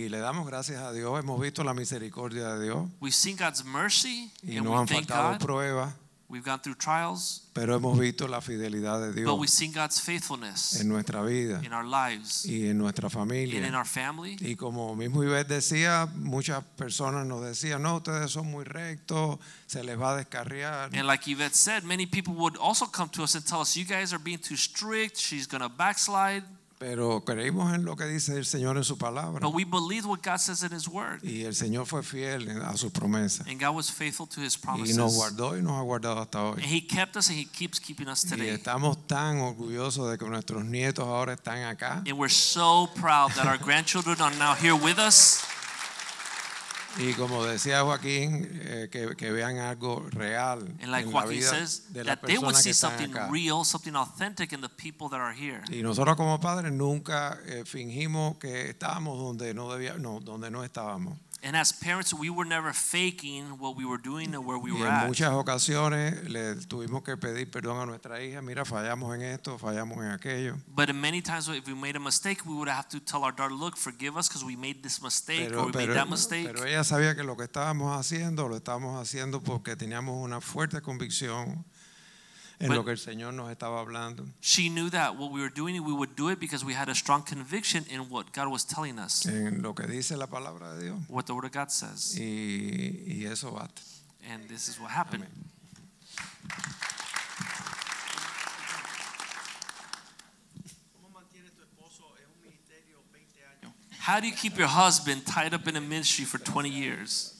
[SPEAKER 7] y le damos gracias a Dios, hemos visto la misericordia de Dios
[SPEAKER 1] We've seen God's mercy
[SPEAKER 7] y
[SPEAKER 1] and
[SPEAKER 7] no
[SPEAKER 1] we
[SPEAKER 7] han
[SPEAKER 1] thank
[SPEAKER 7] faltado
[SPEAKER 1] God.
[SPEAKER 7] pruebas,
[SPEAKER 1] We've gone through trials,
[SPEAKER 7] pero hemos visto la fidelidad de
[SPEAKER 1] but we've
[SPEAKER 7] Dios
[SPEAKER 1] seen God's faithfulness
[SPEAKER 7] en nuestra vida
[SPEAKER 1] in our lives
[SPEAKER 7] y en nuestra
[SPEAKER 1] and in
[SPEAKER 7] familia.
[SPEAKER 1] our family.
[SPEAKER 7] Y como mismo Ives decía, muchas personas nos decían, no, ustedes son muy rectos, se les va a descarriar.
[SPEAKER 1] And like Yvette said, many people would also come to us and tell us, You guys are being too strict. She's going to backslide.
[SPEAKER 7] Pero creímos en lo que dice el Señor en su palabra.
[SPEAKER 1] But we believe what God says in His Word.
[SPEAKER 7] Y el Señor fue fiel a su promesa.
[SPEAKER 1] And God was faithful to His
[SPEAKER 7] Y nos
[SPEAKER 1] promises.
[SPEAKER 7] guardó y nos ha guardado hasta
[SPEAKER 1] And
[SPEAKER 7] hoy.
[SPEAKER 1] He kept us and He keeps keeping us
[SPEAKER 7] Y
[SPEAKER 1] today.
[SPEAKER 7] estamos tan orgullosos de que nuestros nietos ahora están acá.
[SPEAKER 1] And we're so proud that our grandchildren are now here with us.
[SPEAKER 7] Y como decía Joaquín, eh, que, que vean algo real [laughs]
[SPEAKER 1] And like
[SPEAKER 7] en la
[SPEAKER 1] Joaquin
[SPEAKER 7] vida
[SPEAKER 1] says,
[SPEAKER 7] de las
[SPEAKER 1] that they would
[SPEAKER 7] personas que
[SPEAKER 1] see
[SPEAKER 7] están
[SPEAKER 1] something
[SPEAKER 7] acá.
[SPEAKER 1] real, something authentic in the people that are here.
[SPEAKER 7] Y nosotros como padres nunca eh, fingimos que estábamos donde no debía, no, donde no estábamos.
[SPEAKER 1] And as parents, we were never faking what we were doing and where we
[SPEAKER 7] Y
[SPEAKER 1] were
[SPEAKER 7] en
[SPEAKER 1] at.
[SPEAKER 7] muchas ocasiones le tuvimos que pedir perdón a nuestra hija, mira, fallamos en esto, fallamos en aquello.
[SPEAKER 1] But in many times, if we made a mistake, we would have to tell our daughter, look, forgive us because we made this mistake
[SPEAKER 7] Pero,
[SPEAKER 1] or we
[SPEAKER 7] pero-
[SPEAKER 1] made that mistake.
[SPEAKER 7] pero ella sabía que lo que estábamos haciendo lo estábamos haciendo porque teníamos una fuerte convicción en
[SPEAKER 1] But-
[SPEAKER 7] lo que el Señor nos estaba hablando.
[SPEAKER 1] she knew that what we were doing, we would do it because we had a strong conviction in what God was telling us,
[SPEAKER 7] en lo que dice la palabra de Dios.
[SPEAKER 1] what the Word of God says.
[SPEAKER 7] Y, y eso basta.
[SPEAKER 1] And this is what happened.
[SPEAKER 2] ¿Cómo mantiene tu esposo en un ministerio 20 años?
[SPEAKER 1] How do you keep your husband tied up in a ministry for 20 years?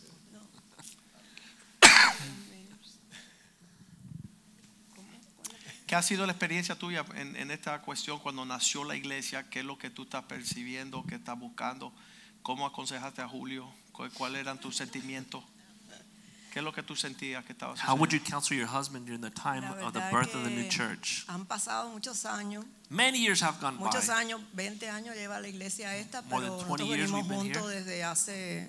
[SPEAKER 2] ¿Qué ha sido la experiencia tuya en, en esta cuestión cuando nació la iglesia? ¿Qué es lo que tú estás percibiendo? ¿Qué estás buscando? ¿Cómo aconsejaste a Julio? ¿Cu- ¿Cuáles eran tus sentimientos? ¿Qué es lo que tú sentías que estaba
[SPEAKER 1] How would you
[SPEAKER 2] sucediendo?
[SPEAKER 1] counsel your husband during the time
[SPEAKER 8] La
[SPEAKER 1] of the
[SPEAKER 8] verdad
[SPEAKER 1] birth of the
[SPEAKER 8] que-
[SPEAKER 1] new church?
[SPEAKER 8] Han pasado muchos años,
[SPEAKER 1] Many years have gone by.
[SPEAKER 8] muchos años, 20 años lleva la iglesia esta,
[SPEAKER 1] More
[SPEAKER 8] pero
[SPEAKER 1] than 20
[SPEAKER 8] nosotros
[SPEAKER 1] years
[SPEAKER 8] venimos
[SPEAKER 1] we've been
[SPEAKER 8] juntos desde hace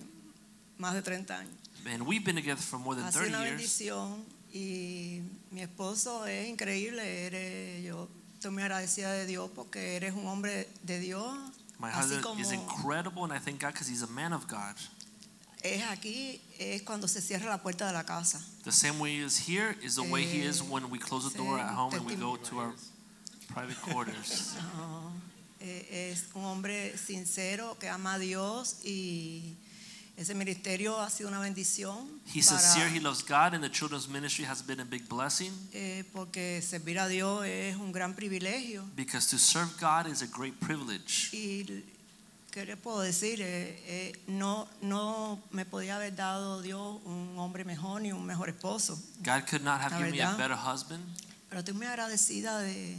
[SPEAKER 8] más de 30 años.
[SPEAKER 1] And we've been together for more than
[SPEAKER 8] Ha sido
[SPEAKER 1] 30
[SPEAKER 8] una
[SPEAKER 1] years.
[SPEAKER 8] bendición y mi esposo es increíble, eres, yo estoy muy agradecida de Dios porque eres un hombre de Dios,
[SPEAKER 1] My
[SPEAKER 8] así
[SPEAKER 1] husband is
[SPEAKER 8] como
[SPEAKER 1] incredible, and I thank God because he's a man of God.
[SPEAKER 8] es aquí, es cuando se cierra la puerta de la casa.
[SPEAKER 1] The same way he is here is the way he
[SPEAKER 8] Eh,
[SPEAKER 1] is when we close the door at home and we go to our private
[SPEAKER 8] [laughs]
[SPEAKER 1] quarters.
[SPEAKER 8] Eh, es un hombre sincero que ama a Dios y, Ese ministerio ha sido una bendición
[SPEAKER 1] He's
[SPEAKER 8] para-
[SPEAKER 1] sincere, he loves God, and the children's ministry has been a big blessing
[SPEAKER 8] eh, porque servir a Dios es un gran privilegio.
[SPEAKER 1] because to serve God is a great privilege.
[SPEAKER 8] Y qué le puedo decir, Eh, eh, no, no me podía haber dado Dios un hombre mejor ni un mejor esposo.
[SPEAKER 1] God could not have
[SPEAKER 8] La
[SPEAKER 1] given me a
[SPEAKER 8] verdad.
[SPEAKER 1] better husband,
[SPEAKER 8] Pero estoy muy agradecida de,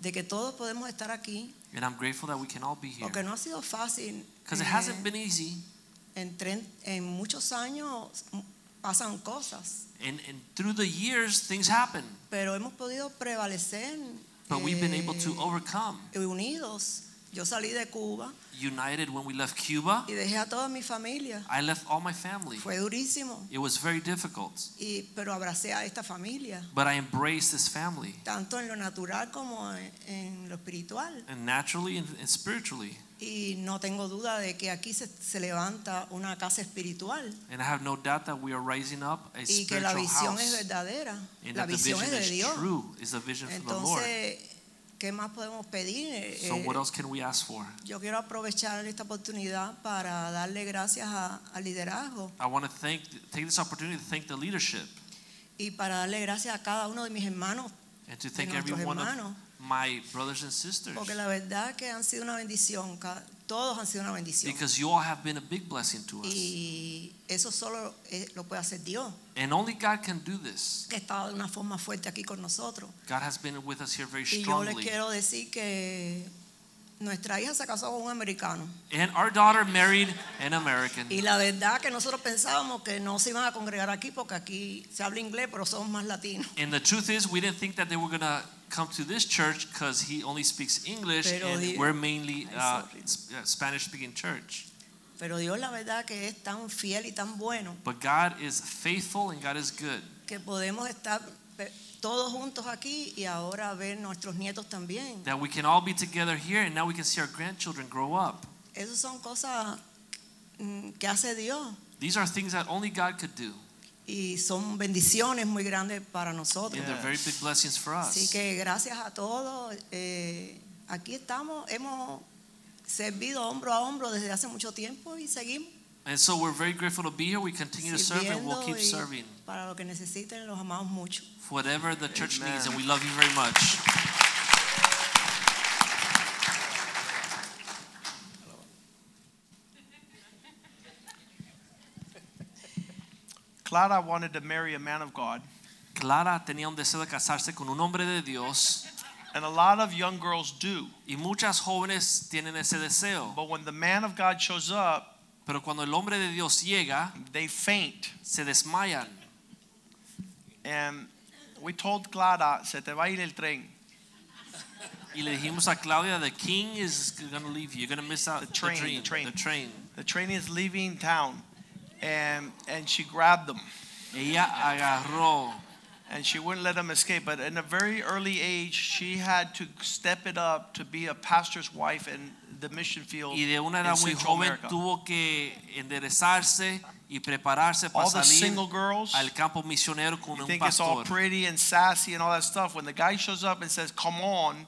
[SPEAKER 8] de que todos podemos estar aquí,
[SPEAKER 1] and I'm grateful that we can all be here.
[SPEAKER 8] porque no ha sido fácil.
[SPEAKER 1] Because it
[SPEAKER 8] eh,
[SPEAKER 1] hasn't been easy,
[SPEAKER 8] en, tren- en muchos años mm, pasan cosas,
[SPEAKER 1] and, and through the years, things happen,
[SPEAKER 8] pero hemos podido prevalecer
[SPEAKER 1] but we've been
[SPEAKER 8] eh,
[SPEAKER 1] able to overcome.
[SPEAKER 8] y unidos. Yo salí de Cuba
[SPEAKER 1] United when we left Cuba,
[SPEAKER 8] y dejé a toda mi familia.
[SPEAKER 1] I left all my family.
[SPEAKER 8] Fue durísimo,
[SPEAKER 1] It was very difficult,
[SPEAKER 8] y, pero abracé a esta familia.
[SPEAKER 1] but I embraced this family,
[SPEAKER 8] tanto en lo natural como en, en lo espiritual.
[SPEAKER 1] and naturally and, and spiritually.
[SPEAKER 8] Y no tengo duda de que aquí se, se levanta una casa espiritual
[SPEAKER 1] And I have no doubt that we are raising up a
[SPEAKER 8] y que la
[SPEAKER 1] spiritual
[SPEAKER 8] visión es
[SPEAKER 1] house.
[SPEAKER 8] verdadera.
[SPEAKER 1] And
[SPEAKER 8] La
[SPEAKER 1] that the
[SPEAKER 8] visión es
[SPEAKER 1] vision
[SPEAKER 8] de
[SPEAKER 1] is
[SPEAKER 8] Dios.
[SPEAKER 1] true, is the vision from the Lord.
[SPEAKER 8] Entonces, ¿qué más podemos pedir? Eh,
[SPEAKER 1] So what else can we ask for?
[SPEAKER 8] yo quiero aprovechar esta oportunidad para darle gracias a- al liderazgo
[SPEAKER 1] I want to thank, take this opportunity to thank the leadership
[SPEAKER 8] y para darle gracias a cada uno de mis hermanos,
[SPEAKER 1] and to
[SPEAKER 8] de
[SPEAKER 1] thank every
[SPEAKER 8] nuestros
[SPEAKER 1] one of
[SPEAKER 8] hermanos,
[SPEAKER 1] my brothers and sisters
[SPEAKER 8] porque la verdad que han sido una bendición, ca- todos han sido una bendición.
[SPEAKER 1] because you all have been a big blessing to us.
[SPEAKER 8] Y eso solo eh, lo puede hacer Dios.
[SPEAKER 1] And only God can do this.
[SPEAKER 8] que estaba de una forma fuerte aquí con nosotros.
[SPEAKER 1] God has been with us here very
[SPEAKER 8] Y yo les
[SPEAKER 1] strongly.
[SPEAKER 8] quiero decir que nuestra hija se casó con un americano.
[SPEAKER 1] And our daughter married an American.
[SPEAKER 8] Y la verdad que nosotros pensábamos que no se iban a congregar aquí porque aquí se habla inglés, pero somos más latinos.
[SPEAKER 1] And the truth is, we didn't think that they were going to come to this church because he only speaks English
[SPEAKER 8] Pero
[SPEAKER 1] and
[SPEAKER 8] di-
[SPEAKER 1] we're mainly
[SPEAKER 8] Ay,
[SPEAKER 1] uh,
[SPEAKER 8] sorry.
[SPEAKER 1] sp- uh, Spanish speaking church.
[SPEAKER 8] Pero Dios la verdad que es tan fiel y tan bueno
[SPEAKER 1] But God is faithful and God is good.
[SPEAKER 8] que podemos estar pe- todos juntos aquí y ahora ver nuestros nietos también.
[SPEAKER 1] That we can all be together here and now we can see our grandchildren grow up.
[SPEAKER 8] Esas son cosas mm, que hace Dios
[SPEAKER 1] These are things that only God could do.
[SPEAKER 8] y son bendiciones muy grandes para
[SPEAKER 1] And
[SPEAKER 8] nosotros.
[SPEAKER 1] they're very big blessings for
[SPEAKER 8] Así
[SPEAKER 1] us.
[SPEAKER 8] que gracias a todos. eh, aquí estamos, hemos servido hombro a hombro desde hace mucho tiempo y seguimos
[SPEAKER 1] And so we're very grateful to be here. We continue to serve and we'll
[SPEAKER 8] sirviendo
[SPEAKER 1] keep
[SPEAKER 8] y
[SPEAKER 1] serving
[SPEAKER 8] para lo que necesiten. Los amamos mucho.
[SPEAKER 1] for whatever the church
[SPEAKER 2] Amen.
[SPEAKER 1] needs. And we love you very much.
[SPEAKER 2] Clara wanted to marry a man of God.
[SPEAKER 1] Clara tenía un deseo de casarse con un hombre de Dios
[SPEAKER 2] And a lot of young girls do.
[SPEAKER 1] y muchas jóvenes tienen ese deseo.
[SPEAKER 2] But when the man of God shows up,
[SPEAKER 1] Pero cuando el hombre de Dios llega,
[SPEAKER 2] they faint.
[SPEAKER 1] se desmayan.
[SPEAKER 2] And we told Clara, se te va a ir el tren.
[SPEAKER 1] Y le dijimos a Claudia, the king is going to leave you. You're going to miss out
[SPEAKER 2] The train, the
[SPEAKER 1] dream,
[SPEAKER 2] train.
[SPEAKER 1] the train.
[SPEAKER 2] The train is leaving town. And, and she grabbed them.
[SPEAKER 1] Ella agarró.
[SPEAKER 2] And she wouldn't let them escape. But in a very early age, she had to step it up to be a pastor's wife in the mission field
[SPEAKER 1] Y de una
[SPEAKER 2] in
[SPEAKER 1] edad muy
[SPEAKER 2] Central
[SPEAKER 1] joven
[SPEAKER 2] America.
[SPEAKER 1] tuvo que enderezarse y prepararse para
[SPEAKER 2] All the
[SPEAKER 1] salir
[SPEAKER 2] single girls
[SPEAKER 1] al campo misionero con un
[SPEAKER 2] think it's all
[SPEAKER 1] pastor.
[SPEAKER 2] pretty and sassy and all that stuff. When the guy shows up and says, come on,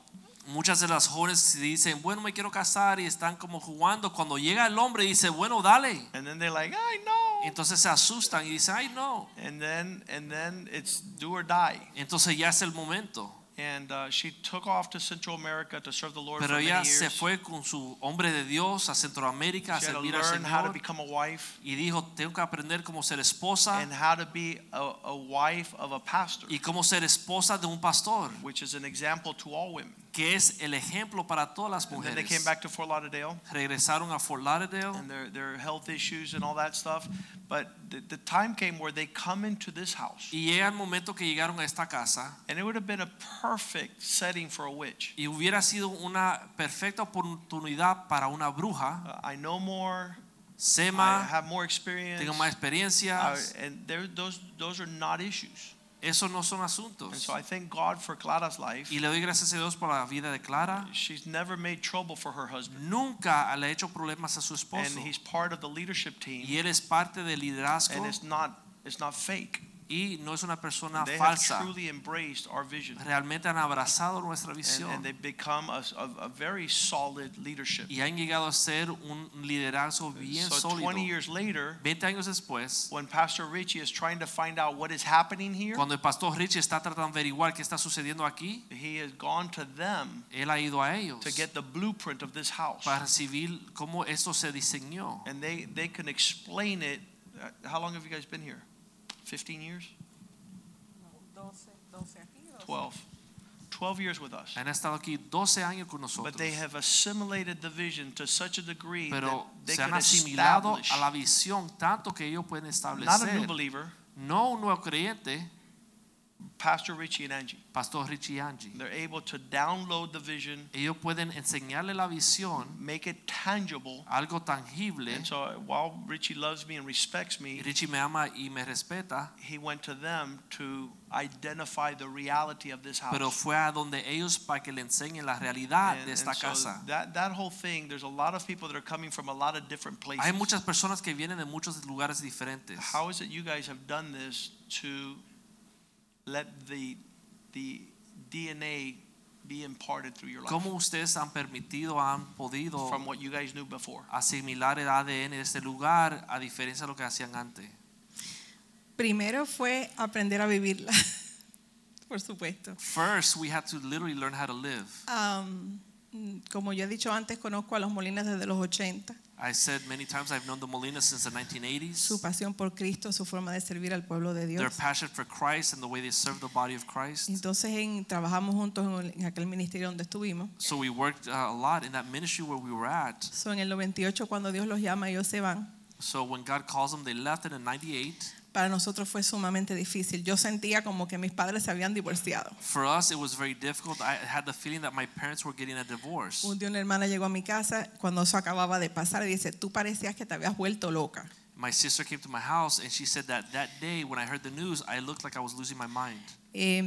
[SPEAKER 1] Muchas de las jóvenes se dicen, bueno, me quiero casar y están como jugando. Cuando llega el hombre y dice, bueno, dale.
[SPEAKER 2] and then they're like, I know.
[SPEAKER 1] Entonces se asustan y dicen, ay, no.
[SPEAKER 2] and then and then it's do or die.
[SPEAKER 1] Entonces ya es el momento.
[SPEAKER 2] And uh, she took off to Central America to serve the Lord for
[SPEAKER 1] Pero
[SPEAKER 2] many
[SPEAKER 1] ella
[SPEAKER 2] years.
[SPEAKER 1] se fue con su hombre de Dios a Centroamérica a
[SPEAKER 2] she had to
[SPEAKER 1] servir al
[SPEAKER 2] learn how to
[SPEAKER 1] Señor
[SPEAKER 2] become a wife
[SPEAKER 1] y dijo, tengo que aprender cómo ser esposa
[SPEAKER 2] and how to be a, a wife of a pastor,
[SPEAKER 1] y cómo ser esposa de un pastor,
[SPEAKER 2] which is an example to all women.
[SPEAKER 1] que es el ejemplo para todas las
[SPEAKER 2] And then they
[SPEAKER 1] mujeres.
[SPEAKER 2] came back to Fort Lauderdale,
[SPEAKER 1] Regresaron a Fort Lauderdale
[SPEAKER 2] and their their health issues and all that stuff. But the, the time came where they come into this house,
[SPEAKER 1] y llega el momento que llegaron a esta casa
[SPEAKER 2] and it would have been a perfect setting for a witch.
[SPEAKER 1] y hubiera sido una perfecta oportunidad para una bruja.
[SPEAKER 2] Uh, I know more.
[SPEAKER 1] Sé
[SPEAKER 2] I
[SPEAKER 1] más,
[SPEAKER 2] have more experience.
[SPEAKER 1] tengo más
[SPEAKER 2] Uh,
[SPEAKER 1] experiencia.
[SPEAKER 2] and there, those those are not issues.
[SPEAKER 1] Eso no son
[SPEAKER 2] And
[SPEAKER 1] asuntos.
[SPEAKER 2] so I thank God for Clara's life.
[SPEAKER 1] Y le doy gracias a Dios por la vida de Clara.
[SPEAKER 2] She's never made trouble for her husband.
[SPEAKER 1] Nunca le ha hecho problemas a su
[SPEAKER 2] And
[SPEAKER 1] esposo.
[SPEAKER 2] he's part of the leadership team.
[SPEAKER 1] y él es parte del liderazgo
[SPEAKER 2] And it's not it's not fake.
[SPEAKER 1] y no es una persona
[SPEAKER 2] They have
[SPEAKER 1] falsa.
[SPEAKER 2] truly embraced our vision.
[SPEAKER 1] Realmente han abrazado nuestra
[SPEAKER 2] And, and
[SPEAKER 1] visión
[SPEAKER 2] they've become a, a- a very solid leadership.
[SPEAKER 1] y han llegado a ser un liderazgo bien
[SPEAKER 2] So
[SPEAKER 1] sólido.
[SPEAKER 2] 20 years later,
[SPEAKER 1] 20 años después,
[SPEAKER 2] when Pastor Richie is trying to find out what is happening here,
[SPEAKER 1] cuando el pastor Richie está tratando de averiguar qué está sucediendo aquí,
[SPEAKER 2] he has gone to them
[SPEAKER 1] él ha ido a ellos
[SPEAKER 2] to get the blueprint of this house.
[SPEAKER 1] para recibir cómo esto se diseñó.
[SPEAKER 2] And they, they can explain it. Uh, How long have you guys been here? 15 years? 12. 12 years with us.
[SPEAKER 1] Han estado aquí 12 años con
[SPEAKER 2] But they
[SPEAKER 1] nosotros.
[SPEAKER 2] have assimilated the vision to such a degree that
[SPEAKER 1] pero
[SPEAKER 2] they
[SPEAKER 1] se han
[SPEAKER 2] can
[SPEAKER 1] asimilado
[SPEAKER 2] establish,
[SPEAKER 1] a la visión tanto que ellos pueden
[SPEAKER 2] not a new
[SPEAKER 1] establecer
[SPEAKER 2] believer,
[SPEAKER 1] no un nuevo creyente
[SPEAKER 2] Pastor Richie and Angie.
[SPEAKER 1] pastor Richie y Angie
[SPEAKER 2] They're able to download the vision,
[SPEAKER 1] ellos pueden enseñarle la visión
[SPEAKER 2] make it tangible.
[SPEAKER 1] algo tangible
[SPEAKER 2] And so while Richie loves me and respects
[SPEAKER 1] y
[SPEAKER 2] me,
[SPEAKER 1] Richie me ama y me respeta
[SPEAKER 2] he went to them to identify the reality of this house.
[SPEAKER 1] pero fue a donde ellos para que le enseñen la realidad
[SPEAKER 2] And- and
[SPEAKER 1] de esta
[SPEAKER 2] so
[SPEAKER 1] casa
[SPEAKER 2] That, that whole thing, there's a lot of people that are coming from a lot of different places.
[SPEAKER 1] hay muchas personas que vienen de muchos lugares diferentes
[SPEAKER 2] How is it you guys have done this to let the, the DNA be imparted through your life
[SPEAKER 1] ¿cómo ustedes han permitido han podido
[SPEAKER 2] from what you guys knew before?
[SPEAKER 1] asimilar el ADN de este lugar a diferencia de lo que hacían antes
[SPEAKER 9] Primero fue aprender a vivirla, [laughs] por supuesto.
[SPEAKER 1] first we had to literally learn how to live
[SPEAKER 9] Am, mm, como yo he dicho antes, conozco a los Molinas desde los 80.
[SPEAKER 1] I said many times I've known the Molina since the 1980s.
[SPEAKER 9] Su pasión por Cristo, su forma de servir al pueblo de
[SPEAKER 1] Their
[SPEAKER 9] Dios.
[SPEAKER 1] passion for Christ and the way they serve the body of Christ.
[SPEAKER 9] Entonces en- trabajamos juntos en, el- en aquel ministerio donde estuvimos.
[SPEAKER 1] So we worked uh, a lot in that ministry where we were at.
[SPEAKER 9] So, en el 98 cuando Dios los llama ellos se van.
[SPEAKER 1] So when God calls them, they left it in 98.
[SPEAKER 9] Para nosotros fue sumamente difícil. Yo sentía como que mis padres se habían divorciado.
[SPEAKER 1] For us, it was very difficult. I had the feeling that my parents were getting a divorce.
[SPEAKER 9] Un día una hermana llegó a mi casa cuando eso acababa de pasar y dice, tú parecías que te habías vuelto loca.
[SPEAKER 1] My sister came to my house and she said that that day when I heard the news, I looked like I was losing my mind.
[SPEAKER 9] Eh,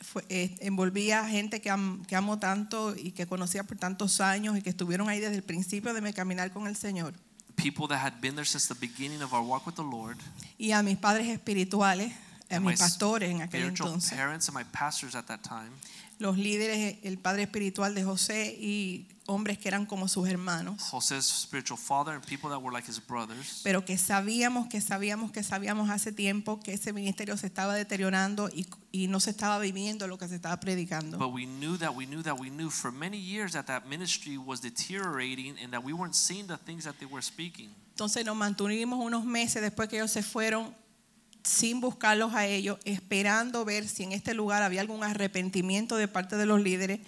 [SPEAKER 9] fue- eh, envolvía gente que, am- que amo tanto y que conocía por tantos años y que estuvieron ahí desde el principio de mi caminar con el Señor.
[SPEAKER 1] People that had been there since the beginning of our walk with the Lord,
[SPEAKER 9] Y a mis padres espirituales, a
[SPEAKER 1] And my
[SPEAKER 9] mis pastores en aquel
[SPEAKER 1] spiritual
[SPEAKER 9] entonces,
[SPEAKER 1] parents and my pastors at that time,
[SPEAKER 9] los líderes, el padre espiritual de José y hombres que eran como sus hermanos,
[SPEAKER 1] Jose's spiritual father, and people that were like his brothers.
[SPEAKER 9] pero que sabíamos, que sabíamos, que sabíamos hace tiempo que ese ministerio se estaba deteriorando y, y no se estaba viviendo lo que se estaba predicando.
[SPEAKER 1] But we knew that we knew that we knew for many years that that ministry was deteriorating and that we weren't seeing the things that they were speaking.
[SPEAKER 9] Entonces nos mantuvimos unos meses después que ellos se fueron sin buscarlos a ellos, esperando ver si en este lugar había algún arrepentimiento de parte de los líderes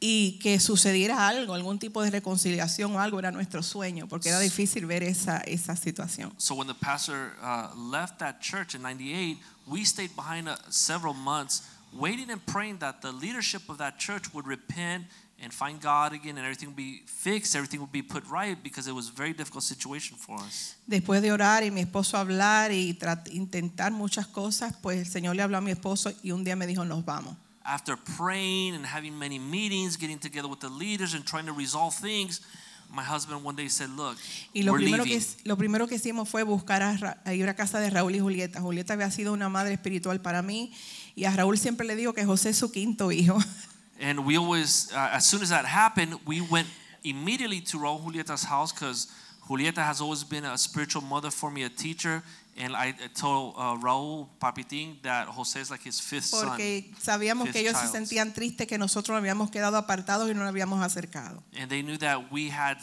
[SPEAKER 9] y que sucediera algo, algún tipo de reconciliación o algo, era nuestro sueño, porque era difícil ver esa, esa situación.
[SPEAKER 1] So when the pastor uh, left that church in 98, we stayed behind uh, several months waiting and praying that the leadership of that church would repent and find God again and everything would be fixed, everything would be put right because it was a very difficult situation for us.
[SPEAKER 9] Después de orar y mi esposo hablar y trat- intentar muchas cosas, pues el Señor le habló a mi esposo y un día me dijo, nos vamos.
[SPEAKER 1] After praying and having many meetings, getting together with the leaders and trying to resolve things, my husband one day said, "Look,
[SPEAKER 9] Y lo
[SPEAKER 1] we're
[SPEAKER 9] primero,
[SPEAKER 1] leaving."
[SPEAKER 9] que, lo primero que hicimos fue buscar a, Ra- a ir a casa de Raúl y Julieta. Julieta había sido una madre espiritual para mí y a Raúl siempre le digo que José es su quinto hijo. [laughs]
[SPEAKER 1] And we always, uh, as soon as that happened, we went immediately to Raul Julieta's house because Julieta has always been a spiritual mother for me, a teacher. And I I told uh, Raul Papitín that Jose is like his fifth son.
[SPEAKER 9] Porque sabíamos que
[SPEAKER 1] Fifth
[SPEAKER 9] ellos se
[SPEAKER 1] child.
[SPEAKER 9] sentían tristes que nosotros nos habíamos quedado apartados y no nos habíamos acercado.
[SPEAKER 1] And they knew that we had,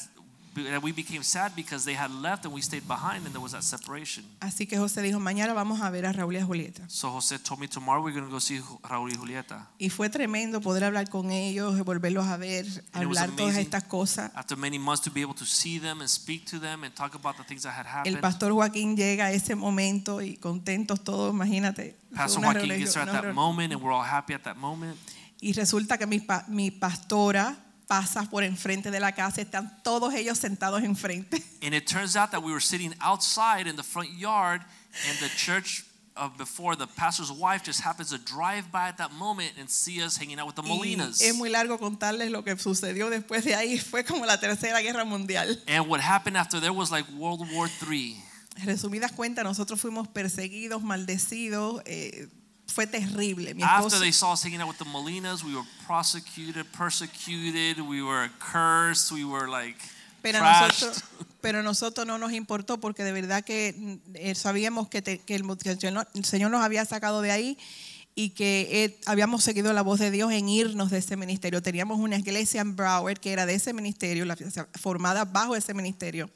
[SPEAKER 1] that we became sad because they had left and we stayed behind and there was that separation.
[SPEAKER 9] Así que José dijo, mañana vamos a ver a Raúl y a Julieta.
[SPEAKER 1] So Jose told me tomorrow we're going to go see Ju- Raul y Julieta.
[SPEAKER 9] Y fue tremendo poder hablar con ellos, volverlos a ver,
[SPEAKER 1] And it was
[SPEAKER 9] hablar todas
[SPEAKER 1] amazing.
[SPEAKER 9] estas cosas.
[SPEAKER 1] After many months to be able to see them and speak to them and talk about the things that had
[SPEAKER 9] El
[SPEAKER 1] happened.
[SPEAKER 9] pastor Joaquín llega a ese momento y contentos todos, imagínate. Fue
[SPEAKER 1] Pastor
[SPEAKER 9] una
[SPEAKER 1] Joaquin
[SPEAKER 9] reunión-
[SPEAKER 1] gets there at
[SPEAKER 9] una
[SPEAKER 1] that
[SPEAKER 9] reunión.
[SPEAKER 1] moment and we're all happy at that moment.
[SPEAKER 9] Y resulta que mi, pa- mi pastora pasa por enfrente de la casa, están todos ellos sentados enfrente.
[SPEAKER 1] And it turns out that we were sitting outside in the front yard, and the church of before the pastor's wife just happens to drive by at that moment and see us hanging out with the
[SPEAKER 9] Y
[SPEAKER 1] Molinas.
[SPEAKER 9] es muy largo contarles lo que sucedió [laughs] después de ahí, fue como la tercera guerra mundial.
[SPEAKER 1] And what happened after there was like World War III.
[SPEAKER 9] resumidas cuentas, nosotros fuimos perseguidos, maldecidos. eh, fue terrible. Mi
[SPEAKER 1] After
[SPEAKER 9] esposo,
[SPEAKER 1] they saw us hanging out with the Molinas, we were prosecuted, persecuted, we were cursed, we were like
[SPEAKER 9] pero,
[SPEAKER 1] trashed.
[SPEAKER 9] nosotros, pero nosotros no nos importó porque de verdad que mm, eh, sabíamos que, te- que el, mo- que el Señor- el Señor nos había sacado de ahí y que eh, habíamos seguido la voz de Dios en irnos de ese ministerio. Teníamos una iglesia en Broward que era de ese ministerio, la- formada bajo ese ministerio.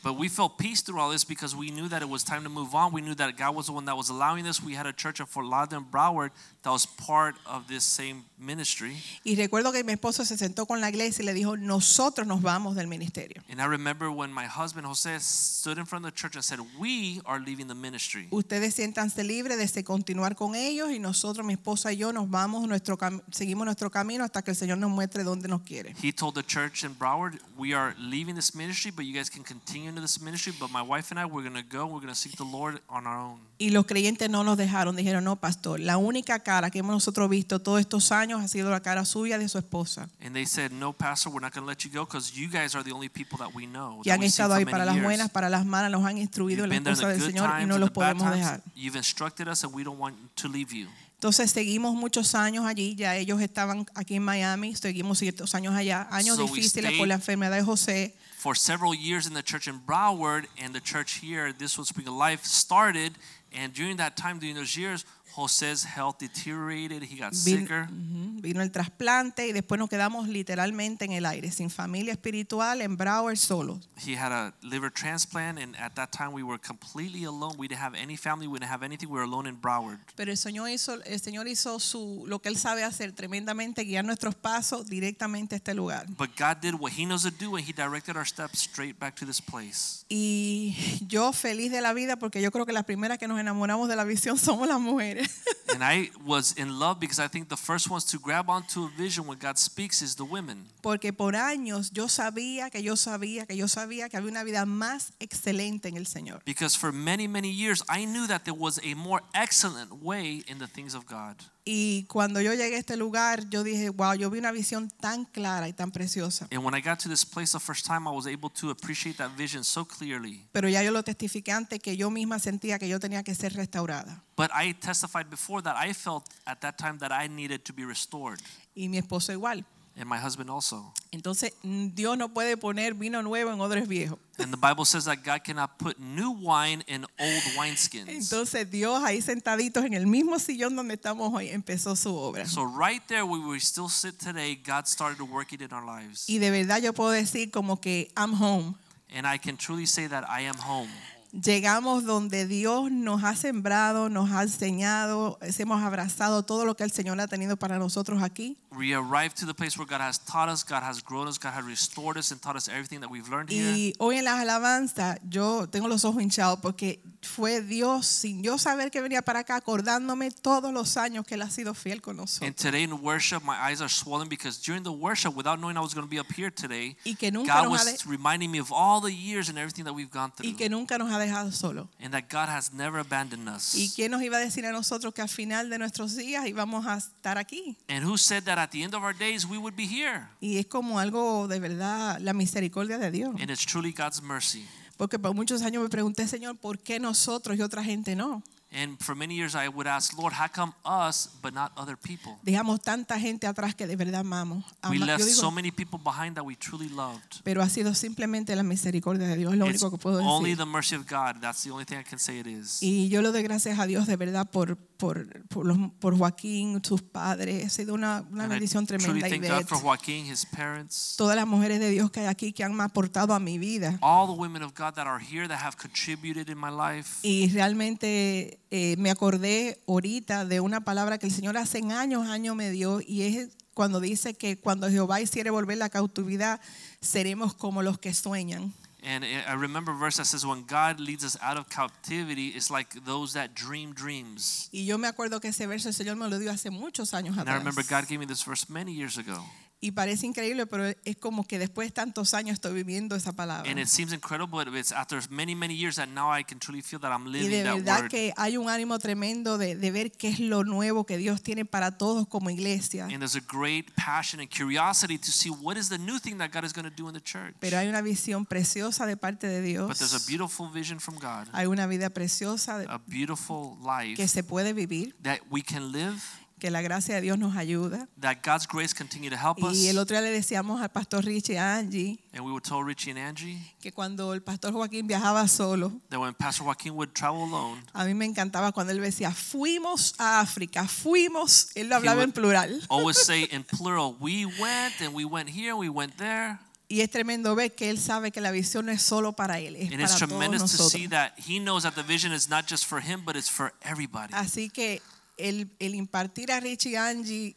[SPEAKER 1] But we felt peace through all this because we knew that it was time to move on. We knew that God was the one that was allowing this. We had a church at Fort Lauderdale and Broward that was part of this same ministry.
[SPEAKER 9] Y recuerdo que mi esposo se sentó con la iglesia y le dijo, nosotros nos vamos del ministerio.
[SPEAKER 1] And I remember when my husband Jose stood in front of the church and said, "We are leaving the ministry."
[SPEAKER 9] Ustedes siéntanse libres de se- continuar con ellos y nosotros, mi esposa y yo, nos vamos, nuestro cam- seguimos nuestro camino hasta que el Señor nos muestre dónde nos quiere.
[SPEAKER 1] He told the church in Broward, "We are leaving this ministry, but you guys can continue into this ministry. But my wife and I, we're gonna go. We're gonna seek the Lord on our own."
[SPEAKER 9] Y los creyentes no nos dejaron, dijeron, no, pastor, la única cara que hemos nosotros visto todos estos años ha sido la cara suya de su esposa,
[SPEAKER 1] And they said, "No, pastor, we're not gonna let you go because you guys are the only people that we know."
[SPEAKER 9] que
[SPEAKER 1] Oh, that
[SPEAKER 9] han
[SPEAKER 1] we've seen
[SPEAKER 9] estado
[SPEAKER 1] for
[SPEAKER 9] ahí
[SPEAKER 1] many
[SPEAKER 9] para las
[SPEAKER 1] years."
[SPEAKER 9] buenas, para las malas, nos han instruido
[SPEAKER 1] You've been
[SPEAKER 9] en las
[SPEAKER 1] there in
[SPEAKER 9] cosas
[SPEAKER 1] the
[SPEAKER 9] del
[SPEAKER 1] good
[SPEAKER 9] Señor y
[SPEAKER 1] times
[SPEAKER 9] no
[SPEAKER 1] and
[SPEAKER 9] los
[SPEAKER 1] the bad
[SPEAKER 9] podemos dejar.
[SPEAKER 1] times. You've instructed us and we don't want to leave you.
[SPEAKER 9] Entonces seguimos muchos años allí, ya ellos estaban aquí en Miami, seguimos ciertos años allá, años
[SPEAKER 1] So we
[SPEAKER 9] difíciles
[SPEAKER 1] stayed-
[SPEAKER 9] por la enfermedad de José.
[SPEAKER 1] For several years in the church in Broward and the church here, this was Spring of Life started. And during that time, during those years, Jose's health deteriorated. He got
[SPEAKER 9] Vin-
[SPEAKER 1] sicker.
[SPEAKER 9] Ujú, vino el trasplante y después nos quedamos literalmente en el aire, sin familia espiritual, en Broward solos.
[SPEAKER 1] He had a liver transplant. And at that time, we were completely alone. We didn't have any family. We didn't have anything. We were alone in Broward.
[SPEAKER 9] Pero el Señor hizo, el Señor hizo su, lo que Él sabe hacer tremendamente, guiar nuestros pasos directamente a este lugar.
[SPEAKER 1] But God did what He knows to do, and He directed our steps straight back to this place.
[SPEAKER 9] Y yo feliz de la vida porque yo creo que las primeras que nos enamoramos de la visión [laughs] somos las mujeres.
[SPEAKER 1] and I was in love because I think the first ones to grab onto a vision when God speaks is the women.
[SPEAKER 9] Porque por años yo sabía que yo sabía que yo sabía que había una vida más excelente en el Señor.
[SPEAKER 1] Because for many, many years, I knew that there was a more excellent way in the things of God.
[SPEAKER 9] Y cuando yo llegué a este lugar, yo dije, wow, yo vi una visión tan clara y tan preciosa.
[SPEAKER 1] And when I got to this place the first time, I was able to appreciate that vision so clearly.
[SPEAKER 9] Pero ya yo lo testifiqué antes que yo misma sentía que yo tenía que ser restaurada.
[SPEAKER 1] But I testified before that I felt at that time that I needed to be restored,
[SPEAKER 9] Y mi esposo igual.
[SPEAKER 1] and my husband also.
[SPEAKER 9] Entonces, mm, Dios no puede poner vino nuevo en odres viejos.
[SPEAKER 1] And the Bible says that God cannot put new wine in old wineskins.
[SPEAKER 9] Entonces, Dios ahí sentaditos en el mismo sillón donde estamos hoy empezó su obra.
[SPEAKER 1] So, right there where we still sit today, God started working in our lives.
[SPEAKER 9] Y de verdad yo puedo decir como que I'm home.
[SPEAKER 1] And I can truly say that I am home.
[SPEAKER 9] Llegamos donde Dios nos ha sembrado, nos ha enseñado, es- hemos abrazado todo lo que el Señor ha tenido para nosotros aquí.
[SPEAKER 1] We arrived to the place where God has taught us, God has grown us, God has restored us, and taught us everything that we've learned here.
[SPEAKER 9] Y hoy en las alabanzas yo tengo los ojos hinchados porque fue Dios, sin yo saber que venía para acá, acordándome todos los años que Él ha sido fiel con nosotros.
[SPEAKER 1] And today in worship, my eyes are swollen because during the worship, without knowing I was going to be up here today,
[SPEAKER 9] Y que nunca
[SPEAKER 1] God
[SPEAKER 9] nos ha de-
[SPEAKER 1] was reminding me of all the years and everything that we've gone through,
[SPEAKER 9] y que nunca nos ha dejado solo.
[SPEAKER 1] and that God has never abandoned us.
[SPEAKER 9] ¿Y quién nos iba a decir a nosotros que al final de nuestros días íbamos a estar aquí?
[SPEAKER 1] and who said that at the end of our days we would be here?
[SPEAKER 9] Y es como algo de verdad, la misericordia de Dios.
[SPEAKER 1] And it's truly God's mercy.
[SPEAKER 9] Porque por muchos años me pregunté, Señor, ¿por qué nosotros y otra gente no?
[SPEAKER 1] And for many years, I would ask, Lord, how come us but not other people?
[SPEAKER 9] Dejamos tanta gente atrás que de verdad amamos.
[SPEAKER 1] we
[SPEAKER 9] Ama- yo
[SPEAKER 1] left
[SPEAKER 9] digo,
[SPEAKER 1] so many people behind that we truly loved.
[SPEAKER 9] pero ha sido simplemente la misericordia de Dios, es lo
[SPEAKER 1] It's
[SPEAKER 9] único que puedo
[SPEAKER 1] only
[SPEAKER 9] decir.
[SPEAKER 1] the mercy of God. That's the only thing I can say it is.
[SPEAKER 9] Y yo le doy gracias a Dios de verdad por, por, por, los- por Joaquín, sus padres. Ha sido una, una
[SPEAKER 1] And I
[SPEAKER 9] bendición
[SPEAKER 1] truly
[SPEAKER 9] tremenda.
[SPEAKER 1] thank
[SPEAKER 9] Ivette.
[SPEAKER 1] God for Joaquin, his parents.
[SPEAKER 9] Todas las mujeres de Dios que hay aquí que han aportado a mi vida.
[SPEAKER 1] all the women of God that are here that have contributed in my life.
[SPEAKER 9] Y realmente eh, me acordé ahorita de una palabra que el Señor hace años, años me dio, y es cuando dice que cuando Jehová hiciere volver la cautividad, seremos como los que sueñan.
[SPEAKER 1] And I I remember a verse that says, When God leads us out of captivity, it's like those that dream dreams.
[SPEAKER 9] Y yo me acuerdo que ese verso el Señor me lo dio hace muchos años
[SPEAKER 1] And I
[SPEAKER 9] atrás.
[SPEAKER 1] remember God gave me this verse many years ago.
[SPEAKER 9] Y parece increíble, pero es como que después de tantos años estoy viviendo esa palabra.
[SPEAKER 1] And it seems incredible, but it's after many, many years that now I can truly feel that I'm
[SPEAKER 9] Y
[SPEAKER 1] living
[SPEAKER 9] de
[SPEAKER 1] that
[SPEAKER 9] verdad
[SPEAKER 1] word.
[SPEAKER 9] que hay un ánimo tremendo de, de ver qué es lo nuevo que Dios tiene para todos como iglesia.
[SPEAKER 1] And there's a great passion and curiosity to see what is the new thing that God is going to do in the church.
[SPEAKER 9] Pero hay una visión preciosa de parte de
[SPEAKER 1] But there's
[SPEAKER 9] Dios.
[SPEAKER 1] a beautiful vision from God,
[SPEAKER 9] Hay una vida preciosa de-
[SPEAKER 1] a beautiful
[SPEAKER 9] que
[SPEAKER 1] life
[SPEAKER 9] se puede vivir,
[SPEAKER 1] that we can live,
[SPEAKER 9] que la gracia de Dios nos ayuda.
[SPEAKER 1] that God's grace continue to help us.
[SPEAKER 9] Y el otro día le decíamos al pastor Richie y a Angie
[SPEAKER 1] And we would tell Richie and Angie
[SPEAKER 9] que cuando el pastor Joaquín viajaba solo,
[SPEAKER 1] that when Pastor Joaquin would travel alone,
[SPEAKER 9] a mí me encantaba cuando él decía, fuimos a África, fuimos, él lo hablaba en
[SPEAKER 1] would-
[SPEAKER 9] plural.
[SPEAKER 1] always
[SPEAKER 9] [laughs]
[SPEAKER 1] say in plural, we went and we went here, we went there.
[SPEAKER 9] Y es tremendo ver que él sabe que la visión no es solo para él, es
[SPEAKER 1] And it's
[SPEAKER 9] para todos
[SPEAKER 1] tremendous to see
[SPEAKER 9] nosotros.
[SPEAKER 1] that he knows that the vision is not just for him, but it's for everybody.
[SPEAKER 9] Así que el, el impartir a Richie y Angie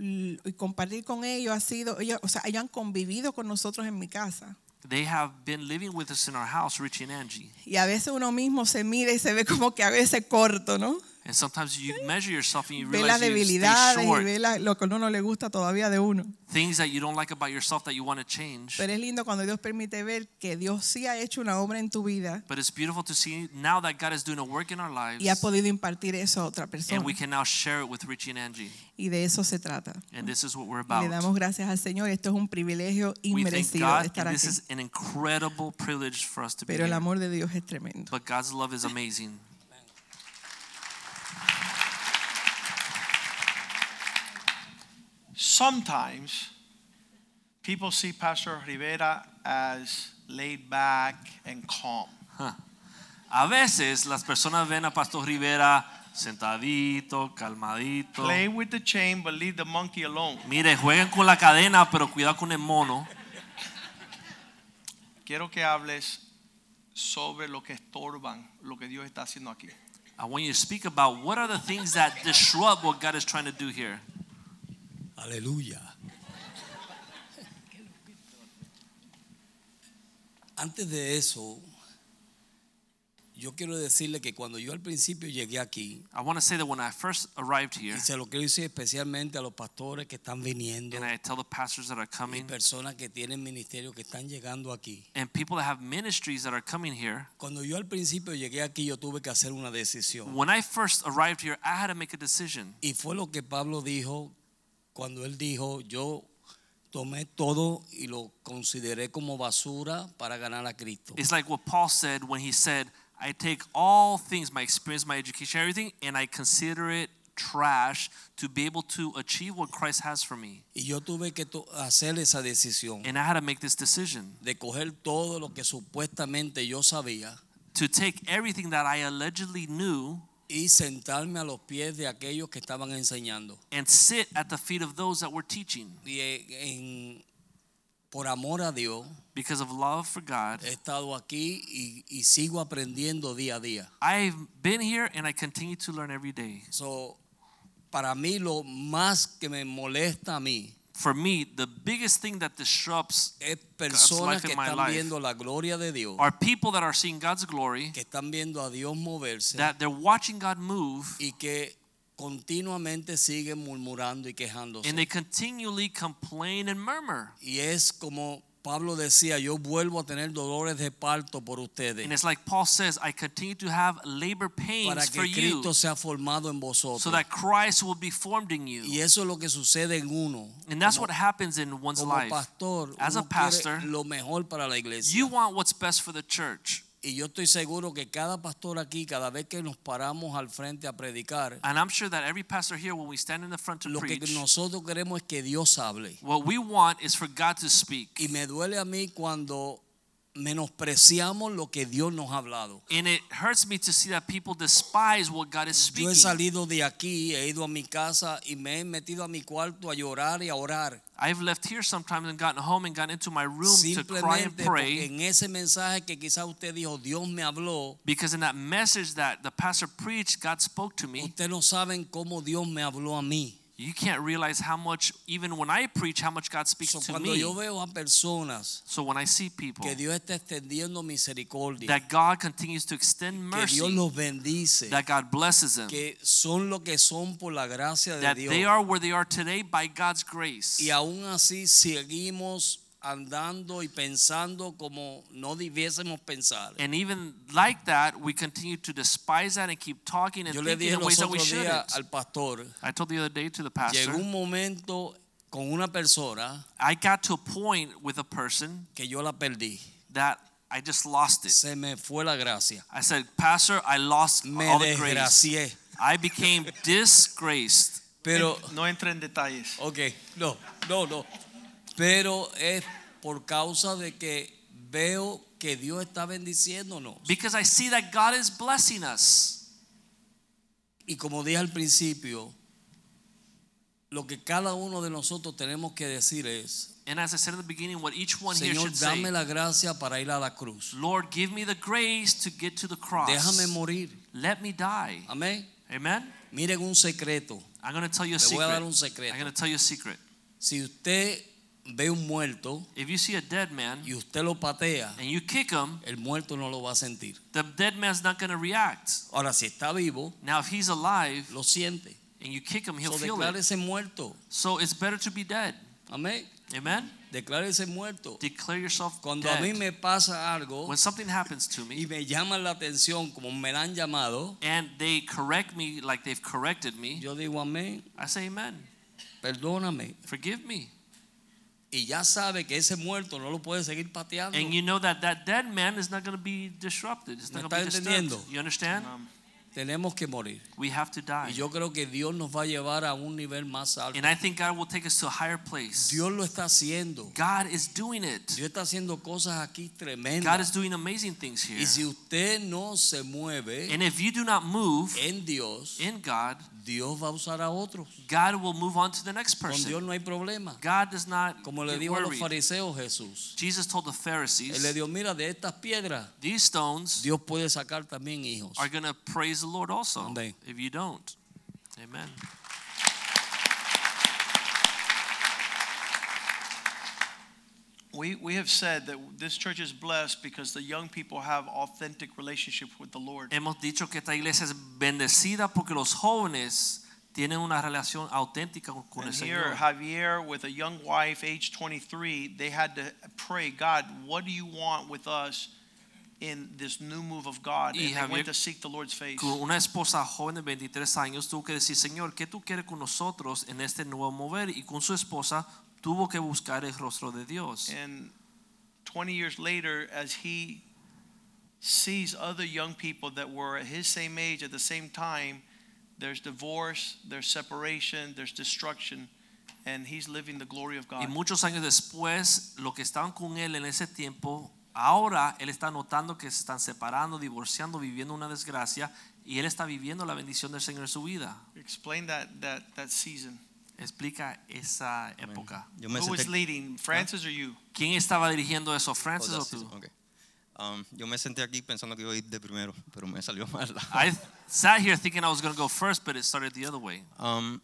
[SPEAKER 9] l- y compartir con ellos ha sido, ellos, o sea, ellos han convivido con nosotros en mi casa.
[SPEAKER 1] They have been living with us in our house, Richie and Angie.
[SPEAKER 9] Y a veces uno mismo se mira y se ve como que a veces corto, ¿no?
[SPEAKER 1] And sometimes you measure yourself and you
[SPEAKER 9] Ve las
[SPEAKER 1] realize you stay
[SPEAKER 9] debilidades y
[SPEAKER 1] short.
[SPEAKER 9] ve la- lo que a uno no le gusta todavía de uno.
[SPEAKER 1] Things that you don't like about yourself that you want to change.
[SPEAKER 9] Pero es lindo cuando Dios permite ver que Dios sí ha hecho una obra en tu vida
[SPEAKER 1] But it's beautiful to see now that God is doing a work in our lives.
[SPEAKER 9] y ha podido impartir eso a otra persona.
[SPEAKER 1] And we can now share it with Richie and Angie.
[SPEAKER 9] Y de eso se trata.
[SPEAKER 1] And this is what we're
[SPEAKER 9] Y Le
[SPEAKER 1] about.
[SPEAKER 9] damos gracias al Señor. Esto es un privilegio
[SPEAKER 1] We thank
[SPEAKER 9] inmerecido de
[SPEAKER 1] God.
[SPEAKER 9] estar
[SPEAKER 1] And this
[SPEAKER 9] aquí.
[SPEAKER 1] is an incredible privilege for us to be
[SPEAKER 9] Pero el
[SPEAKER 1] here.
[SPEAKER 9] amor de Dios es tremendo.
[SPEAKER 1] But God's love is amazing.
[SPEAKER 2] sometimes people see Pastor Rivera as laid back and calm.
[SPEAKER 1] A veces las personas ven a Pastor Rivera sentadito, calmadito.
[SPEAKER 2] Play with the chain, but leave the monkey alone.
[SPEAKER 1] Mire, jueguen con la cadena, pero cuidado con el mono.
[SPEAKER 2] Quiero que hables sobre lo que estorban, lo que Dios está haciendo aquí.
[SPEAKER 1] I want you to speak about what are the things that disrupt what God is trying to do here.
[SPEAKER 10] Aleluya. Antes de eso, yo quiero decirle que cuando yo al principio llegué aquí,
[SPEAKER 1] I want to say that when I first arrived here,
[SPEAKER 10] y se lo quiero decir especialmente a los pastores que están viniendo,
[SPEAKER 1] and I tell the pastors that are
[SPEAKER 10] y
[SPEAKER 1] coming,
[SPEAKER 10] personas que tienen ministerio que están llegando aquí.
[SPEAKER 1] and people that have ministries that are coming here,
[SPEAKER 10] Cuando yo al principio llegué aquí, yo tuve que hacer una decisión.
[SPEAKER 1] when I first arrived here, I had to make a decision.
[SPEAKER 10] Y fue lo que Pablo dijo cuando él dijo, yo tomé todo y lo consideré como basura para ganar a Cristo.
[SPEAKER 1] It's like what Paul said when he said, I take all things, my experience, my education, everything, and I consider it trash to be able to achieve what Christ has for me.
[SPEAKER 10] Y yo tuve que to- hacer esa decisión
[SPEAKER 1] And I had to make this decision
[SPEAKER 10] de coger todo lo que supuestamente yo sabía
[SPEAKER 1] to take everything that I allegedly knew
[SPEAKER 10] y sentarme a los pies de aquellos que estaban enseñando.
[SPEAKER 1] and sit at the feet of those that were teaching.
[SPEAKER 10] Y eh, en- por amor a Dios,
[SPEAKER 1] Because of love for God,
[SPEAKER 10] he estado aquí y, y sigo aprendiendo día a día.
[SPEAKER 1] I've been here and I continue to learn every day.
[SPEAKER 10] So, para mí lo más que me molesta a mí
[SPEAKER 1] For me, the biggest thing that disrupts
[SPEAKER 10] es personas
[SPEAKER 1] life
[SPEAKER 10] que
[SPEAKER 1] in my
[SPEAKER 10] están
[SPEAKER 1] life.
[SPEAKER 10] viendo la gloria de Dios,
[SPEAKER 1] are people that are seeing God's glory,
[SPEAKER 10] que están viendo a Dios moverse
[SPEAKER 1] that they're watching God move,
[SPEAKER 10] y que continuamente siguen murmurando y quejándose.
[SPEAKER 1] and they continually complain and murmur.
[SPEAKER 10] Y es como Pablo decía, yo vuelvo a tener dolores de parto por
[SPEAKER 1] And
[SPEAKER 10] ustedes
[SPEAKER 1] it's like Paul says, I continue to have labor
[SPEAKER 10] para
[SPEAKER 1] pains
[SPEAKER 10] que
[SPEAKER 1] for you
[SPEAKER 10] Cristo sea formado en vosotros.
[SPEAKER 1] so that Christ will be formed in you.
[SPEAKER 10] y eso es lo que sucede en uno.
[SPEAKER 1] And that's
[SPEAKER 10] como,
[SPEAKER 1] what happens in one's
[SPEAKER 10] como
[SPEAKER 1] life.
[SPEAKER 10] pastor,
[SPEAKER 1] As
[SPEAKER 10] uno
[SPEAKER 1] a pastor,
[SPEAKER 10] quiere lo mejor para la iglesia.
[SPEAKER 1] You want what's best for the church.
[SPEAKER 10] y yo estoy seguro que cada pastor aquí, cada vez que nos paramos al frente a predicar,
[SPEAKER 1] And I'm sure that every pastor here, when we stand in the front to
[SPEAKER 10] lo que
[SPEAKER 1] preach,
[SPEAKER 10] nosotros queremos es que Dios hable.
[SPEAKER 1] what we want is for God to speak.
[SPEAKER 10] Y me duele a mí cuando menospreciamos lo que Dios nos ha hablado.
[SPEAKER 1] And it hurts me to see that people despise what God is
[SPEAKER 10] Yo he
[SPEAKER 1] speaking.
[SPEAKER 10] salido de aquí, he ido a mi casa y me he metido a mi cuarto a llorar y a orar.
[SPEAKER 1] I've left here sometimes and gotten home and gotten into my room to cry and
[SPEAKER 10] Simplemente porque
[SPEAKER 1] pray
[SPEAKER 10] en ese mensaje que quizá usted dijo, Dios me habló,
[SPEAKER 1] because in that message that the pastor preached, God spoke to me.
[SPEAKER 10] ustedes no saben cómo Dios me habló a mí.
[SPEAKER 1] you can't realize how much, even when I preach, how much God speaks
[SPEAKER 10] So,
[SPEAKER 1] to
[SPEAKER 10] cuando
[SPEAKER 1] me.
[SPEAKER 10] yo veo a personas
[SPEAKER 1] so when I see people,
[SPEAKER 10] que Dios está extendiendo misericordia,
[SPEAKER 1] that God continues to extend
[SPEAKER 10] que
[SPEAKER 1] mercy,
[SPEAKER 10] Dios los bendice,
[SPEAKER 1] that God blesses them,
[SPEAKER 10] que son lo que son por la gracia de
[SPEAKER 1] that they
[SPEAKER 10] Dios.
[SPEAKER 1] are where they are today by God's grace.
[SPEAKER 10] Y aún así seguimos andando y pensando como no debiésemos pensar.
[SPEAKER 1] And even like that, we continue to despise that and keep talking and
[SPEAKER 10] Yo le
[SPEAKER 1] thinking
[SPEAKER 10] dije
[SPEAKER 1] in
[SPEAKER 10] los
[SPEAKER 1] ways that we
[SPEAKER 10] otros días
[SPEAKER 1] shouldn't.
[SPEAKER 10] al pastor,
[SPEAKER 1] I told the other day to the pastor,
[SPEAKER 10] llegó un momento con una persona
[SPEAKER 1] I got to a point with a person
[SPEAKER 10] que yo la perdí.
[SPEAKER 1] that I just lost it.
[SPEAKER 10] Se me fue la gracia.
[SPEAKER 1] I said, Pastor, I lost
[SPEAKER 10] Me
[SPEAKER 1] all the grace.
[SPEAKER 10] desgracié. [laughs]
[SPEAKER 1] I became disgraced.
[SPEAKER 10] Pero,
[SPEAKER 2] No entra en detalles.
[SPEAKER 10] ok, no, no, no. Pero es por causa de que veo que Dios está bendiciéndonos.
[SPEAKER 1] Because I see that God is blessing us.
[SPEAKER 10] Y como dije al principio, lo que cada uno de nosotros tenemos que decir es,
[SPEAKER 1] And as I said in the beginning, what each one here
[SPEAKER 10] Señor,
[SPEAKER 1] should say,
[SPEAKER 10] dame la gracia para ir a la cruz.
[SPEAKER 1] Lord, give me the grace to get to the cross.
[SPEAKER 10] Déjame morir.
[SPEAKER 1] Let me die.
[SPEAKER 10] Amén.
[SPEAKER 1] Amen.
[SPEAKER 10] Miren un secreto.
[SPEAKER 1] I'm going to tell you a
[SPEAKER 10] Le voy a
[SPEAKER 1] secret.
[SPEAKER 10] dar un
[SPEAKER 1] I'm going
[SPEAKER 10] secreto.
[SPEAKER 1] to tell you a secret.
[SPEAKER 10] Si usted ve un muerto
[SPEAKER 1] If you see a dead man
[SPEAKER 10] y usted lo patea,
[SPEAKER 1] and you kick him,
[SPEAKER 10] el muerto no lo va a sentir.
[SPEAKER 1] the dead man's not going to react.
[SPEAKER 10] Ahora, si está vivo,
[SPEAKER 1] Now, if he's alive
[SPEAKER 10] lo siente.
[SPEAKER 1] and you kick him, he'll
[SPEAKER 10] So,
[SPEAKER 1] feel it.
[SPEAKER 10] declárese muerto.
[SPEAKER 1] So it's better to be dead.
[SPEAKER 10] Amén.
[SPEAKER 1] Amen.
[SPEAKER 10] Declárese muerto.
[SPEAKER 1] Declare yourself
[SPEAKER 10] Cuando a mí
[SPEAKER 1] dead.
[SPEAKER 10] me pasa algo
[SPEAKER 1] When something happens to
[SPEAKER 10] y
[SPEAKER 1] me
[SPEAKER 10] me llaman la atención como me la han llamado,
[SPEAKER 1] and they correct me like they've corrected me,
[SPEAKER 10] yo digo amén,
[SPEAKER 1] I say, Amen.
[SPEAKER 10] perdóname.
[SPEAKER 1] Forgive me.
[SPEAKER 10] Y ya sabe que ese muerto no lo puede seguir pateando.
[SPEAKER 1] And you know that that dead man is not going to be disrupted. It's
[SPEAKER 10] ¿Me
[SPEAKER 1] not going to be
[SPEAKER 10] está
[SPEAKER 1] disturbed.
[SPEAKER 10] entendiendo?
[SPEAKER 1] You understand?
[SPEAKER 10] Tenemos que morir.
[SPEAKER 1] We have to die.
[SPEAKER 10] Y yo creo que Dios nos va a llevar a un nivel más alto.
[SPEAKER 1] And I think God will take us to a higher place.
[SPEAKER 10] Dios lo está haciendo.
[SPEAKER 1] God is doing it.
[SPEAKER 10] Dios está haciendo cosas aquí
[SPEAKER 1] God is
[SPEAKER 10] tremendas.
[SPEAKER 1] doing amazing things here.
[SPEAKER 10] Y si usted no se mueve
[SPEAKER 1] And if you do not move
[SPEAKER 10] en Dios,
[SPEAKER 1] in God,
[SPEAKER 10] Dios va a usar a otros.
[SPEAKER 1] God will move on to the next
[SPEAKER 10] Con Dios
[SPEAKER 1] person.
[SPEAKER 10] no hay problema.
[SPEAKER 1] God does not
[SPEAKER 10] Como le
[SPEAKER 1] get
[SPEAKER 10] dijo a los
[SPEAKER 1] worried.
[SPEAKER 10] fariseos Jesús.
[SPEAKER 1] Jesus told the
[SPEAKER 10] Él le
[SPEAKER 1] Pharisees,
[SPEAKER 10] dijo, mira, de estas piedras
[SPEAKER 1] these stones
[SPEAKER 10] Dios puede sacar también hijos.
[SPEAKER 1] are going to praise the Lord also
[SPEAKER 10] Amén.
[SPEAKER 1] if you don't. Amen.
[SPEAKER 2] We, we have said that this church is blessed because the young people have authentic relationship with the Lord.
[SPEAKER 1] Hemos dicho que esta iglesia es bendecida porque los jóvenes tienen una relación auténtica con- con
[SPEAKER 2] And
[SPEAKER 1] el
[SPEAKER 2] here,
[SPEAKER 1] Señor.
[SPEAKER 2] Javier, with a young wife, age 23, they had to pray, God, what do you want with us in this new move of God?
[SPEAKER 1] Y
[SPEAKER 2] And they
[SPEAKER 1] Javier-
[SPEAKER 2] went to seek the Lord's face.
[SPEAKER 1] Con una esposa joven de 23 años tuvo que decir, Señor, ¿qué tú quieres con nosotros en este nuevo mover? Y con su esposa tuvo que buscar el rostro de Dios.
[SPEAKER 2] And 20 years later, as he sees other young people that were at his same age at the same time, there's divorce, there's separation, there's destruction, and he's living the glory of
[SPEAKER 1] Y
[SPEAKER 2] God.
[SPEAKER 1] muchos años después, los que estaban con él en ese tiempo, ahora él está notando que se están separando, divorciando, viviendo una desgracia, y él está viviendo la bendición del Señor en su vida.
[SPEAKER 2] Explain that, that, that season.
[SPEAKER 1] Explica esa época.
[SPEAKER 11] Yo me ¿Ah?
[SPEAKER 2] Who was
[SPEAKER 11] senté,
[SPEAKER 2] leading, Francis or you?
[SPEAKER 1] ¿Quién estaba dirigiendo eso,
[SPEAKER 11] Oh,
[SPEAKER 1] Francis o
[SPEAKER 11] that's
[SPEAKER 1] tú?
[SPEAKER 11] it. Okay. Um, yo me senté aquí pensando que iba a ir de primero, pero me salió [laughs] mal.
[SPEAKER 1] I sat here thinking I was going to go first, but it started the other way.
[SPEAKER 11] Um,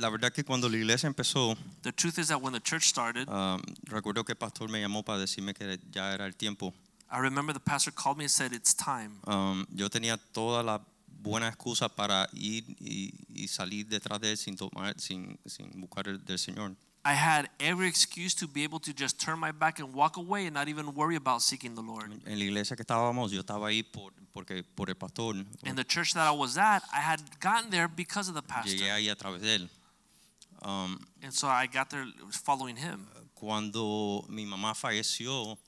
[SPEAKER 11] la verdad que cuando la iglesia empezó,
[SPEAKER 1] The truth is that when the church started,
[SPEAKER 11] um, recuerdo que el pastor me llamó para decirme que ya era el tiempo.
[SPEAKER 1] I remember the pastor called me and said, It's time.
[SPEAKER 11] Um, yo tenía toda la buena excusa para ir y, y salir detrás de él sin, tomar, sin, sin buscar el, del Señor.
[SPEAKER 1] I had every excuse to be able to just turn my back and walk away and not even worry about seeking the Lord.
[SPEAKER 11] En la iglesia que estábamos, yo estaba ahí por, porque, por el pastor.
[SPEAKER 1] In the church that I was at, I had gotten there because of the
[SPEAKER 11] Llegué
[SPEAKER 1] pastor.
[SPEAKER 11] ahí a través de él. Um,
[SPEAKER 1] And so I got there following him.
[SPEAKER 11] cuando mi mamá falleció,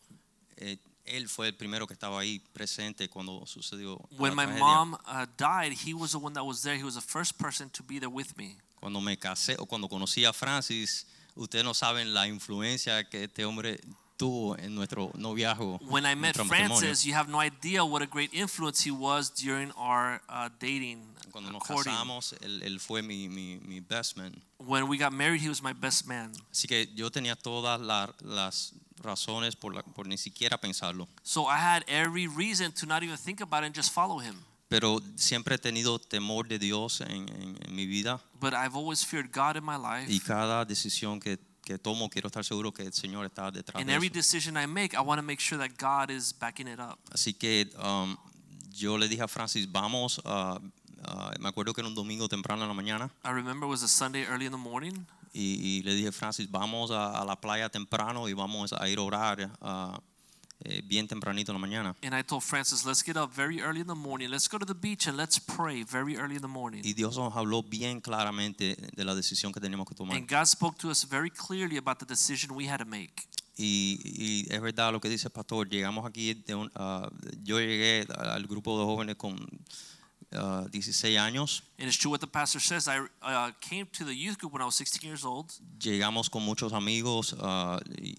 [SPEAKER 11] eh, él fue el primero que estaba ahí presente cuando sucedió. la
[SPEAKER 1] When my
[SPEAKER 11] tragedia.
[SPEAKER 1] mom uh, died, he was the one that was there. He was the first person to be there with me.
[SPEAKER 11] Cuando me casé o cuando conocí a Francis, ustedes no saben la influencia que este hombre tuvo en nuestro noviazgo.
[SPEAKER 1] When I met
[SPEAKER 11] nuestro matrimonio.
[SPEAKER 1] Francis, you have no idea what a great influence he was during our uh, dating.
[SPEAKER 11] Cuando nos
[SPEAKER 1] courting.
[SPEAKER 11] casamos, él, él fue mi, mi, mi best man.
[SPEAKER 1] When we got married, he was my best man.
[SPEAKER 11] Así que yo tenía todas la- las razones por, la- por ni siquiera pensarlo.
[SPEAKER 1] So I had every reason to not even think about it and just follow him.
[SPEAKER 11] pero siempre he tenido temor de Dios en, en- en mi vida
[SPEAKER 1] but I've always feared God in my life.
[SPEAKER 11] y cada decisión que, que tomo quiero estar seguro que el Señor está detrás
[SPEAKER 1] In
[SPEAKER 11] de
[SPEAKER 1] every
[SPEAKER 11] eso.
[SPEAKER 1] decision I make, I want to make sure that God is backing it up.
[SPEAKER 11] Así que um, yo le dije a Francis, vamos, a- a- me acuerdo que era un domingo temprano en la mañana
[SPEAKER 1] I remember it was a Sunday early in the morning,
[SPEAKER 11] y, y le dije, Francis, vamos a, a la playa temprano y vamos a ir a orar ah, eh, bien tempranito en la mañana.
[SPEAKER 1] and I told Francis, let's get up very early in the morning. Let's go to the beach and let's pray very early in the morning.
[SPEAKER 11] Y Dios nos habló bien claramente de la decisión que teníamos que tomar.
[SPEAKER 1] And God spoke to us very clearly about the decision we had to make.
[SPEAKER 11] Y, y es verdad lo que dice el pastor, llegamos aquí, de un- ah, yo llegué al grupo de jóvenes con ah, 16 años,
[SPEAKER 1] And it's true what the pastor says. I uh, came to the youth group when I was 16 years old.
[SPEAKER 11] llegamos con muchos amigos ah, y-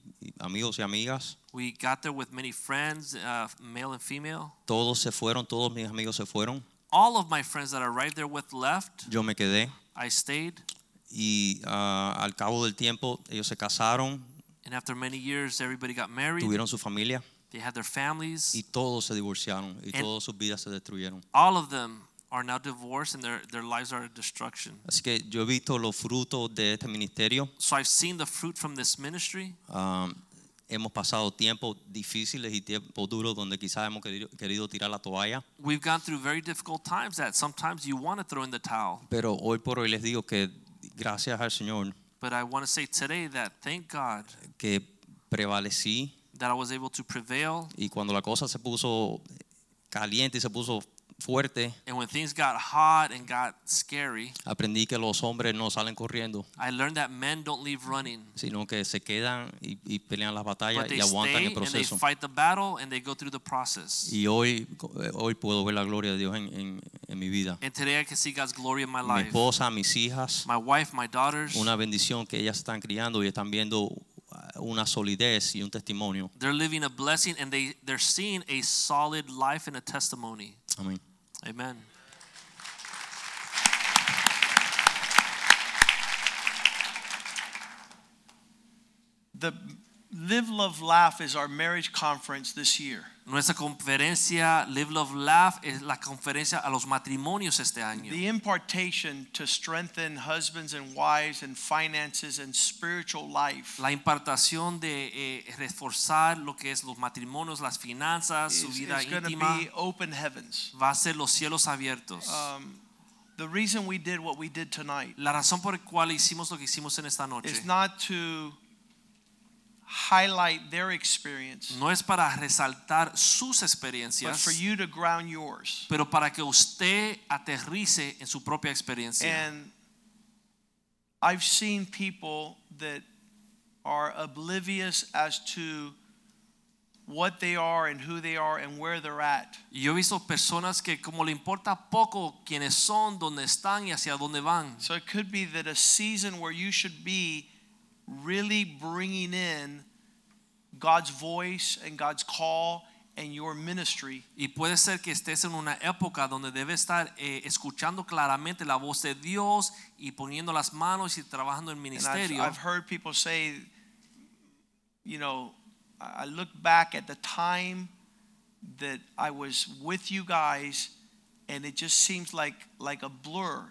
[SPEAKER 11] y- y amigos y amigas.
[SPEAKER 1] We got there with many friends, uh, male and female.
[SPEAKER 11] Todos se fueron, todos mis amigos se fueron,
[SPEAKER 1] All of my friends that I arrived there with left.
[SPEAKER 11] yo me quedé
[SPEAKER 1] I stayed.
[SPEAKER 11] y ah, al cabo del tiempo ellos se casaron,
[SPEAKER 1] And after many years, everybody got married.
[SPEAKER 11] tuvieron su familia
[SPEAKER 1] They had their families.
[SPEAKER 11] y todos se divorciaron y
[SPEAKER 1] And-
[SPEAKER 11] todas sus vidas se destruyeron.
[SPEAKER 1] All of them are now divorced and their, their lives are destruction.
[SPEAKER 11] Así que yo he visto los frutos de este ministerio.
[SPEAKER 1] So I've seen the fruit from this ministry.
[SPEAKER 11] Um, hemos pasado tiempos difíciles y tiempos duros donde quizás hemos querido, querido tirar la toalla,
[SPEAKER 1] We've gone through very difficult times that sometimes you want to throw in the towel.
[SPEAKER 11] pero hoy por hoy les digo que gracias al Señor
[SPEAKER 1] But I want to say today that thank God
[SPEAKER 11] que prevalecí
[SPEAKER 1] that I was able to prevail.
[SPEAKER 11] y cuando la cosa se puso caliente y se puso fuerte,
[SPEAKER 1] And when things got hot and got scary,
[SPEAKER 11] aprendí que los hombres no salen corriendo,
[SPEAKER 1] I learned that men don't leave running,
[SPEAKER 11] sino que se quedan y, y pelean las
[SPEAKER 1] but
[SPEAKER 11] batallas
[SPEAKER 1] they
[SPEAKER 11] y aguantan
[SPEAKER 1] stay
[SPEAKER 11] el
[SPEAKER 1] and they
[SPEAKER 11] proceso.
[SPEAKER 1] fight the battle and they go through the process.
[SPEAKER 11] Y hoy, eh, hoy puedo ver la gloria de Dios en, en- en mi vida.
[SPEAKER 1] And today I can see God's glory in my
[SPEAKER 11] Mi
[SPEAKER 1] life.
[SPEAKER 11] esposa, mis hijas,
[SPEAKER 1] My wife, my daughters,
[SPEAKER 11] una bendición que ellas están criando y están viendo ah, una solidez y un testimonio.
[SPEAKER 1] they're living a blessing and they, they're seeing a solid life and a testimony.
[SPEAKER 11] Amén.
[SPEAKER 1] Amen.
[SPEAKER 2] The Live, Love, Laugh is our marriage conference this year.
[SPEAKER 1] Nuestra conferencia Live Love Laugh es la conferencia a los matrimonios este año.
[SPEAKER 2] The impartation to strengthen husbands and wives and finances and spiritual life
[SPEAKER 1] La impartación de eh, reforzar lo que es los matrimonios, las finanzas, su
[SPEAKER 2] is,
[SPEAKER 1] vida
[SPEAKER 2] going to
[SPEAKER 1] íntima,
[SPEAKER 2] be open heavens.
[SPEAKER 1] va a ser los cielos abiertos.
[SPEAKER 2] Um, the reason we did what we did tonight
[SPEAKER 1] La razón por la cual hicimos lo que hicimos en esta noche
[SPEAKER 2] is not to highlight their experience,
[SPEAKER 1] no es para resaltar sus
[SPEAKER 2] but
[SPEAKER 1] experiencias,
[SPEAKER 2] for you to ground yours.
[SPEAKER 1] pero para que usted aterrice en su propia experiencia.
[SPEAKER 2] And I've seen people that are oblivious as to what they are and who they are and where they're at.
[SPEAKER 1] Y Yo he visto personas que como le importa poco quiénes son, dónde están y hacia dónde van.
[SPEAKER 2] So it could be that a season where you should be really bringing in God's voice and God's call and your ministry
[SPEAKER 1] Y puede ser que estés en una época donde debe estar eh, escuchando claramente la voz de Dios y poniendo las manos y trabajando en
[SPEAKER 2] And I've,
[SPEAKER 1] ministerio.
[SPEAKER 2] I've heard people say, you know, I I look back at the time that I was with you guys, and it just seems like like a blur.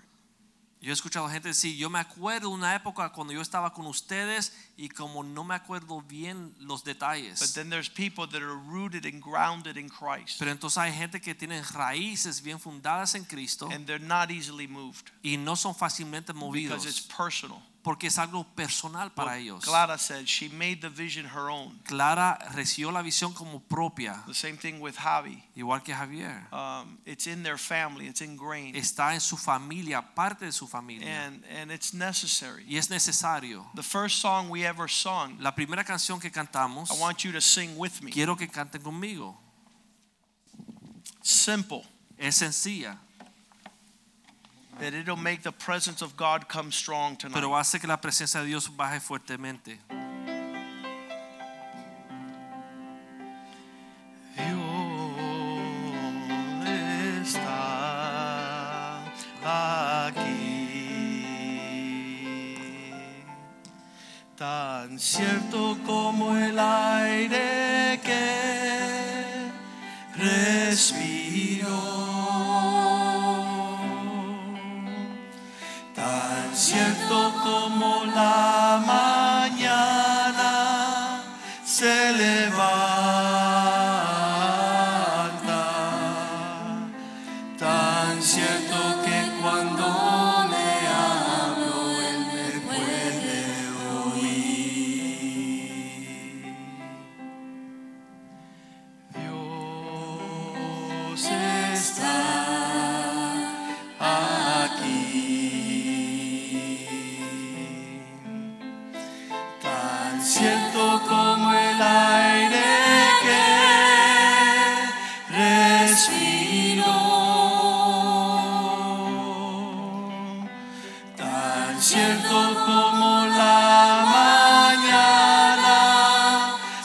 [SPEAKER 1] Yo he escuchado gente decir, yo me acuerdo de una época cuando yo estaba con ustedes y como no me acuerdo bien los
[SPEAKER 2] But
[SPEAKER 1] detalles.
[SPEAKER 2] then there's people that are rooted and grounded in Christ,
[SPEAKER 1] Pero entonces hay gente que tiene raíces bien fundadas en Cristo
[SPEAKER 2] and they're not easily moved
[SPEAKER 1] y no son fácilmente
[SPEAKER 2] because it's
[SPEAKER 1] movidos
[SPEAKER 2] personal.
[SPEAKER 1] porque es algo personal para
[SPEAKER 2] Well,
[SPEAKER 1] ellos.
[SPEAKER 2] Clara said she made the vision her own.
[SPEAKER 1] Clara recibió la visión como propia,
[SPEAKER 2] The same thing with Javi.
[SPEAKER 1] igual que Javier.
[SPEAKER 2] Um, it's in their family. It's ingrained,
[SPEAKER 1] Está en su familia, parte de su familia.
[SPEAKER 2] and and it's necessary.
[SPEAKER 1] Y es necesario.
[SPEAKER 2] The first song we ever sung
[SPEAKER 1] La primera canción que cantamos,
[SPEAKER 2] I want you to sing with me.
[SPEAKER 1] quiero que canten conmigo.
[SPEAKER 2] Simple,
[SPEAKER 1] Es sencilla,
[SPEAKER 2] that it'll make the presence of God come strong tonight.
[SPEAKER 1] pero hace que la presencia de Dios baje fuertemente.
[SPEAKER 2] Dios está aquí. Tan cierto como el aire que respiro.
[SPEAKER 12] como el aire que respiro. Tan cierto como la mañana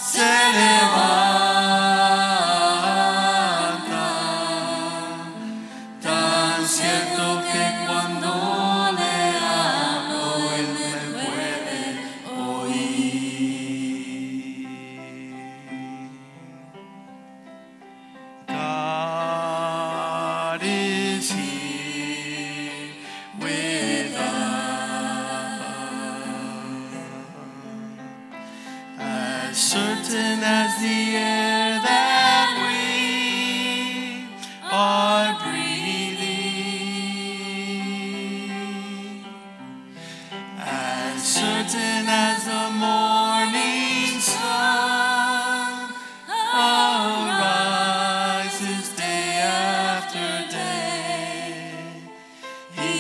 [SPEAKER 12] se levanta. Tan cierto que cuando le hablo él me puede oír. God is here with us, as certain as the air that we are breathing, as certain as the morning sun arises day after day. He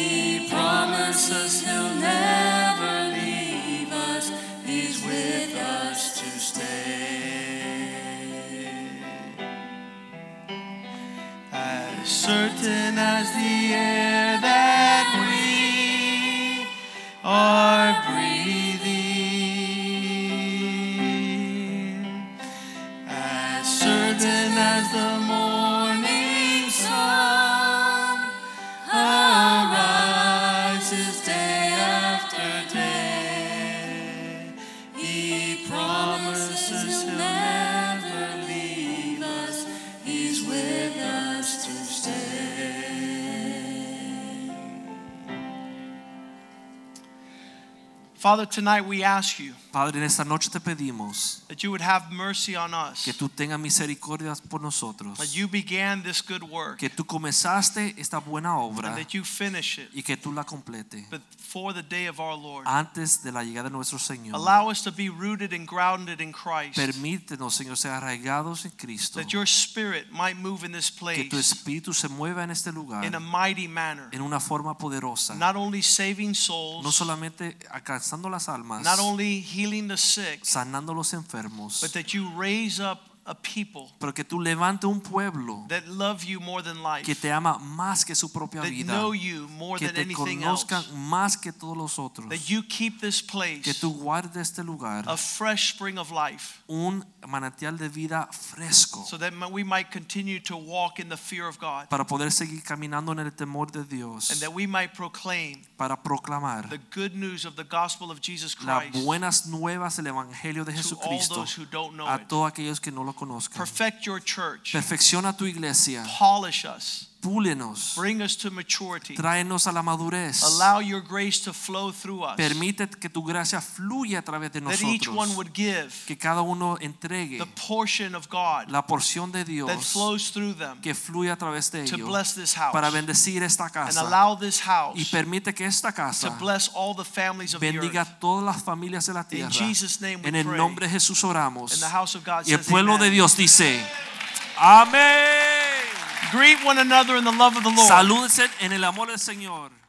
[SPEAKER 12] promises he'll never leave us. He's with us to stay. As certain as the air that we are breathing, as certain as the morning sun arises day after day, He promises He'll never leave us. He's with us to stay.
[SPEAKER 2] Father, tonight we ask you
[SPEAKER 1] Padre, en esta noche te pedimos
[SPEAKER 2] that you would have mercy on us,
[SPEAKER 1] que tú tengas misericordia por nosotros,
[SPEAKER 2] that you began this good work,
[SPEAKER 1] que tú comenzaste esta buena obra
[SPEAKER 2] and that you finish it
[SPEAKER 1] y que tú la complete
[SPEAKER 2] before the day of our Lord.
[SPEAKER 1] antes de la llegada de nuestro Señor.
[SPEAKER 2] Allow us to be rooted and grounded in Christ,
[SPEAKER 1] Permítenos, Señor, ser arraigados en Cristo,
[SPEAKER 2] that your spirit might move in this
[SPEAKER 1] que tu
[SPEAKER 2] place
[SPEAKER 1] espíritu se mueva en este lugar
[SPEAKER 2] in a mighty manner,
[SPEAKER 1] en una forma poderosa,
[SPEAKER 2] not only saving
[SPEAKER 1] no
[SPEAKER 2] souls,
[SPEAKER 1] solamente alcanzando las almas,
[SPEAKER 2] not only healing the sick,
[SPEAKER 1] sanando los enfermos,
[SPEAKER 2] but that you raise up a people
[SPEAKER 1] pero que tú levantes un pueblo
[SPEAKER 2] that love you more than life,
[SPEAKER 1] que te ama más que su propia
[SPEAKER 2] that
[SPEAKER 1] vida,
[SPEAKER 2] know you more
[SPEAKER 1] que
[SPEAKER 2] than
[SPEAKER 1] te
[SPEAKER 2] anything else,
[SPEAKER 1] conozcan más que todos los otros,
[SPEAKER 2] that you keep this
[SPEAKER 1] que
[SPEAKER 2] place
[SPEAKER 1] tú guardes este lugar
[SPEAKER 2] a fresh spring of life.
[SPEAKER 1] un manantial de vida fresco
[SPEAKER 2] so that we might continue to walk in the fear of God
[SPEAKER 1] para poder seguir caminando en el temor de Dios,
[SPEAKER 2] and that we might proclaim
[SPEAKER 1] para proclamar
[SPEAKER 2] the good news of the gospel of Jesus
[SPEAKER 1] las
[SPEAKER 2] Christ
[SPEAKER 1] buenas nuevas del Evangelio de
[SPEAKER 2] to all
[SPEAKER 1] Jesucristo
[SPEAKER 2] those who don't know
[SPEAKER 1] a
[SPEAKER 2] it.
[SPEAKER 1] todos aquellos que no lo conozcan.
[SPEAKER 2] Perfect your church,
[SPEAKER 1] Perfecciona tu iglesia,
[SPEAKER 2] polish us,
[SPEAKER 1] púlenos,
[SPEAKER 2] bring us to maturity,
[SPEAKER 1] tráenos a la madurez,
[SPEAKER 2] allow your grace to flow through us,
[SPEAKER 1] permite que tu gracia fluya a través de
[SPEAKER 2] that each one
[SPEAKER 1] nosotros,
[SPEAKER 2] would give
[SPEAKER 1] que cada uno entregue
[SPEAKER 2] the portion of God
[SPEAKER 1] la porción de
[SPEAKER 2] that
[SPEAKER 1] Dios
[SPEAKER 2] flows through them
[SPEAKER 1] que fluye a través de
[SPEAKER 2] to
[SPEAKER 1] ellos
[SPEAKER 2] bless this
[SPEAKER 1] para
[SPEAKER 2] house
[SPEAKER 1] bendecir esta
[SPEAKER 2] and
[SPEAKER 1] casa
[SPEAKER 2] allow this
[SPEAKER 1] y
[SPEAKER 2] house
[SPEAKER 1] permite que esta
[SPEAKER 2] to
[SPEAKER 1] casa
[SPEAKER 2] bless all the families of the
[SPEAKER 1] bendiga
[SPEAKER 2] earth.
[SPEAKER 1] a todas las familias de la
[SPEAKER 2] In
[SPEAKER 1] tierra.
[SPEAKER 2] Jesus' name we
[SPEAKER 1] En el
[SPEAKER 2] pray.
[SPEAKER 1] nombre de Jesús
[SPEAKER 2] And
[SPEAKER 1] oramos.
[SPEAKER 2] the house of God
[SPEAKER 1] Y el
[SPEAKER 2] says
[SPEAKER 1] pueblo de
[SPEAKER 2] amen.
[SPEAKER 1] Dios dice, amén.
[SPEAKER 2] Greet one another in the love of the Lord.
[SPEAKER 1] Salúdense en el amor del Señor.